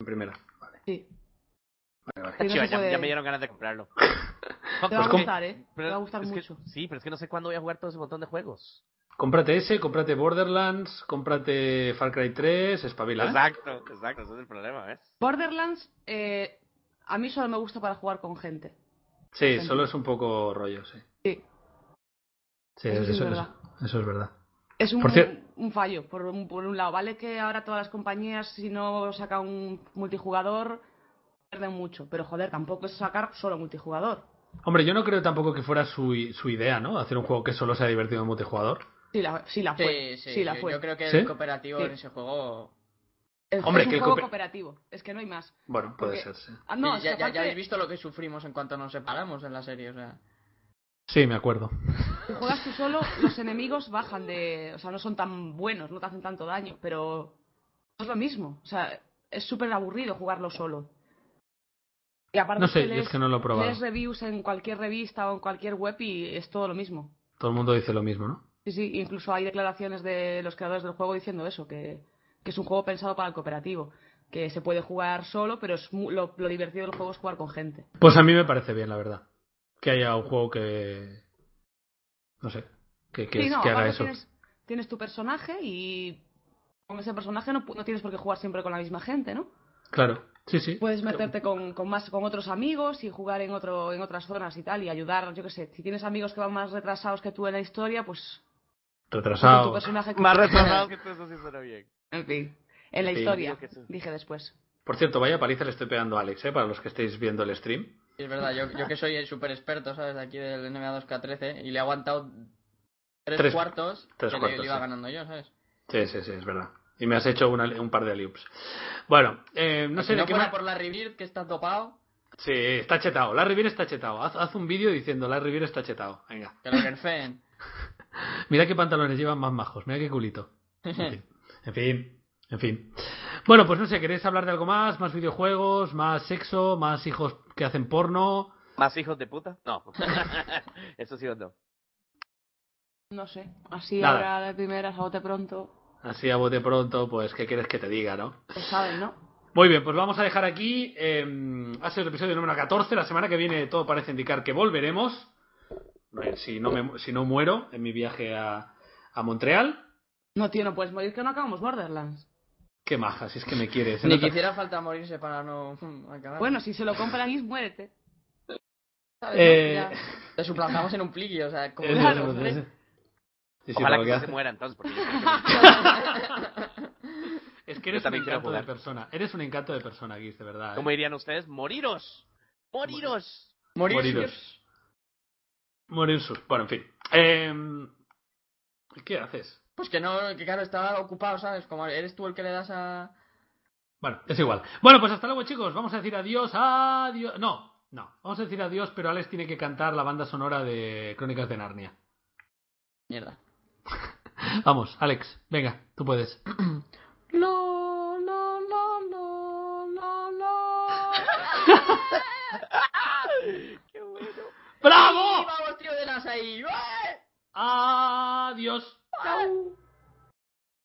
[SPEAKER 2] En primera. Vale,
[SPEAKER 1] sí.
[SPEAKER 2] vale, vale.
[SPEAKER 1] Que no
[SPEAKER 4] Chiva,
[SPEAKER 1] se
[SPEAKER 4] ya,
[SPEAKER 1] puede-
[SPEAKER 4] ya me dieron ganas de comprarlo.
[SPEAKER 1] Te va a
[SPEAKER 2] Pues com-
[SPEAKER 1] gustar, ¿eh? Te va a gustar
[SPEAKER 4] es que-
[SPEAKER 1] mucho.
[SPEAKER 4] sí, pero es que no sé cuándo voy a jugar todo ese montón de juegos.
[SPEAKER 2] Cómprate ese, cómprate Borderlands, cómprate Far Cry 3, espabila. ¿eh?
[SPEAKER 4] Exacto, exacto, ese es el problema, ¿ves?
[SPEAKER 1] Borderlands, eh, a mí solo me gusta para jugar con gente.
[SPEAKER 2] Sí, solo es un poco rollo, sí.
[SPEAKER 1] Sí.
[SPEAKER 2] Sí,
[SPEAKER 1] Eso
[SPEAKER 2] eso,
[SPEAKER 1] sí es
[SPEAKER 2] eso-
[SPEAKER 1] verdad.
[SPEAKER 2] eso es verdad.
[SPEAKER 1] Es un,
[SPEAKER 2] Por cier-
[SPEAKER 1] un fallo, por un, por un lado. Vale que ahora todas las compañías, si no saca un multijugador, pierden mucho. Pero joder, tampoco es sacar solo multijugador.
[SPEAKER 2] Hombre, yo no creo tampoco que fuera su, i- su idea, ¿no? Hacer un juego que solo sea divertido en multijugador.
[SPEAKER 1] Sí la, sí la fue.
[SPEAKER 3] Sí, Pues, sí,
[SPEAKER 1] la
[SPEAKER 3] yo,
[SPEAKER 1] fue.
[SPEAKER 3] yo creo que
[SPEAKER 2] ¿Sí?
[SPEAKER 3] el cooperativo
[SPEAKER 1] Sí.
[SPEAKER 3] en ese juego.
[SPEAKER 1] Es-
[SPEAKER 2] Hombre,
[SPEAKER 1] es un
[SPEAKER 2] que el
[SPEAKER 1] juego
[SPEAKER 2] cooper-
[SPEAKER 1] cooperativo. Es que no hay más.
[SPEAKER 2] Bueno, puede
[SPEAKER 1] Porque-
[SPEAKER 2] ser, sí.
[SPEAKER 1] Ah, no,
[SPEAKER 3] Sí,
[SPEAKER 1] es
[SPEAKER 3] ya,
[SPEAKER 1] que
[SPEAKER 3] ya- ya
[SPEAKER 1] aparte,
[SPEAKER 3] habéis visto lo que sufrimos en cuanto nos separamos en la serie, o sea.
[SPEAKER 2] Sí, me acuerdo.
[SPEAKER 1] si juegas tú solo, los enemigos bajan de... O sea, no son tan buenos, no te hacen tanto daño, pero no es lo mismo. O sea, es súper aburrido jugarlo solo. Y aparte
[SPEAKER 2] No
[SPEAKER 1] es que
[SPEAKER 2] sé, yo es
[SPEAKER 1] lees-
[SPEAKER 2] que no lo he probado.
[SPEAKER 1] Lees reviews en cualquier revista o en cualquier web y es todo lo mismo.
[SPEAKER 2] Todo el mundo dice lo mismo, ¿no?
[SPEAKER 1] Sí, sí, incluso hay declaraciones de los creadores del juego diciendo eso, que, que es un juego pensado para el cooperativo. que se puede jugar solo, pero es mu- lo, lo divertido del juego es jugar con gente.
[SPEAKER 2] Pues a mí me parece bien, la verdad. Que haya un juego que. No sé. Que, que,
[SPEAKER 1] Sí, no,
[SPEAKER 2] que haga
[SPEAKER 1] aparte
[SPEAKER 2] eso.
[SPEAKER 1] Tienes, tienes tu personaje y con ese personaje no, pu- no tienes por qué jugar siempre con la misma gente, ¿no?
[SPEAKER 2] Claro. Sí, sí.
[SPEAKER 1] Puedes meterte con, con más con otros amigos y jugar en otro en otras zonas y tal y ayudar, yo qué sé, si tienes amigos que van más retrasados que tú en la historia, pues con tu
[SPEAKER 2] Retrasado.
[SPEAKER 1] personaje que-
[SPEAKER 4] Más retornado que tú, eso sí suena bien.
[SPEAKER 1] en fin, en la
[SPEAKER 2] Sí,
[SPEAKER 1] historia,
[SPEAKER 4] digo que sí.
[SPEAKER 1] dije después.
[SPEAKER 2] Por cierto, vaya paliza le estoy pegando a Alex, ¿eh? Para los que estéis viendo el stream.
[SPEAKER 3] Es verdad, yo, yo que soy el súper experto, ¿sabes? De aquí del NBA 2K13 y le he aguantado tres,
[SPEAKER 2] Tres-
[SPEAKER 3] cuartos
[SPEAKER 2] tres
[SPEAKER 3] que le-
[SPEAKER 2] cuartos,
[SPEAKER 3] le iba
[SPEAKER 2] sí.
[SPEAKER 3] ganando yo, ¿sabes?
[SPEAKER 2] Sí, sí, sí, es verdad. Y me has hecho una- un par de loops. Bueno, eh, no
[SPEAKER 3] Si
[SPEAKER 2] sé de
[SPEAKER 3] no
[SPEAKER 2] qué
[SPEAKER 3] fuera
[SPEAKER 2] más.
[SPEAKER 3] por la Rebirth, que está dopado,
[SPEAKER 2] Sí, está chetado. Larry Beer está chetado. Haz, haz un vídeo diciendo Larry Beer está chetado. Venga.
[SPEAKER 3] que lo nerfeen.
[SPEAKER 2] Mira qué pantalones llevan más majos. Mira qué culito.
[SPEAKER 3] Eh.
[SPEAKER 2] En fin. En fin. en fin. Bueno, pues no sé, ¿queréis hablar de algo más? ¿Más videojuegos? ¿Más sexo? ¿Más hijos que hacen porno?
[SPEAKER 4] ¿Más hijos de puta? No. eso sí o no.
[SPEAKER 1] No sé, así
[SPEAKER 2] Nada.
[SPEAKER 1] ahora de primeras a bote pronto,
[SPEAKER 2] Así a bote pronto, pues, ¿qué quieres que te diga, no?
[SPEAKER 1] pues saben, ¿no?
[SPEAKER 2] Muy bien, pues vamos a dejar aquí. eh, ha sido el episodio número 14. La semana que viene todo parece indicar que volveremos. Eh, Si no, me- si no muero en mi viaje a, a Montreal.
[SPEAKER 1] No, tío, no puedes morir que no acabamos Borderlands.
[SPEAKER 2] Qué maja, si es que me quieres. Se
[SPEAKER 3] Ni
[SPEAKER 2] nota-
[SPEAKER 3] que hiciera falta morirse para no mm, acabar.
[SPEAKER 1] Bueno, si se lo compran y muérete. ¿Sabes?
[SPEAKER 2] Eh,
[SPEAKER 1] Ya.
[SPEAKER 3] Te suplantamos en un pliqui, o sea, como...
[SPEAKER 2] Eso,
[SPEAKER 1] Claro,
[SPEAKER 2] eso,
[SPEAKER 1] hombre.
[SPEAKER 2] eso. Sí, sí,
[SPEAKER 4] Ojalá
[SPEAKER 2] lo
[SPEAKER 4] que
[SPEAKER 2] que
[SPEAKER 4] no
[SPEAKER 2] hace-
[SPEAKER 4] se muera entonces. Porque yo-
[SPEAKER 2] Es que eres
[SPEAKER 4] Yo
[SPEAKER 2] un
[SPEAKER 4] también quiero
[SPEAKER 2] encanto de
[SPEAKER 4] jugar.
[SPEAKER 2] persona. Eres un encanto de persona, Guis, de verdad. ¿eh?
[SPEAKER 4] ¿Cómo dirían ustedes? ¡Moriros! ¡Moriros!
[SPEAKER 3] Morirse.
[SPEAKER 2] Moriros. Morir sur. Bueno, en fin. Em, ¿Qué haces?
[SPEAKER 3] Pues que no, que claro, estaba ocupado, ¿sabes? Como eres tú el que le das a...
[SPEAKER 2] Bueno, es igual. Bueno, pues hasta luego, chicos. Vamos a decir adiós. Adiós. No, no. Vamos a decir adiós, pero Alex tiene que cantar la banda sonora de Crónicas de Narnia.
[SPEAKER 3] Mierda.
[SPEAKER 2] Vamos, Alex. Venga, tú puedes.
[SPEAKER 3] Lo, lo, lo, lo, lo, lo.
[SPEAKER 4] ¡Qué bueno!
[SPEAKER 2] ¡Bravo!
[SPEAKER 3] ¡Vamos, tío de las ahí! ¡Eh!
[SPEAKER 2] Adiós.